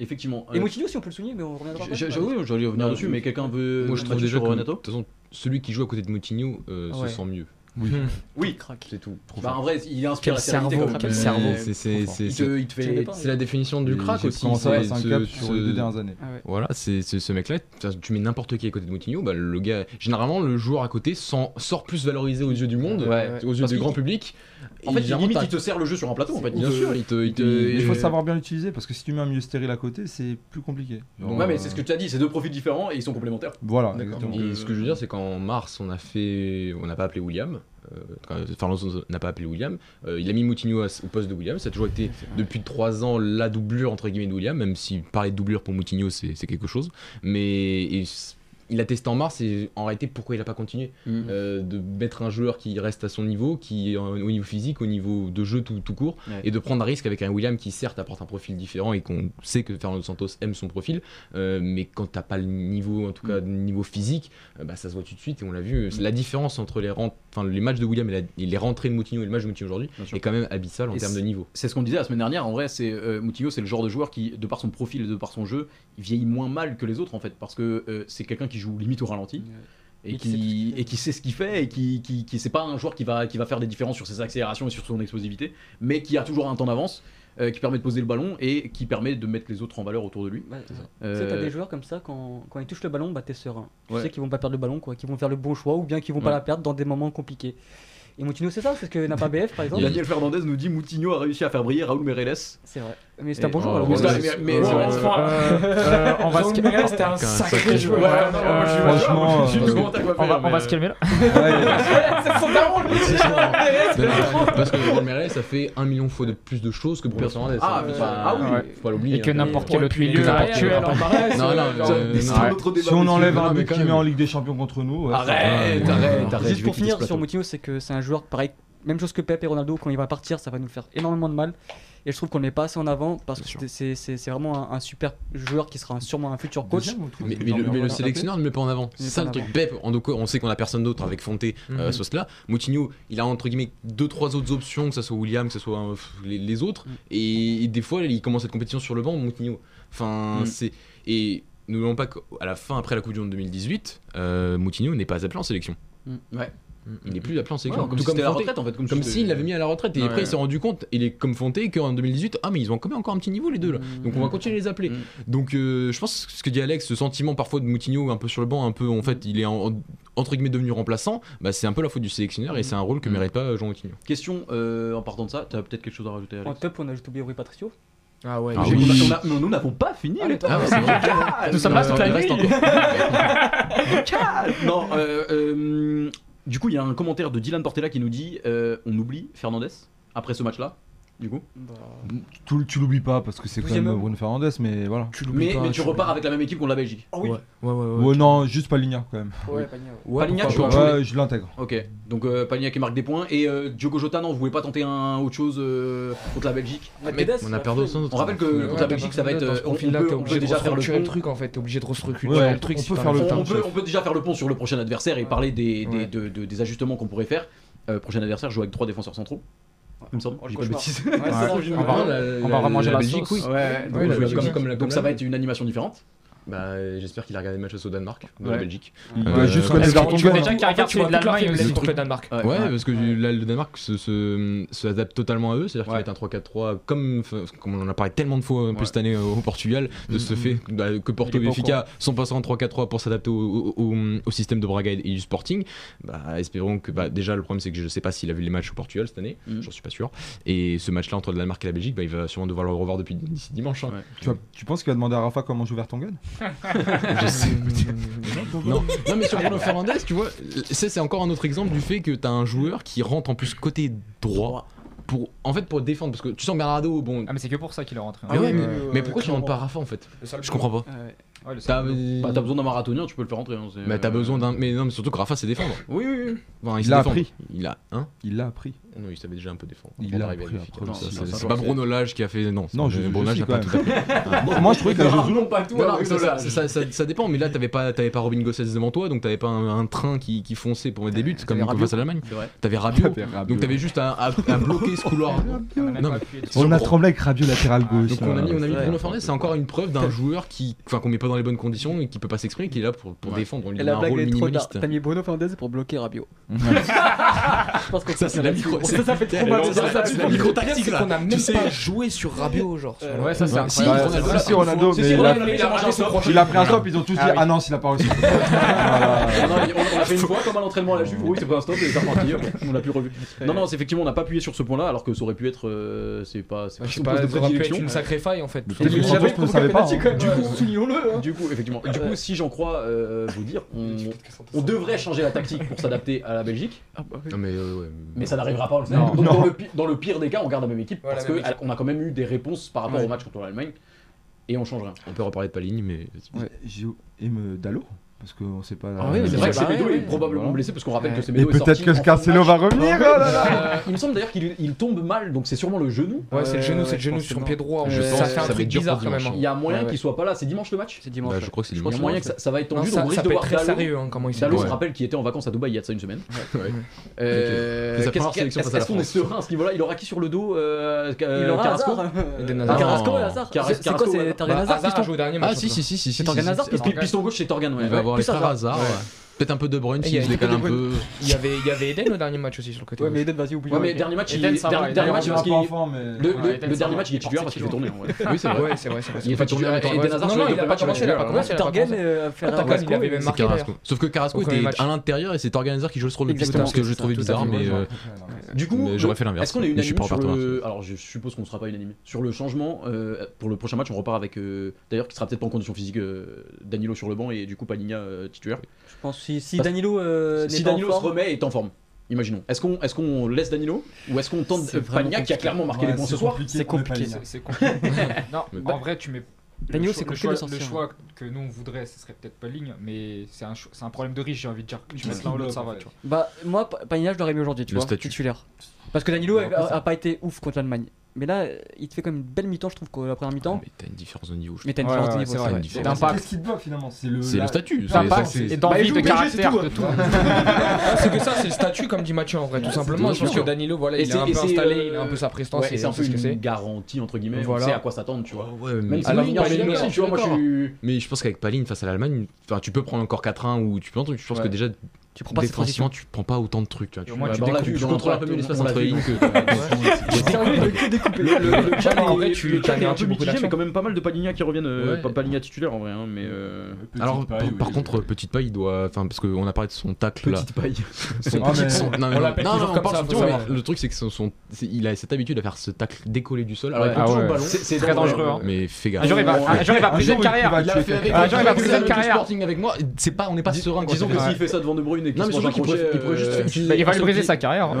Effectivement.
Et
Euh,
Moutinho si on peut le souligner, mais on reviendra. pas.
J'ai- j'ai- oui, J'allais revenir
Non,
dessus,
oui.
mais quelqu'un veut.
Moi, je trouve
Euh, Mathieu,
déjà
sur
que de
Renato
toute façon, celui qui joue à côté de Moutinho euh,
Ouais.
se sent mieux.
Oui.
crack.
C'est tout. Trop
Bah, en
fort.
vrai, il inspire
Quel
la sérénité
cerveau,
comme
quel
euh,
cerveau.
C'est- c'est- c'est-
Il te, il te
Je l'ai
fait.
pas.
C'est la définition du crack
J'ai
aussi.
commencé à
c'est-
passer un
ce-
cap sur les
ce-
deux dernières années.
Ah ouais.
Voilà, c'est c'est ce mec-là, t'as- tu mets n'importe qui à côté de Moutinho, bah, le gars, généralement le joueur à côté s'en- sort plus valorisé aux yeux du monde,
Ouais.
aux yeux
Parce
du
qu'il-
grand public.
En
Et
fait,
généralement,
limite,
t'as-
il te sert le jeu sur un plateau, en fait.
bien sûr, il te, il te-
Mais il faut
euh,
savoir bien l'utiliser parce que si tu mets un milieu stérile à côté, c'est plus compliqué. Genre,
Ouais, mais
euh,
c'est ce que tu as dit, c'est deux profils différents et ils sont complémentaires.
Voilà,
D'accord.
exactement.
Et ce que
Euh,
je veux dire, c'est qu'en mars, on a fait, on n'a pas appelé William. euh, quand- Enfin, Alonso n'a pas appelé William. Euh, il a mis Moutinho à- au poste de William. Ça a toujours été depuis trois ans la doublure entre guillemets de William, même si parler de doublure pour Moutinho, c'est c'est quelque chose. Mais et c- il a testé en mars et en réalité, pourquoi il n'a pas continué
Mm.
Euh, De mettre un joueur qui reste à son niveau, qui est en- au niveau physique, au niveau de jeu tout, tout court,
Ouais.
et de prendre un risque avec un William qui certes apporte un profil différent et qu'on sait que Fernando Santos aime son profil, euh, mais quand t'as pas le niveau, en
Mm.
tout cas niveau physique, euh, bah, ça se voit tout de suite et on l'a vu. euh, c'est La différence entre les, ren- enfin, les matchs de William et, la- et les rentrées de Moutinho et le match de Moutinho aujourd'hui
Bien sûr.
est quand même abyssal en
Et
termes de niveau.
C'est ce qu'on disait la semaine dernière. En vrai, c'est euh, Moutinho, c'est le genre de joueur qui, de par son profil et de par son jeu, il vieillit moins mal que les autres en fait, parce que euh, c'est quelqu'un qui joue limite au ralenti. Et
Et qui sait tout ce
qui,
qu'il fait.
et qui sait ce qu'il fait et qui, qui, qui- c'est pas un joueur qui va, qui va faire des différences sur ses accélérations et sur son explosivité, mais qui a toujours un temps d'avance, euh, qui permet de poser le ballon et qui permet de mettre les autres en valeur autour de lui.
Bah, Tu sais, t'as
Euh,
des joueurs comme ça, quand, quand ils touchent le ballon, bah t'es serein.
Ouais.
Tu sais qu'ils vont pas perdre le ballon, quoi, qu'ils vont faire le bon choix ou bien qu'ils vont pas
Ouais.
la perdre dans des moments compliqués. Et Moutinho, c'est ça, c'est ce que n'a pas BF par exemple.
Daniel Fernandez nous dit Moutinho a réussi à faire briller Raoul Mereles.
C'est vrai. Mais c'est un
Et-
bon joueur
oh,
alors.
mais-
Ouais.
mais- mais-
Euh,
mais-
euh, euh, on va se calmer. C'était un
euh,
sacré joueur.
Ouais, non, moi, je suis-
Euh,
Franchement,
Je sais plus
euh,
comment t'as coiffé,
On va, on
mais-
va se calmer là.
ouais,
Non, non, Parce que Raúl Mérez, ça fait un million de fois de plus de choses que Bruno Fernandez.
Ah,
Euh,
Faut
putain,
pas-
ah oui.
faut pas l'oublier.
Et que
hein.
n'importe quel autre
puis
milieu
le Real,
actuel. hein.
Non, non, euh,
C'est
non.
un autre débat,
si on
messieurs.
enlève un
mais
but
quand
qui met
même.
en Ligue des Champions contre nous, ouais,
Arrête,
Ouais.
arrête, arrête.
Juste
je vais quitter ce
pour finir
plateau.
sur Moutinho, c'est que c'est un joueur pareil même chose que Pep et Ronaldo, quand il va partir, ça va nous faire énormément de mal. Et je trouve qu'on n'est pas assez en avant parce que c'est- c'est- c'est c'est vraiment un, un super joueur qui sera un- sûrement un futur coach.
Deuxième ou troisième
Mais, mais le, mais le sélectionneur ne le met pas en avant.
Il met
C'est ça
pas
le
en
truc. Pep, en doco, on sait qu'on a personne d'autre avec Fonte euh,
Mhm.
sur cela. Moutinho, il a entre guillemets deux trois autres options, que ce soit William, que ce soit euh, pff, les, les autres. Et, et des fois, il commence cette compétition sur le banc, Moutinho. Enfin,
Mhm.
c'est et nous n'oublions pas qu'à la fin, après la Coupe du Monde 2018, euh, Moutinho n'est pas appelé en sélection.
Ouais.
Il n'est plus appelé en
Ouais,
sélection.
comme,
Tout
si c'était la
Fonte.
retraite en fait. Comme,
Comme
si
s'il l'avait mis à la retraite. Et
Ouais.
après, il s'est rendu compte, il est comme Fonté, qu'en 2018, ah, mais ils ont quand même encore un petit niveau, les deux, là. Donc, on va continuer à les appeler.
Mm.
Donc, euh, je pense que ce que dit Alex, ce sentiment parfois de Moutinho, un peu sur le banc, un peu, en fait, il est en- en- entre guillemets devenu remplaçant, bah, c'est un peu la faute du sélectionneur et c'est un rôle que
Mm.
mérite pas Jean Moutinho.
Question euh, en partant de ça, t'as peut-être quelque chose à rajouter,
En
Alex
top, on a juste oublié Rui Patricio.
Ah ouais,
Ah
J'ai-
oui.
on a- on a- nous n'avons pas fini le top.
Nous sommes là
Il
toute la
reste
nuit.
encore-
Non, euh, euh, du coup, il y a un commentaire de Dylan Portela qui nous dit euh, on oublie Fernandez après ce match-là. Du coup,
Bah,
Tu, tu l'oublies pas parce que c'est quand
Douzième
même
homme.
Bruno Fernandez, mais voilà.
Tu l'oublies
mais,
pas,
mais tu repars avec la même équipe qu'on l'avait dit.
Ah
Ouais, ouais, ouais. ouais.
Ouais, non, juste pas Ligna quand même.
Ouais, Pagny, ouais.
Ouais,
Palinia,
pourquoi
tu
pas.
vois.
Ouais, je l'intègre.
Ok, donc euh, Pagnac et marque des points. Et euh, Diogo Jota, non, vous voulez pas tenter un autre chose euh, contre la Belgique
Mais
Mercedes,
on
ouais,
a perdu au sens
On rappelle que contre la Belgique, ça va être.
Dans
euh,
ce
on, on
profil-là,
peut,
t'es
on
obligé
peut
de
déjà faire le
restructurer
pont.
le truc en fait. T'es obligé de restructurer
Ouais,
le truc.
on
si
peut
t'as
faire le
envie.
temps.
on, on peut, on peut déjà faire le pont sur le prochain adversaire et parler des, des-
Ouais.
de- de- des ajustements qu'on pourrait faire. Euh, prochain adversaire joue avec trois défenseurs centraux. Il me semble.
Oh, le
J'ai pas de
cauchemar.
bêtises.
Ouais, c'est ça,
Ouais.
j'ai-
On
Ah,
va-
Non, la-
bah,
on va
la-
remanger la
Belgique,
sauce.
oui.
Ouais, donc,
Ouais, la
euh,
Belgique.
comme- comme la-
donc ça va être une animation différente.
Bah, j'espère qu'il a regardé le match au Danemark, de
Ouais.
la Belgique.
Il
Euh,
va juste
parce
Parce
connaître
que
Garton
tu vois
Gaulle,
déjà
hein.
qu'il y a
En fait, tu vois
toute leur
toute leur
faille
faiblesse
aussi
contre
contre le Danemark.
Ouais, parce que là, le Danemark se, se, se adapte totalement à eux, c'est-à-dire
Ouais.
qu'il va être un 3-4-3, comme, enfin, comme on en a parlé tellement de fois un peu
Ouais.
cette année euh, au Portugal, de ce fait bah, que Porto
Il est pas
et
au
Benfica sont passés en 3-4-3 pour s'adapter au, au- au- au système de Braga et du Sporting. Bah, espérons que, bah, déjà, le problème c'est que je sais pas s'il a vu les matchs au Portugal cette année,
Mhm.
j'en suis pas sûr. Et ce match-là entre le Danemark et la Belgique, bah, il va sûrement devoir le revoir depuis d'ici dimanche. hein.
Ouais.
Tu vois, tu penses qu'il va demander à Rafa comment joue Vertonghen
Non. non, mais sur Bruno Fernandez, tu vois, c'est c'est encore un autre exemple du fait que t'as un joueur qui rentre en plus côté droit pour en fait pour défendre parce que tu sens Bernardo bon
Ah, mais c'est que pour ça qu'il est rentré. hein.
Ah ouais, mais,
Euh,
mais pourquoi tu rentres pas Rafa en fait Ah, Je comprends pas.
Ouais.
ouais, le
T'as
seul-
Bah, t'as besoin d'un marathonien, tu peux le faire rentrer. hein, c'est-
Bah,
mais t'as besoin d'un. Mais non, mais surtout que Rafa sait défendre.
Oui, oui, oui.
Enfin,
Il
sait
l'a
défendre.
appris.
Il a un.
Il l'a appris.
Non, il savait déjà un peu défendre.
Il
Avant
l'a
d'arriver à
appris
l'efficace.
après.
Non,
Ça,
ça,
c'est-
ça,
C'est
ça,
pas
c'est-
Bruno Lage qui a fait. Non,
Non,
c'est-
je-
Bruno
je
Lage
sais
n'a pas
quand
tout appris.
Moi, moi, je trouvais que la Juve-
non, pas tout.
Non, non, mais ça, ça- ça- ça- ça dépend, mais là t'avais pas, t'avais pas Robin Gossens devant toi, donc t'avais pas un, un train qui, qui fonçait pour mettre des buts comme comme face à l'Allemagne.
C'est vrai.
T'avais Rabiot,
T'avais Rabiot.
donc t'avais juste à, à- à bloquer ce couloir.
on a même
Non,
pas
mais-
appuyé dessus.
Sur-
On a tremblé avec Rabiot latéral gauche.
Donc on a mis, on a mis
Ouais.
Bruno Fernandes, c'est encore une preuve d'un joueur qui, enfin qu'on met pas dans les bonnes conditions et qui peut pas s'exprimer, qui est là pour, pour défendre. On lui
Et
donne
la
un
blague
rôle
elle est trop tard.
minimaliste.
T'as mis Bruno Fernandez pour bloquer Rabiot. Je pense qu'on
Ça, c'est la micro.
Ça, ça fait trop mal.
c'est la- c'est la micro tactique là.
On a même
Tu sais.
pas joué sur Rabiot, genre.
Euh,
Ouais, ça c'est
Ouais, si,
incroyable.
Ronaldo,
si,
là,
si, Ronaldo,
Si,
mais
si,
il a-
Ronaldo, il a mangé son prochain.
il a pris un stop, ils ont tous dit
Ah oui.
Ah non, s'il a pas réussi. Voilà.
Ah non, on on l'a fait une fois comme à l'entraînement à la Juve. Oui, c'est pas un stop, et ça reparti, ok, On l'a plus revu. Non, non, c'est effectivement, on n'a pas appuyé sur ce point-là, alors que ça aurait pu être. euh, c'est pas. C'est
Je sais
son
pas,
poste
ça aurait pu être une sacrée faille en fait.
Peut-être que Santos ne le savait pas. hein.
Du coup, hein. soulignons-le. Du coup, effectivement. Et Du coup, si j'en crois euh, vous dire, on, on devrait changer la tactique pour s'adapter à la Belgique,
Non mais euh, ouais.
mais ça n'arrivera pas. On le sait.
Non.
Donc, Dans,
Non.
le pi- dans le pire des cas, on garde la même équipe
Voilà,
parce
la même
qu'on a quand même eu des réponses par rapport au match contre l'Allemagne et on change rien.
On peut reparler de Palini, mais
Gio- Et me- Dallo Parce qu'on sait pas.
Ah oui, mais
C'est
Ouais,
vrai que
bah
Semedo
ouais,
est
ouais.
probablement
Voilà.
blessé parce qu'on rappelle
Ouais.
que
Mais
Semedo est sorti
peut-être que
en fin de
Scarcelo
match.
va revenir. oh là là.
Euh, Il me semble d'ailleurs qu'il il tombe mal, donc c'est sûrement le genou.
Ouais, c'est le genou,
Ouais,
c'est le
je
genou
pense
sur
que
le pied
non.
droit.
Je
euh,
pense
Ça
que
fait un
ça va
truc
être dur
bizarre
pour
quand même.
dimanche.
Il y a moyen
Ouais, ouais.
qu'il soit pas là. C'est dimanche le match
C'est
Bah,
dimanche.
je crois que c'est
Je
dimanche.
pense qu'il y a moyen que ça, ça va être
hein. Non,
tendu. donc on
ça, ça
risque de
peut être
voir
très
Dalot.
sérieux hein, comment il s'est
Dalot,
Ouais.
je rappelle, qu'il était en vacances à Dubaï il y a de ça une semaine.
Ouais.
Euh,
C'est sa
qu'est-ce-
première sélection
qu'est-ce-
face à la
Est-ce qu'on est
France.
serein à ce niveau-là Il aura qui sur le dos euh,
Il
euh,
aura
Carrasco
Hazard. euh,
Eden Hazard.
Carrasco et
Non.
Hazard.
Carras-
C'est- C'est quoi
Carrasco, ouais.
C'est Targan Hazard
Bah, Hazard a
piston
joué au dernier match.
Ah si si si si.
Torgan Hazard,
Pi- pi- Piston gauche, c'est Torgan, ouais.
Il va avoir les
plus
frères
Hazard.
Hazard.
Ouais.
ouais. Peut-être un peu De Bruyne
Et
s'il
il y
se
a-
décale un peu.
Il y avait- il y avait Eden au dernier match aussi sur le côté.
Ouais, mais
gauche.
Eden, vas-y, oublie.
Ouais, mais dernier match, il
Eden, ça va,
dernier-
il
dernier
est
match,
Il est
parce qu'il-
pas en forme, mais-
le-
Ouais,
le-
Eden,
le
ça
dernier
va,
match, il
il
est
est
titulaire parce qu'il fait tourner. en vrai.
Oui c'est vrai.
Ouais, c'est vrai, c'est vrai.
Il est pas tourné avec
Ouais,
Eden Hazard
Non,
sur
non,
le
il
premier
a pas
match, il a
commencé, il a pas
joué,
commencé. il a pas
Torgan
commencé.
euh, et Ferrer.
Torgan, il avait même
C'est
marqué d'ailleurs.
Carrasco. Sauf que Carrasco
Au premier
était
match.
à l'intérieur et c'est Torgan Hazard qui joue sur le pied
Exactement.
parce que je le trouvais
Tout à
bizarre
fait.
mais euh,
Du coup,
Mais
le-
j'aurais fait l'inverse.
est-ce qu'on est
Mais je suis
unanime
pas
sur
partant,
le. euh, Alors, je suppose qu'on ne sera pas unanime. Sur le changement, euh, pour le prochain match, on repart avec. euh, D'ailleurs, qui sera peut-être pas en condition physique, euh, Danilo sur le banc et du coup, Palinha euh, titulaire.
Je pense si si
Parce-
Danilo euh, n'est
si
pas en
Danilo se
forme-
remet et est en forme, imaginons. Est-ce qu'on est qu'on laisse Danilo ou est-ce qu'on tente
C'est
euh,
vraiment
Pagnac qui a
compliqué.
clairement marqué
Ouais,
les points
c'est
ce soir
compliqué
c'est
pour le
compliqué,
Palais.
C'est- C'est compliqué. Non, en vrai, tu mets
Danilo,
choix-
c'est compliqué
choix-
de sortir.
Le choix que nous on voudrait, ce serait peut-être pas ligne, mais c'est un, cho- c'est un problème de riche, j'ai envie de dire. Que tu
Ouais.
mets l'un ou l'autre, ça va. Tu vois.
Bah, moi, Pa- Pagna, je l'aurais mis aujourd'hui, tu
Le
vois,
statut.
titulaire. Parce que Danilo
Ouais,
a,
après, ça-
a pas été ouf contre l'Allemagne. Mais là, euh, il te fait comme une belle mi-temps, je trouve, que la première mi-temps.
Mais t'as une différence de niveau. je
Mais t'as une
Ouais,
différence de
ouais,
niveau,
c'est
c'est
vrai.
vrai.
différence.
D'impact,
Qu'est-ce qui te bloque finalement C'est le.
trouve. C'est
la-
le statut. c'est-
d'impact
c'est-
et
Bah,
c'est-
il
d'envie,
joue
de
au PSG,
caractère,
c'est
de
tout,
tout.
Ah, c'est que ça, c'est le statut, comme dit Mathieu en vrai, tout simplement. Je
bien
pense que
sûr.
Danilo, voilà,
Et
il
c'est-
est un
et
peu
c'est,
installé,
euh,
il a un peu sa prestance,
Ouais,
et
c'est un peu
ce que
une
c'est.
garantie, entre guillemets.
Voilà.
On sait à quoi s'attendre, tu vois.
Ouais, mais-
Même si
à
à
la
l'avenir,
limite,
Paline
Paline
aussi,
aussi,
tu vois, moi je suis.
Mais je pense qu'avec Paline face à l'Allemagne, enfin, tu peux prendre encore 4-1 ou tu peux un truc. Je pense que
Ouais.
déjà,
Tu prends pas cette transition.
défensivement, tu prends pas autant de trucs. Tu vois,
Et
tu
au moins,
Bah,
tu
on l'a
découpes,
vu,
tu
dans-
contrôles un
dans-
peu
dans-
mieux l'espace
dans la
entre
entre les
vie,
lignes
donc. euh,
que.
Le Tchad
en vrai,
est-
tu-
le Tchad
t'as
est
un
un
petit
peu
beaucoup
mitigé, mais
d'action.
quand même pas mal de Palinia qui reviennent. euh,
Ouais.
Pas Palinia titulaire en vrai, hein, mais. euh,
Petite
Alors, par,
paille,
par
oui,
contre,
je-
Petite Paille doit. Enfin, parce qu'on a parlé de son tacle là.
Petite paille.
Son,
Ah, mais-
son- non, mais
On
non,
l'appelle
non,
toujours
non, on
comme
parle
ça,
du
faut
tout, mais
savoir.
Le truc, c'est que son, son- c'est- il a cette habitude à faire ce tacle décollé du sol. Alors, il
Ah
prend toujours
ouais.
le ballon.
C'est- c'est
très
dangereux.
dangereux. hein.
Mais fais gaffe.
Un jour, il va-
Ouais.
un jour, il va briser
jour,
une
il- il
carrière. Bah,
va tuer quelqu'un.
Un jour, il va briser une
du
carrière.
Sporting avec moi. C'est pas, on n'est pas serein. quand
Disons
c'est
que
fait.
s'il fait ça devant De Bruyne et qu'il
Non,
se
mais
mange
surtout
un
qu'il pourrait,
crochet,
il pourrait
euh,
juste.
Bah, Il va lui briser
sa
sa carrière. hein.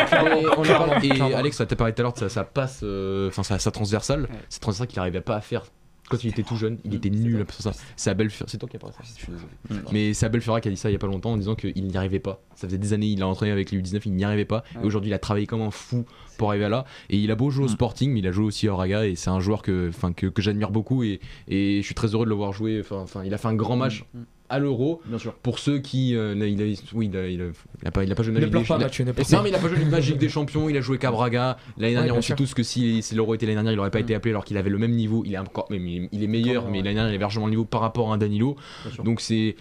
Et- on en
Clairement,
parle- et
clairement.
Alex, t'as parlé tout à l'heure de sa, sa passe, euh, enfin sa, sa transversale, cette transversale qu'il n'arrivait pas à faire quand il était tout jeune, il était nul sur ça. C'est Abel Fur- c'est toi qui as parlé ça, je suis désolé. Mais c'est Abel Ferra qui a dit ça il y a pas longtemps en disant qu'il n'y arrivait pas. Ça faisait des années, il a entraîné avec les U19, il n'y arrivait pas. Et
Ouais.
aujourd'hui, il a travaillé comme un fou pour arriver à là. Et il a beau jouer au Sporting, mais il a joué aussi à Raga et c'est un joueur que, enfin, que, que j'admire beaucoup et, et je suis très heureux de le voir jouer. Enfin, enfin, il a fait un grand match
Mm.
à l'Euro.
Bien sûr.
Pour ceux qui, euh, n'a- il a, oui, il a, il a- il a pas, il a pas joué de la
Ne
Ligue
pleure
des-
pas,
il a-
Mathieu, ne pleure
non
pas.
mais il a pas joué du Magic des Champions, il a joué qu'à Braga. L'année dernière
bien
on sait
sûr.
tous que si, si l'Euro était l'année dernière il aurait pas été appelé alors qu'il avait le même niveau, il est encore mais il est- il est meilleur mais l'année dernière il avait largement le niveau par rapport à un Danilo.
Bien sûr.
Donc c'est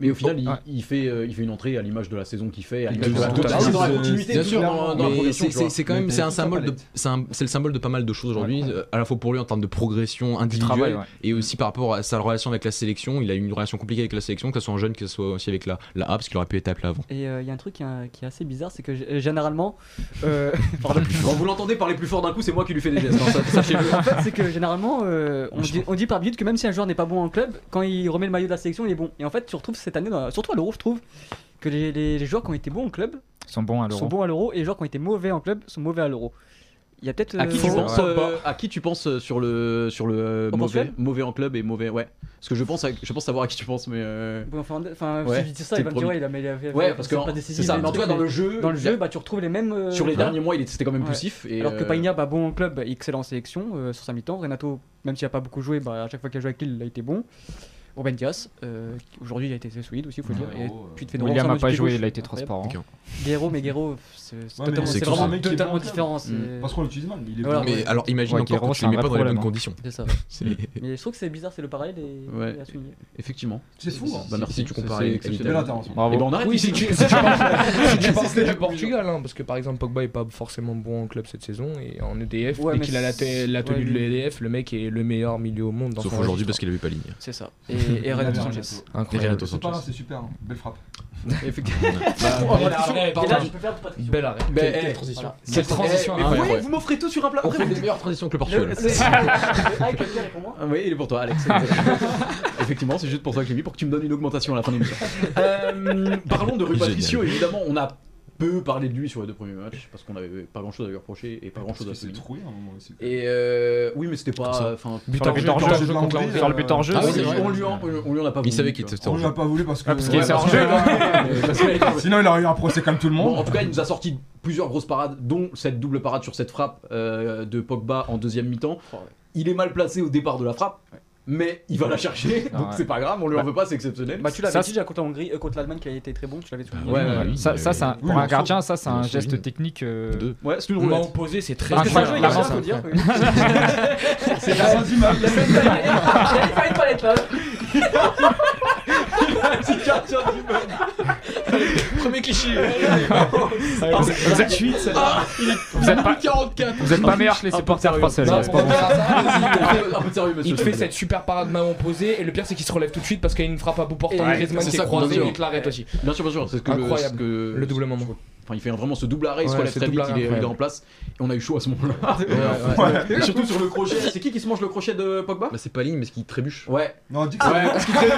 Mais au final, il-
Ouais.
il, fait, euh, il fait une entrée à l'image de la saison qu'il fait, à
Il
l'image de
fait
la,
tout
toute
à
la-
fait.
dans la
C'est-
continuité,
bien
tout
sûr,
dans, dans la
mais
progression,
c'est-
tu vois.
c'est c'est quand même
Mais
c'est un
t'as
symbole
pas
de
la tête.
c'est un- c'est le symbole de pas mal de choses aujourd'hui euh, à la fois pour lui en termes de progression individuelle
Travail, ouais.
et aussi par rapport à sa relation avec la sélection, il a eu une relation compliquée avec la sélection que ce soit en jeune que ce soit aussi avec la la A parce qu'il aurait pu être appelé avant.
Et euh, il y a un truc qui est, qui est assez bizarre, c'est que g- euh, généralement, euh,
Quand vous l'entendez parler plus fort d'un coup, c'est moi qui lui fais des gestes. hein, ça- sachez-le.
en fait, c'est que généralement, euh, on, dit, on dit par minute que même si un joueur n'est pas bon en club, quand il remet le maillot de la sélection, il est bon. Et en fait, tu retrouves cette année, dans la- surtout à l'Euro, je trouve que les, les- les joueurs qui ont été bons en club
Ils sont bons hein, à
sont
l'euro.
bons à l'Euro et les joueurs qui ont été mauvais en club sont mauvais à l'Euro. Il y a peut-être.
À qui,
euh,
tu
Faut-
penses,
ouais.
euh, à qui tu penses euh, sur le, sur le euh,
Au
mauvais,
Portugal
mauvais en club et mauvais. Ouais. Parce que je pense, à- je pense savoir à qui tu penses, mais. euh,
Bruno Fernandes- Enfin,
Ouais,
si je dis ça,
c'était
il va
le
me
premier.
dire, ouais, il a- mais il a- il a-
Ouais,
c'est
parce que.
pas
C'est
décisif.
ça.
mais
Mais en tout cas, dans le jeu,
dans le jeu, bah, tu retrouves les mêmes. euh,
sur les
ouais.
derniers mois, il était- c'était quand même
Ouais.
poussif. Et,
Alors que
euh,
Pagna, bah, bon en club, bah, excellent en sélection euh, sur sa mi-temps. Renato, même s'il n'a pas beaucoup joué, bah, à chaque fois qu'il a joué avec Lille, il a été bon. Ruben Dias, euh, qui, aujourd'hui il a été assez solide aussi, il faut le dire. Et puis de Fedorov,
William
sur
a
le
pas
pied
joué,
gauche.
il a été
Incroyable.
transparent.
Guerreiro, mais Guerreiro, c'est c'est
Ouais, mais
totalement-
c'est
c'est
que c'est un
vraiment
mec qui est
totalement
bon,
différent.
Mm.
c'est-
Parce qu'on l'utilise mal. Il est
Voilà.
bon.
Mais alors imagine
Ouais,
encore
Guerrero,
quand tu
c'est
les
un
mets pas
vrai
dans les bonnes
problème.
conditions.
C'est ça.
C'est-
Mais je trouve que c'est bizarre, c'est le parallèle et
Ouais.
et à souligner.
Effectivement.
C'est fou. hein.
Bah, merci,
Si tu compares avec
C'est une belle
Solitaire.
intervention.
Et ben
Bravo.
on arrête
Oui,
ici.
si tu, si tu penses, si tu penses que du Portugal, hein, parce que par exemple Pogba est pas forcément bon en club cette saison et en EDF,
Ouais,
dès
mais
qu'il a la, te-
c'est-
la tenue
ouais,
de
lui-
l'EDF, le mec est le meilleur milieu au monde. Dans
Sauf
son
aujourd'hui parce
registre.
qu'il avait pas ligne.
C'est ça. Et, et Renato Sanchez.
Et
incroyable.
Renato
C'est pas grave,
Sanchez.
c'est super. hein. Belle frappe.
Et là, je peux faire une passe.
Bel arrêt.
Ben, eh,
transition.
Cette
Ah
transition
hein.
incroyable.
ouais.
Vous m'offrez tout sur un plat.
On fait des meilleures transitions que le
Le-
Portugal.
le- Ah, quelqu'un est pour moi
Ah Oui, il est pour toi, Alex. Effectivement, c'est juste pour toi que j'ai mis, pour que tu me donnes une augmentation à la fin de l'émission. Euh, parlons de Rui
Génial.
Patricio, évidemment, on a peu parlé de lui sur les deux premiers matchs, parce qu'on n'avait pas grand chose à lui reprocher et pas grand
Parce
chose
que
à
C'est
souligner.
troué à un moment aussi.
Et euh, oui, mais c'était
Comme
pas.
ça.
Enfin,
But
Sur
en
le
but
but
hors
hors jeu
jeu.
de l'Hongrie,
Sur le but hors jeu.
Ah oui,
on,
c'est vrai.
lui en, on lui en a pas
Il
voulu.
savait qu'il était
On
hors
lui a pas voulu parce que.
Ah, parce qu'il est hors jeu.
Euh, parce qu'il est hors jeu.
Sinon, il aurait eu un procès comme tout le
Bon, en
monde.
tout cas, il nous a sorti plusieurs grosses parades, dont cette double parade sur cette frappe euh, de Pogba en deuxième mi-temps. Il est mal placé au départ de la frappe, mais il va la chercher,
Ah
donc
ouais.
c'est pas grave, on lui en veut pas, c'est exceptionnel.
Bah, tu
Ça,
l'avais dit déjà contre la Hongrie, euh, contre l'Allemagne qui a été très bon, tu l'avais souligné.
ouais,
ouais,
Ça,
oui,
ça,
oui.
c'est un-
Oui,
pour un
on
gardien, ça, c'est
on
un
souligne.
geste technique. euh,
Deux.
Ouais, c'est une
M'a
roulette.
opposé, c'est très
Parce
Parce que
dur.
c'est un jeu, il y a
Ah,
rien à
ça.
dire.
C'est la fin du
hein,
match.
J'avais pas une palette là.
Premier cliché.
Vous êtes Vous êtes pas
44
vous êtes pas meilleurs que les
Un peu
supporters
sérieux.
français. les gars,
Non,
c'est
pour
pas bon.
faire ça, vas-y, un peu de sérieux, monsieur.
Il te fait cette super parade main opposée et le pire c'est qu'il se relève tout de suite parce qu'il y a une frappe à bout portant.
Ouais,
Griezmann
c'est
qui
ça
est
qu'on
croisé
dit,
et qui l'arrête aussi.
Bien sûr, bien sûr, c'est ce que
Incroyable.
le, ce que-
Le double moment.
Enfin, il fait vraiment ce double arrêt, il se
Ouais,
relève
ce
très vite,
double
il est,
arrêt,
il est en
ouais.
place et on a eu chaud à ce moment-là. Et surtout sur le crochet. C'est qui qui se mange le crochet de Pogba
Bah, c'est pas ligne, mais ce qui trébuche.
Ouais.
Non, dis
Ouais, parce qu'il trébuche.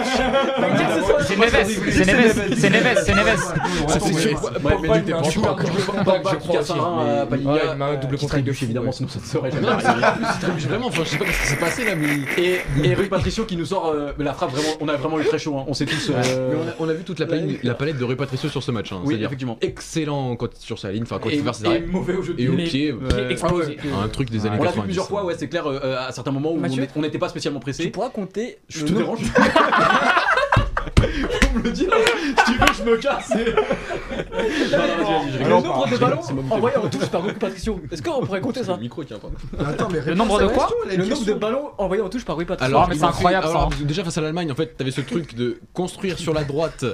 C'est Neves, c'est Neves, c'est Neves, c'est Neves.
Ouais, mais
il met un super double
Pogba
je
qui
crois
casse un
aussi.
rein à
Ouais,
Palinga,
il met un double
qui
contact de
trébuche,
fou,
évidemment,
ouais.
sinon ça ne serait jamais
Non, mais
arrivé.
il trébuche vraiment, enfin, je sais pas ce qui s'est passé. c'est la musique.
Et, et Rui Patricio qui nous sort euh, la frappe, vraiment, on a vraiment eu très chaud, hein. on s'est tous. euh,
Mais on, a, on a vu toute la palette, la palette de Rui Patricio sur ce match. hein.
Oui,
C'est-à-dire
effectivement.
excellent quand, sur sa ligne, enfin quand
et,
il fait ses
et
arrêts.
mauvais au jeu de
Et au
pied.
pied,
Pied
euh,
explosé.
un truc des années
Ah. On l'a
90.
vu plusieurs fois, ouais, c'est clair, euh, euh, à certains moments où on
Mathieu
est- on n'était pas spécialement
Tu
pressé.
pourras compter.
Je
le
te
nombre-
dérange Faut me le dire hein. Si tu veux, je me casse et- Non, non, vas-y, vas-y, je
Le
rigole.
Alors,
nombre de
pardon,
ballons
c'est ma
envoyés en touche par Goku Patricio. Est-ce qu'on pourrait compter ça
Le micro tient pas.
Attends, mais
Le nombre de quoi
Le nombre de ballons envoyés en touche par Rui Patricio.
Alors, mais c'est incroyable, ça, hein.
parce que Déjà face à l'Allemagne, en fait, t'avais ce truc de construire sur la droite.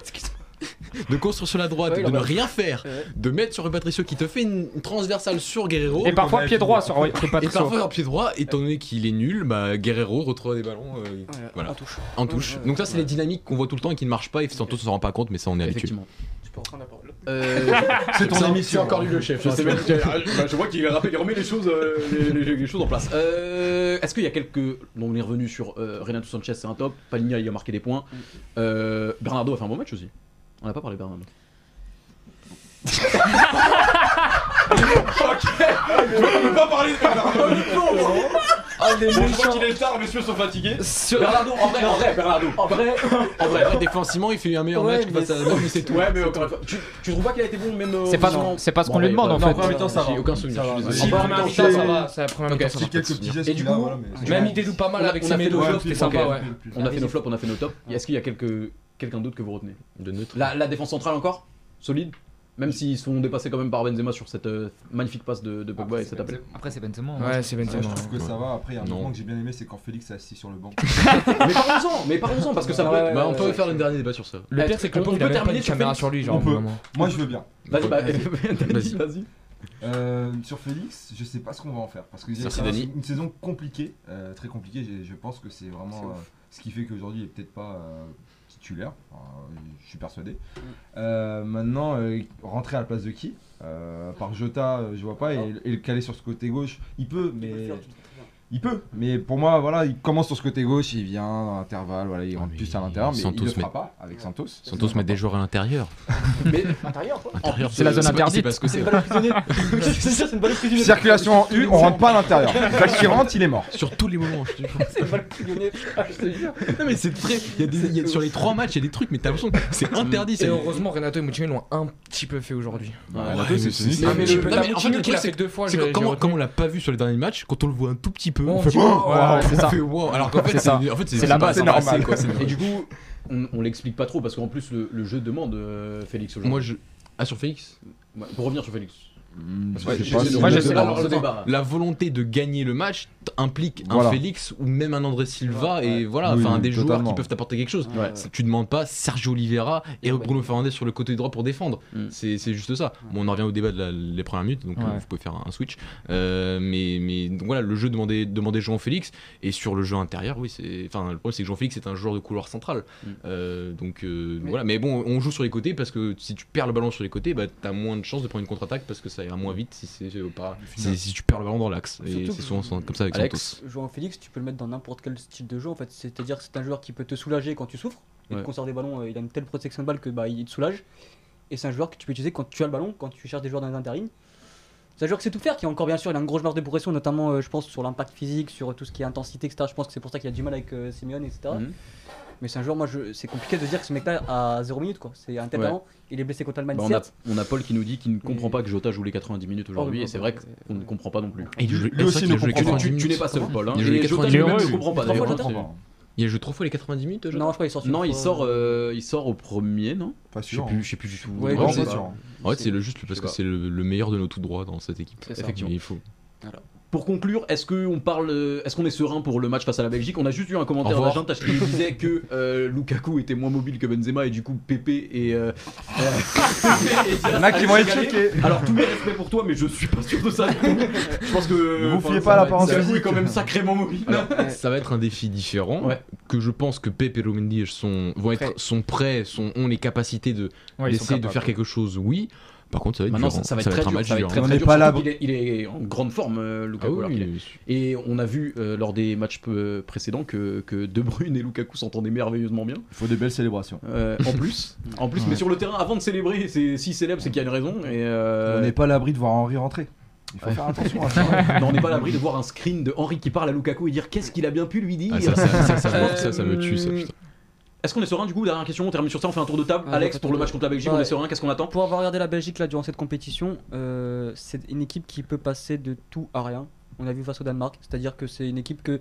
De construire sur la droite,
Ouais, il
de
en
ne
va.
rien faire,
Ouais.
de mettre sur Rui Patricio qui te fait une, une transversale sur Guerrero.
Et parfois pied droit sur Rui
Et
Patricio.
parfois en pied droit, étant donné qu'il est nul, bah, Guerrero retrouve des ballons euh,
Voilà,
Voilà.
En touche.
en touche.
Ouais, ouais,
Donc ça, c'est
ouais.
les dynamiques qu'on voit tout le temps et qui ne marchent pas et Santos ne s'en rend pas compte, mais ça on est habitué.
Effectivement.
Tu peux reprendre la parole.
Euh,
C'est
ton émission,
encore lui le chef.
je,
hein,
sais
tu
même-
vois.
bah, je vois qu'il rappelle- il remet les choses, euh, les, les- les choses en place. Euh, Est-ce qu'il y a quelques. On est revenu sur euh, Renato Sanchez, c'est un top. Palinha, il a marqué des points. Euh, Bernardo a fait un bon match aussi. On n'a pas parlé de Bernardo. Oh,
Ah, les méchants.
qu'il est tard, messieurs sont fatigués. Bernardo, en vrai, en vrai, Bernardo. En vrai, en vrai.
Après, défensivement, il fait un meilleur
Ouais,
match que face à
mais
l'Allemagne, mais c'est tout.
Ouais, mais encore une fois, tu, tu trouves pas qu'il a été bon même euh,
C'est pas,
physiquement
c'est pas ce
Bon,
qu'on lui
allez,
demande en
voilà.
fait.
Non, en même temps, ça va.
J'ai aucun souvenir, je suis désolé.
Si,
En première mi-temps, ça va, c'est la première
Ok,
mi-temps, ça
si,
va.
Petit quelques petits gestes
Et du
qu'il a,
coup,
voilà, mais c'est-
Même idée du pas mal
On a-
avec
on a
ses
fait nos
médocs,
flops,
c'était
ok.
sympa, ouais.
On a fait nos flops, on a fait nos tops. Et Est-ce qu'il y a quelques, quelqu'un d'autre que vous retenez
De neutre.
la, la défense centrale encore Solide Même s'ils sont dépassés quand même par Benzema sur cette euh, magnifique passe de, de Pogba et cet appel.
Après, c'est Benzema. hein.
Ouais, c'est
Ouais, je
Benzema.
trouve que ça va. Après, il y a un
Non.
moment que j'ai bien aimé, c'est quand Félix est assis sur le banc.
mais parlons-en, mais parlons-en parce que ça peut.
Ouais, ouais,
Bah, on peut
ouais.
faire le dernier débat sur ça.
Le pire, c'est que le
On
pauvre, il
peut
a même pas
terminer
une
sur
caméra
Félix.
sur lui,
On
genre, au
peut.
moment.
Moi, je veux bien.
Vas-y, bah,
Vas-y.
vas-y, vas-y.
Euh, sur Félix, je sais pas ce qu'on va en faire parce que c'est
Merci,
une-
Dani.
une saison compliquée, euh, très compliquée. j'ai- Je pense que c'est vraiment euh, ce qui fait qu'aujourd'hui il est peut-être pas euh, titulaire. Enfin, euh, je suis persuadé. Euh, maintenant, euh, rentrer à la place de qui Euh, Par Jota, euh, je vois pas. Et, et le caler sur ce côté gauche, il peut, mais il peut. Mais pour moi, voilà, il commence sur ce côté gauche, il vient à l'intervalle, voilà, il rentre
Ah, mais
plus à l'intérieur, mais
Santos
il le
met-
fera pas avec Santos.
Santos met des joueurs à l'intérieur.
Mais
Ah,
Intérieur quoi.
Intérieur,
C'est la zone
pas-
interdite.
C'est parce que c'est.
C'est une balle prisonnier. C'est sûr, c'est une balle prisonnier.
Circulation en U, on rentre pas à l'intérieur. Jacques qui rentre, il est mort.
Sur tous les moments, je te jure.
C'est une balle prisonnier. Ah, je te jure.
Non, mais c'est vrai. Il y a des- il y a- sur les trois matchs, il y a des trucs, mais t'as l'impression que c'est interdit.
Et
c'est-
heureusement, Renato et Moutinho l'ont un petit peu fait aujourd'hui.
Ouais,
la
mais
dose,
c'est-
c'est-
c'est-
Ah,
mais
mais
le-
le-
non, mais en fait, le
Moutinho qui
truc,
l'a
c'est
fait
que-
deux fois.
c'est
j'ai-
que
j'ai
comment,
retenu.
comment on l'a pas vu sur les derniers matchs, quand on le voit un tout petit peu,
On
on fait
dit, oh, ouais, c'est ça.
fait wow. Alors qu'en fait,
C'est
c'est
ça.
en fait,
C'est la
pas-
base,
pas
normal.
assez, quoi, c'est-
Et du coup, on, on l'explique pas trop parce qu'en plus le, le jeu demande euh, Félix
Moi,
aujourd'hui.
je. Ah, sur Félix
Bah.
Ouais, Pour revenir sur Félix.
Ouais,
je
je
sais pas
sais-
si-
moi, je
Le
sais- alors,
débat,
attends,
le débat.
La volonté de gagner le match t- implique un
Voilà.
Félix ou même un André Silva et voilà,
Oui,
enfin
oui,
des joueurs
totalement.
qui peuvent t'apporter quelque chose.
Ouais.
C'est- Tu demandes pas Sergio Oliveira et
Ouais.
Bruno Fernandez sur le côté droit pour défendre.
Mm.
C'est c'est juste ça. Bon, on en revient au débat de la- les premières minutes, donc euh,
Ouais.
vous pouvez faire un, un switch. Euh, mais mais donc voilà, le jeu demandait demandait Jean Félix et sur le jeu intérieur, oui, c'est enfin le problème c'est que Jean Félix est un joueur de couloir central.
Mm.
Euh, donc euh,
Mais-
voilà, mais bon, on joue sur les côtés parce que si tu perds le ballon sur les côtés, bah t'as moins de chances de prendre une contre-attaque parce que ça ira moins vite si c'est euh, pas si, si tu perds le ballon dans l'axe. Et
Surtout
c'est
que-
souvent souvent comme ça avec Santos.
Alex,
Jouant Félix, tu peux le mettre dans n'importe quel style de jeu en fait. C'est-à-dire que c'est un joueur qui peut te soulager quand tu souffres. Il
Ouais.
te conserve des ballons, euh, il a une telle protection de balle que bah il te soulage. Et c'est un joueur que tu peux utiliser quand tu as le ballon, quand tu cherches des joueurs dans les interlignes. C'est un joueur qui sait tout faire, qui a encore bien sûr, il a une grosse marge de progression, notamment euh, je pense sur l'impact physique, sur tout ce qui est intensité, etc. Je pense que c'est pour ça qu'il a du mal avec euh, Simeone, etc.
Mhm.
Mais c'est un joueur, moi je- c'est compliqué de dire que ce mec-là a 0 minutes quoi. C'est un tel
Ouais.
talent, il est blessé contre l'Allemagne.
bah, on, a,
certes.
on a Paul qui nous dit qu'il ne comprend
Mais-
pas que Jota joue les 90 minutes aujourd'hui
Oh,
et c'est vrai
bah, bah,
qu'on ne comprend pas non plus.
Et il joue-
Lui
c'est vrai
aussi
qu'il
ne
a joué les
comprend pas.
90
Tu, tu n'es
minutes.
pas seul Paul. hein.
Il a joué les
Et Jota
90
lui-même
minutes.
ne comprend pas
Trois
d'ailleurs.
fois Jota.
Il a joué trois fois les 90 minutes Jota
Non, je crois qu'il sort sur
Non, il
sur-
sort, euh, il sort au premier, non
Pas
Je sais
sûr.
plus, je sais plus du tout.
Ouais,
Ouais,
Vraiment
je sais
pas
pas.
sûr.
En fait, c'est le juste parce
sais
que
pas.
c'est le, le meilleur de nos tout droits dans cette équipe.
C'est ça.
Effectivement. Il faut.
Pour conclure, est-ce qu'on parle, euh, est-ce qu'on est serein pour le match face à la Belgique On a juste eu un
Au
commentaire
revoir.
d'Argentas qui nous disait que euh, Lukaku était moins mobile que Benzema et du coup Pépé et. euh, euh, Pépé et Diaz
Il y en a qui
allaient
vont
se
être
régaler.
choqués.
Alors tous mes respects pour toi, mais je suis pas sûr de ça. je pense que.
Ne vous
enfin,
fiez
ça
pas à
va-
l'apparence
Lukaku est
physique.
quand même sacrément mobile.
Ça va être un défi différent.
Ouais.
Que je pense que Pep et Romendi sont, vont être,
Prêts.
sont prêts, sont, ont les capacités de
Ouais, ils sont
d'essayer de
capables.
faire quelque chose, oui. Par contre, ça va être,
Maintenant,
dur,
ça, ça
hein.
va être très
un
dur.
match
Ça va
dur.
être très,
hein.
On
très
n'est
dur,
pas là
surtout qu'il est- Il, est, en grande forme, euh,
Ah
Lukaku.
oui,
alors qu'il est- Et on a vu euh, lors des matchs peu- précédents que, que De Bruyne et Lukaku s'entendaient merveilleusement bien.
Il faut des belles célébrations.
Euh, en plus, en plus,
Ouais.
mais sur le terrain, avant de célébrer, c'est si célèbre, c'est qu'il y a une raison. Et euh,
On n'est pas à l'abri de voir Henri rentrer. Il faut faire attention à ça. Euh,
Non, on n'est pas à l'abri de voir un screen de Henry qui parle à Lukaku et dire qu'est-ce qu'il a bien pu lui dire.
Ah, ça, ça, ça, ça,
Euh,
ça, ça me tue, ça, putain.
Est-ce qu'on est serein du coup Dernière question, on termine sur ça, on fait un tour de table.
Ouais,
Alex,
ouais,
pour le
ouais.
match contre la Belgique, on
Ouais.
est serein, qu'est-ce qu'on attend
Pour avoir regardé la Belgique là durant cette compétition, euh, c'est une équipe qui peut passer de tout à rien. On l'a vu face au Danemark, c'est-à-dire que c'est une équipe que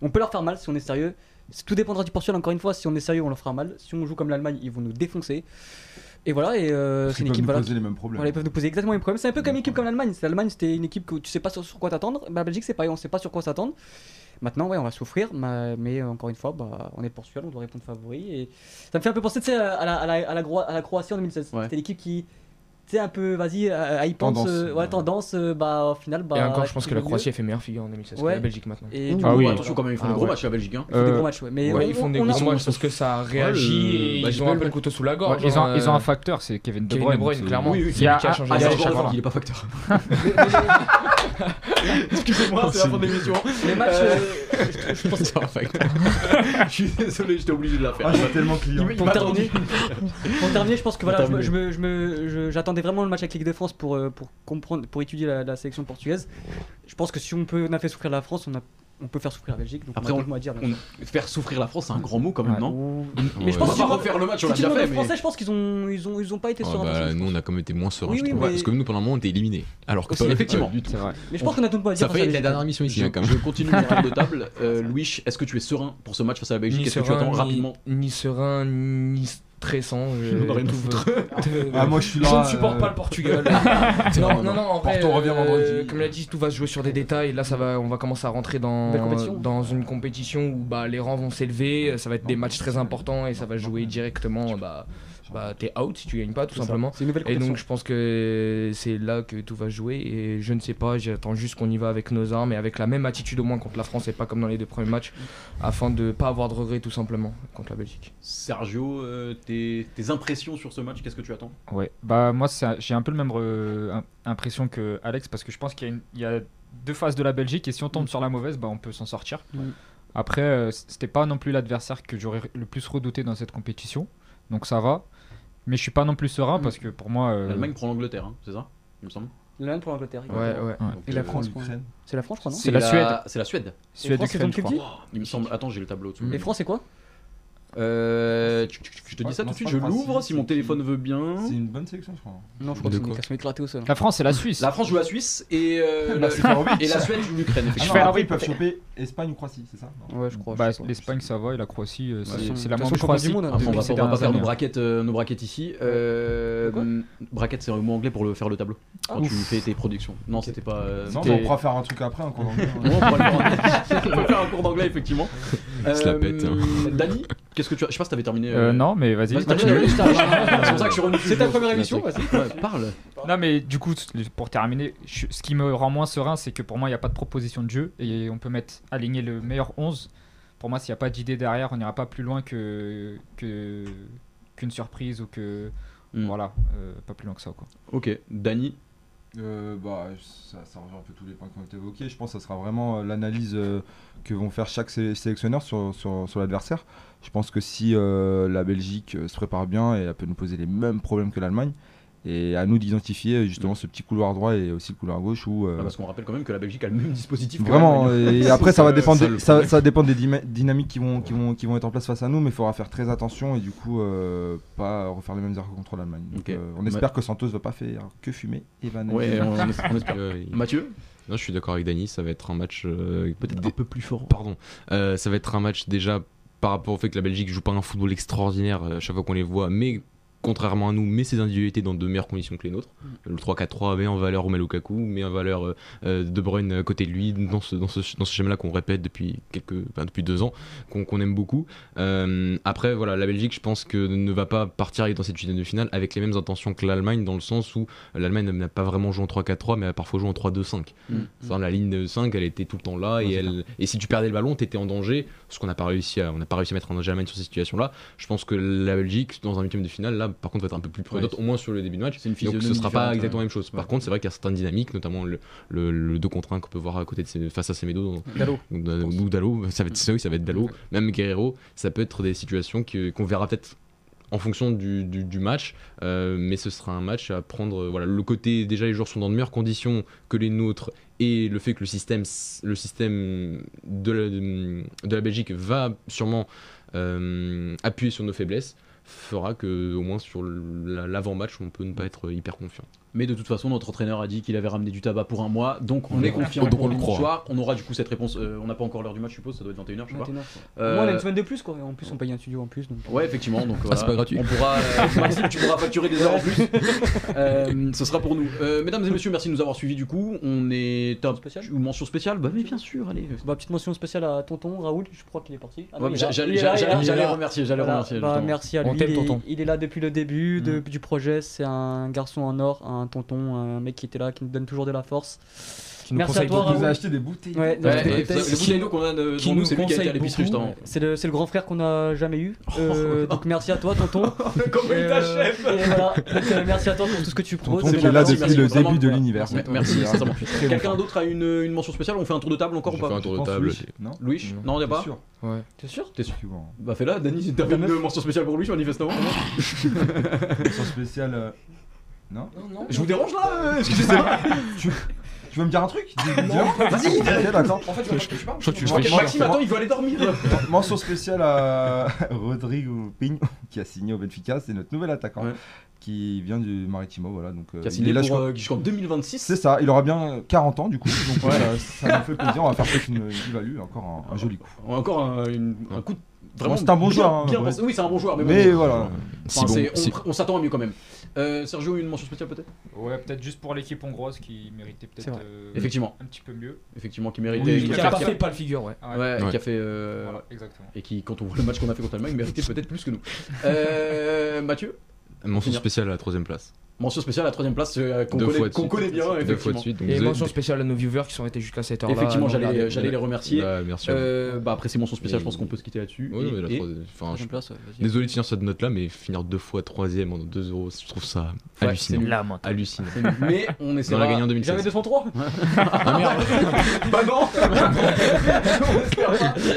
on peut leur faire mal si on est sérieux. C'est- Tout dépendra du Portugal encore une fois. Si on est sérieux, on leur fera mal. Si on joue comme l'Allemagne, ils vont nous défoncer. Et voilà. Et euh,
Parce
c'est
qu'ils
une
peuvent
équipe
nous
voilà,
poser les mêmes problèmes.
Voilà, ils peuvent nous poser exactement les problèmes. C'est un peu comme une équipe comme l'Allemagne. C'est L'Allemagne, c'était une équipe que tu sais pas sur, sur quoi t'attendre. Bah, la Belgique, c'est pareil, on sait pas sur quoi s'attendre. Maintenant, ouais, on va souffrir, ma- mais euh, encore une fois, bah, on est le Portugal, on doit répondre favori. Et ça me fait un peu penser, tu sais, à la, à, la, à la Gro- à la Croatie en 2016.
Ouais.
C'était l'équipe qui, tu sais, un peu, vas-y, à, à y pense,
Tendance,
euh, ouais,
ouais.
tendance, euh, bah, au final, bah.
Et encore, je pense
c'est
que la
mieux.
Croatie a fait meilleure figure en 2016 que
Ouais.
la Belgique maintenant.
Et du
Ah
coup, bah,
oui.
voilà.
Attention quand même, ils font
Ah
des gros
ouais.
matchs la Belgique. Hein.
Ils font des
Euh,
gros matchs, ouais. Mais
Ouais,
on-
ils font des
on- on
gros
a-
matchs parce que ça a réagi
Ouais, le-
et
bah,
ils
je
ont
peux
un peu
le-
le couteau sous la
Ouais,
gorge.
ils, ont,
hein,
ils ont
euh,
un facteur, c'est Kevin De
Kevin
Bruyne.
De Bruyne,
c'est-
clairement.
Oui, oui,
C'est lui
Ah,
qui a changé
Ah,
Il
la
c'est
a-
encore
règle.
Alvaro, il est pas facteur. Excusez-moi, c'est la fin de l'émission.
Les matchs,
Euh,
euh,
Je pense que c'est un facteur. Je suis désolé, j'étais obligé de la faire.
Ah, j'ai tellement client.
Il
Pour
m'a
terminer,
tendu.
pour terminer, je pense que
Pour
voilà, je me-
terminer.
je me- je me- je- j'attendais vraiment le match avec l'équipe de France pour, euh, pour comprendre, pour étudier la, la sélection portugaise. Je pense que si on peut, on a fait souffrir la France, on a, on peut faire souffrir la Belgique. Donc
Après,
on, a
on-
tout le mot à dire. bien sûr.
On- Faire souffrir la France, c'est un grand mot quand même,
Ouais.
non
Mais je
Ouais.
On va
pense que
pas
si on-
refaire le match, on
Si
l'a
tu
déjà
demandes
fait.
aux
mais-
Français, je pense qu'ils ont, ils ont, ils ont pas été hein,
Ah
sereins. dans
bah,
ce match.
nous, on a quand même été moins sereins,
Oui,
je
oui,
trouve.
mais-
Parce que nous, pendant un moment, on était éliminés. Alors que
Aussi,
pas du
effectivement.
tout.
C'est vrai.
Mais je pense qu'on a tout le mot à dire.
Ça
dans
fait
cette
la dernière mission ici,
Je,
hein, quand même.
je continue mon tour de table. Euh, Louis, est-ce que tu es serein pour ce match face à la Belgique
Ni
Qu'est-ce que tu attends
serein, ni-
rapidement
Ni serein, ni stressant. je-
J'en ai rien à
tout
foutre.
va-
Ah, moi, je suis là,
Je ne supporte
euh,
pas le Portugal.
Non,
non, non, non, en vrai,
Porto revient
euh,
vendredi.
comme l'a dit, tout va se jouer sur des détails. Là, ça va, on va commencer à rentrer dans,
Belle compétition.
dans une compétition où bah, les rangs vont s'élever. Ça va être des matchs très importants et ça va jouer directement. Bah, bah, t'es out si tu gagnes pas, tout simplement.
C'est une nouvelle
Et
compétition.
donc, je pense que c'est là que tout va se jouer. Et je ne sais pas, j'attends juste qu'on y va avec nos armes et avec la même attitude au moins contre la France et pas comme dans les deux premiers matchs, afin de pas avoir de regrets tout simplement contre la Belgique.
Sergio, euh, tes, tes impressions sur ce match, qu'est-ce que tu attends
Ouais, bah moi c'est un- j'ai un peu le même euh, im- impression que Alex parce que je pense qu'il y, a une- il y a deux phases de la Belgique et si on tombe sur la mauvaise, bah on peut s'en sortir.
Mm.
Après, euh, c- c'était pas non plus l'adversaire que j'aurais le plus redouté dans cette compétition, donc ça va. Mais je suis pas non plus serein parce que pour moi, euh,
L'Allemagne prend l'Angleterre, hein, c'est ça Il me semble.
Le même pour l'Angleterre.
Ouais, ouais.
Donc,
Et la
euh,
France, quoi. C'est la France, je crois, non
C'est la Suède.
C'est la Suède.
Suède
France, ils ont
Ukraine, je
le
crois.
Kipti
Il me semble. Attends, j'ai le tableau dessus.
Les France, c'est quoi
Euh, tu- tu- tu- je te dis
Ouais,
ça
non,
tout de suite, je
c'est pas le
l'ouvre
principe,
si mon
c'est
téléphone
qui-
veut bien.
C'est une bonne sélection, je crois.
Non, je crois
De
que c'est une
quoi
question éclatée au sol.
La France et la Suisse.
La France joue la Suisse et, euh,
Bah,
la-
c'est pas horrible.
et la Suède joue l'Ukraine.
Ah
effectivement.
non,
fais un
après,
rip.
ils peuvent choper Espagne ou Croatie, c'est ça non
Ouais, je crois.
Bah,
je sais pas.
L'Espagne ça va et la Croatie, euh,
Ils
c'est
sont-
c'est la
de
même
toute façon,
Croatie.
champion du monde, hein.
Après, on va
Depuis ces
pas, on va pas
dernières
faire nos
années.
braquettes, euh, nos braquettes ici. Euh,
Quoi
hum, braquettes, c'est un mot anglais pour le faire le tableau. Quand tu fais tes productions. Non, c'était pas. euh,
Non,
c'était-
mais on pourra faire un truc après, hein. encore.
Non, on pourra le faire en- on peut faire un cours d'anglais, effectivement.
se la
Euh,
pète, hein.
Dani, qu'est-ce que tu as Je sais pas si t'avais terminé.
Euh, non, mais
bah,
vas-y.
Vas-y,
continue.
termine, je t'arrête. C'est pour ça que je suis revenu.
C'est ta première émission,
Ouais,
vas-y.
Parle.
Non mais du coup, t- pour terminer, je- ce qui me rend moins serein, c'est que pour moi, il n'y a pas de proposition de jeu et on peut mettre aligner le meilleur 11. Pour moi, s'il n'y a pas d'idée derrière, on n'ira pas plus loin que que- qu'une surprise ou que
Mm.
voilà, euh, pas plus loin que ça quoi.
Ok, Dani.
Euh, bah, ça, ça rejoint un peu tous les points qui ont été évoqués. Je pense que ça sera vraiment euh, l'analyse euh, que vont faire chaque sé- sélectionneur sur, sur, sur l'adversaire. Je pense que si euh, la Belgique euh, se prépare bien, et elle peut nous poser les mêmes problèmes que l'Allemagne. Et à nous d'identifier euh, justement ce petit couloir droit et aussi le couloir gauche où. euh,
Ah, Parce qu'on rappelle quand même que la Belgique a le même dispositif. que
Vraiment,
l'Allemagne.
et après ça va
ça,
dépendre,
ça,
des-
le
ça,
problème.
ça dépend des dyma- dynamiques qui vont, qui, vont, qui vont être en place face à nous, mais il faudra faire très attention et du coup euh, pas refaire les mêmes erreurs contre l'Allemagne. Donc,
Ok.
euh, on espère que Santos va pas faire que fumer et va
Ouais, hein. on, on espère.
Ouais, il-
Mathieu
Non, je suis d'accord avec Dany, ça va être un match. euh,
Peut-être
dé-
un peu plus fort.
Pardon. Euh, ça va être un match déjà par rapport au fait que la Belgique joue pas un football extraordinaire euh, à chaque fois qu'on les voit, mais contrairement à nous, met ses individualités dans de meilleures conditions que les nôtres. Le 3-4-3 met en valeur Romelu Lukaku, met en valeur euh, euh, De Bruyne à côté de lui, dans ce, dans ce, dans ce schéma-là qu'on répète depuis, quelques, enfin, depuis deux ans, qu'on qu'on aime beaucoup. Euh, après, voilà, la Belgique, je pense que ne va pas partir dans cette huitième de finale avec les mêmes intentions que l'Allemagne, dans le sens où l'Allemagne n'a pas vraiment joué en 3-4-3, mais a parfois joué en 3-2-5.
Mm.
C'est-à-dire, La ligne de 5, elle était tout le temps là,
Ouais,
et,
c'est
elle, et si tu perdais le ballon, t'étais en danger, ce qu'on n'a pas réussi à, on n'a pas réussi à mettre en danger l'Allemagne sur ces situations-là. Je pense que la Belgique, dans un huitième de finale, là, par contre, va être un peu plus prudente,
Ouais.
au moins sur le début de match.
C'est une
Donc
physionomie
ce sera
différente,
pas exactement la même chose.
Ouais.
Par contre, c'est vrai qu'il y a certaines dynamiques, notamment le, le, le 2 contre 1 qu'on peut voir à côté de ces- face à Semedo dans-
Dalo.
ou d'un- ou Dalo, ça va être ça, oui, ça va être Dalo, même Guerrero, ça peut être des situations que- qu'on verra peut-être en fonction du, du- du match. Euh, mais ce sera un match à prendre. euh, voilà, le côté déjà les joueurs sont dans de meilleures conditions que les nôtres et le fait que le système, s- le système de la, de la Belgique va sûrement euh, appuyer sur nos faiblesses fera que au moins sur la- l'avant-match on peut ne pas être hyper confiant.
Mais de toute façon, notre entraîneur a dit qu'il avait ramené du tabac pour un mois, donc on
Ouais.
est confiant
Donc
pour
on le
le
croit.
soir. On aura du coup cette réponse. euh, on n'a pas encore l'heure du match, je suppose. Ça doit être 21h, je sais pas. Euh,
Moi, on a une semaine de plus, quoi. Et en plus, on paye un studio en plus. Donc...
Ouais, effectivement. Donc,
c'est pas gratuit.
On pourra, euh, Maxime, tu pourras facturer des heures en plus. Euh, ce sera pour nous. Euh, mesdames et messieurs, merci de nous avoir suivis. Du coup, on est top.
Spécial
Ou mention spéciale Bah, mais bien sûr, allez.
Bah, petite mention spéciale à Tonton, Raoul, je crois qu'il est parti. Ah non,
Ouais, mais
il est
j'a-
là,
J'allais
il est là,
j'a-
il est là,
j'allais-
il est
j'allais
là.
remercier, j'allais
Voilà,
remercier.
bah,
justement.
merci à lui.
On t'aime,
il est-
tonton. Mm.
Il est là depuis le début de- du projet. C'est un garçon en or, un tonton, un mec qui était là, qui nous donne toujours de la force.
Qui nous
Merci à
conseille
toi,
Il nous a
Raoul.
acheté des bouteilles.
Ouais,
Ouais,
donc,
et
écoutez,
le bouteille d'eau qu'on a de-
qui
devant nous,
nous
c'est lui qui a été à
conseille
l'épicerie juste
beaucoup. Oh,
avant.
C'est le, c'est le grand frère qu'on n'a jamais eu. Euh, donc merci à toi, tonton. Comment
Euh,
il t'achève Et voilà. Donc, euh, merci à toi pour tout ce que tu proposes.
Tonton
Et
qui est là
maintenant,
gentil, merci
depuis le
vraiment.
début de l'univers.
Ouais,
tonton.
merci,
C'est un
sincèrement.
très bon
Quelqu'un
fan.
d'autre a une, une mention spéciale On fait un tour de table encore ou
Je
pas
vais faire un tour
Je
de
pense
table.
oui. Non
Louis
Non.
Non, on n'y a pas
Sûr.
T'es sûr
T'es sûr
Suivant.
Bah, fais là, Dany, t'as pas une mention spéciale pour Louis, manifestement.
Mention spéciale. euh, Non
Je vous dérange là euh,
Excusez-moi tu... tu veux me dire un truc Vas-y Ok, d'accord.
Je crois que tu
Ouais,
fais
moi,
Maxime, attends, il veut aller dormir
Mention spéciale à euh, Rodrigo Pignon qui a signé au Benfica, c'est notre nouvel attaquant
Ouais.
qui vient du Maritimo, voilà. Donc, euh,
Qui a
il
signé
est là, je
pour
crois-
euh, jusqu'en 2026.
C'est ça, il aura bien 40 ans du coup, donc euh, ça, ça nous fait plaisir, on va faire peut-être une, une value, encore un, un joli coup.
Encore un, une- un coup de. Vraiment,
c'est un bon
bien-
joueur, hein,
bien
ouais.
pensé. Oui, c'est un bon joueur, mais,
Mais
bon.
voilà,
Si
Enfin,
bon,
c'est- on-
si-
on s'attend à mieux quand même. Euh, Sergio, une mention spéciale peut-être
Ouais, peut-être juste pour l'équipe hongroise qui méritait
C'est
peut-être
vrai.
euh,
Effectivement,
un petit peu mieux.
effectivement, qui méritait.
Oui,
qui
il
a fait-
a pas fait
pas le figure, ouais.
Ah
Ouais,
Ouais.
qui a fait. euh,
Voilà, exactement.
Et qui, quand on voit le match qu'on a fait contre l'Allemagne, méritait peut-être plus que nous. Euh, Mathieu,
Mention spéciale à la troisième place.
mention spéciale à la troisième place euh, qu'on
Deux fois
connaît,
de
qu'on
suite.
connaît bien,
Deux fois de
effectivement.
suite. donc
Et
vous avez-
mention spéciale à nos viewers qui sont restés jusqu'à cette heure-là.
Effectivement,
à nous
j'allais,
euh,
regarder.
j'allais les remercier.
Bah, bien sûr.
Euh, bah après ces mentions spéciales, je pense qu'on peut se quitter là-dessus.
Ouais,
Et-
mais la
et-
troisième- enfin, je-
Troisième place, ouais, vas-y.
Désolé de finir cette note là, mais finir deux fois troisième en 2 euros, je trouve ça
Ouais,
hallucinant.
c'est nul.
Là, maintenant.
hallucinant.
Mais on
On
essaiera.
l'a gagné en
Jamais
2016.
203
Ah merde
Bah non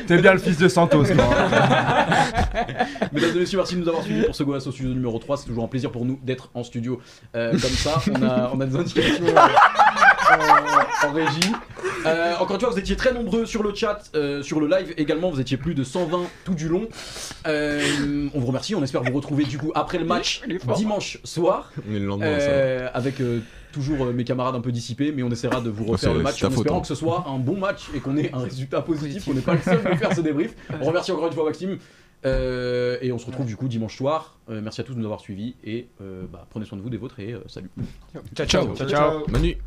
t'es bien le fils de Santos, toi, hein.
Mesdames et messieurs, merci de nous avoir suivis pour ce Goas au studio numéro 3. C'est toujours un plaisir pour nous d'être en studio euh, comme ça. On a, on a des indications euh, en, en régie. Euh, encore une fois, vous étiez très nombreux sur le chat, euh, sur le live également. Vous étiez plus de 120 tout du long. Euh, on vous remercie. On espère vous retrouver du coup après le match dimanche soir.
On est le lendemain, ça va.
Euh, avec euh, toujours euh, mes camarades un peu dissipés, mais on essaiera de vous refaire
c'est-
le match
c'est ta
en
faute,
espérant
hein.
que ce soit un bon match et qu'on ait un résultat positif, qu'on n'est pas le seul à faire ce débrief. On remercie encore une fois Maxime. euh, et on se retrouve du coup dimanche soir. Euh, merci à tous de nous avoir suivis et euh, bah, prenez soin de vous, des vôtres et euh, salut.
Ciao, ciao.
Manu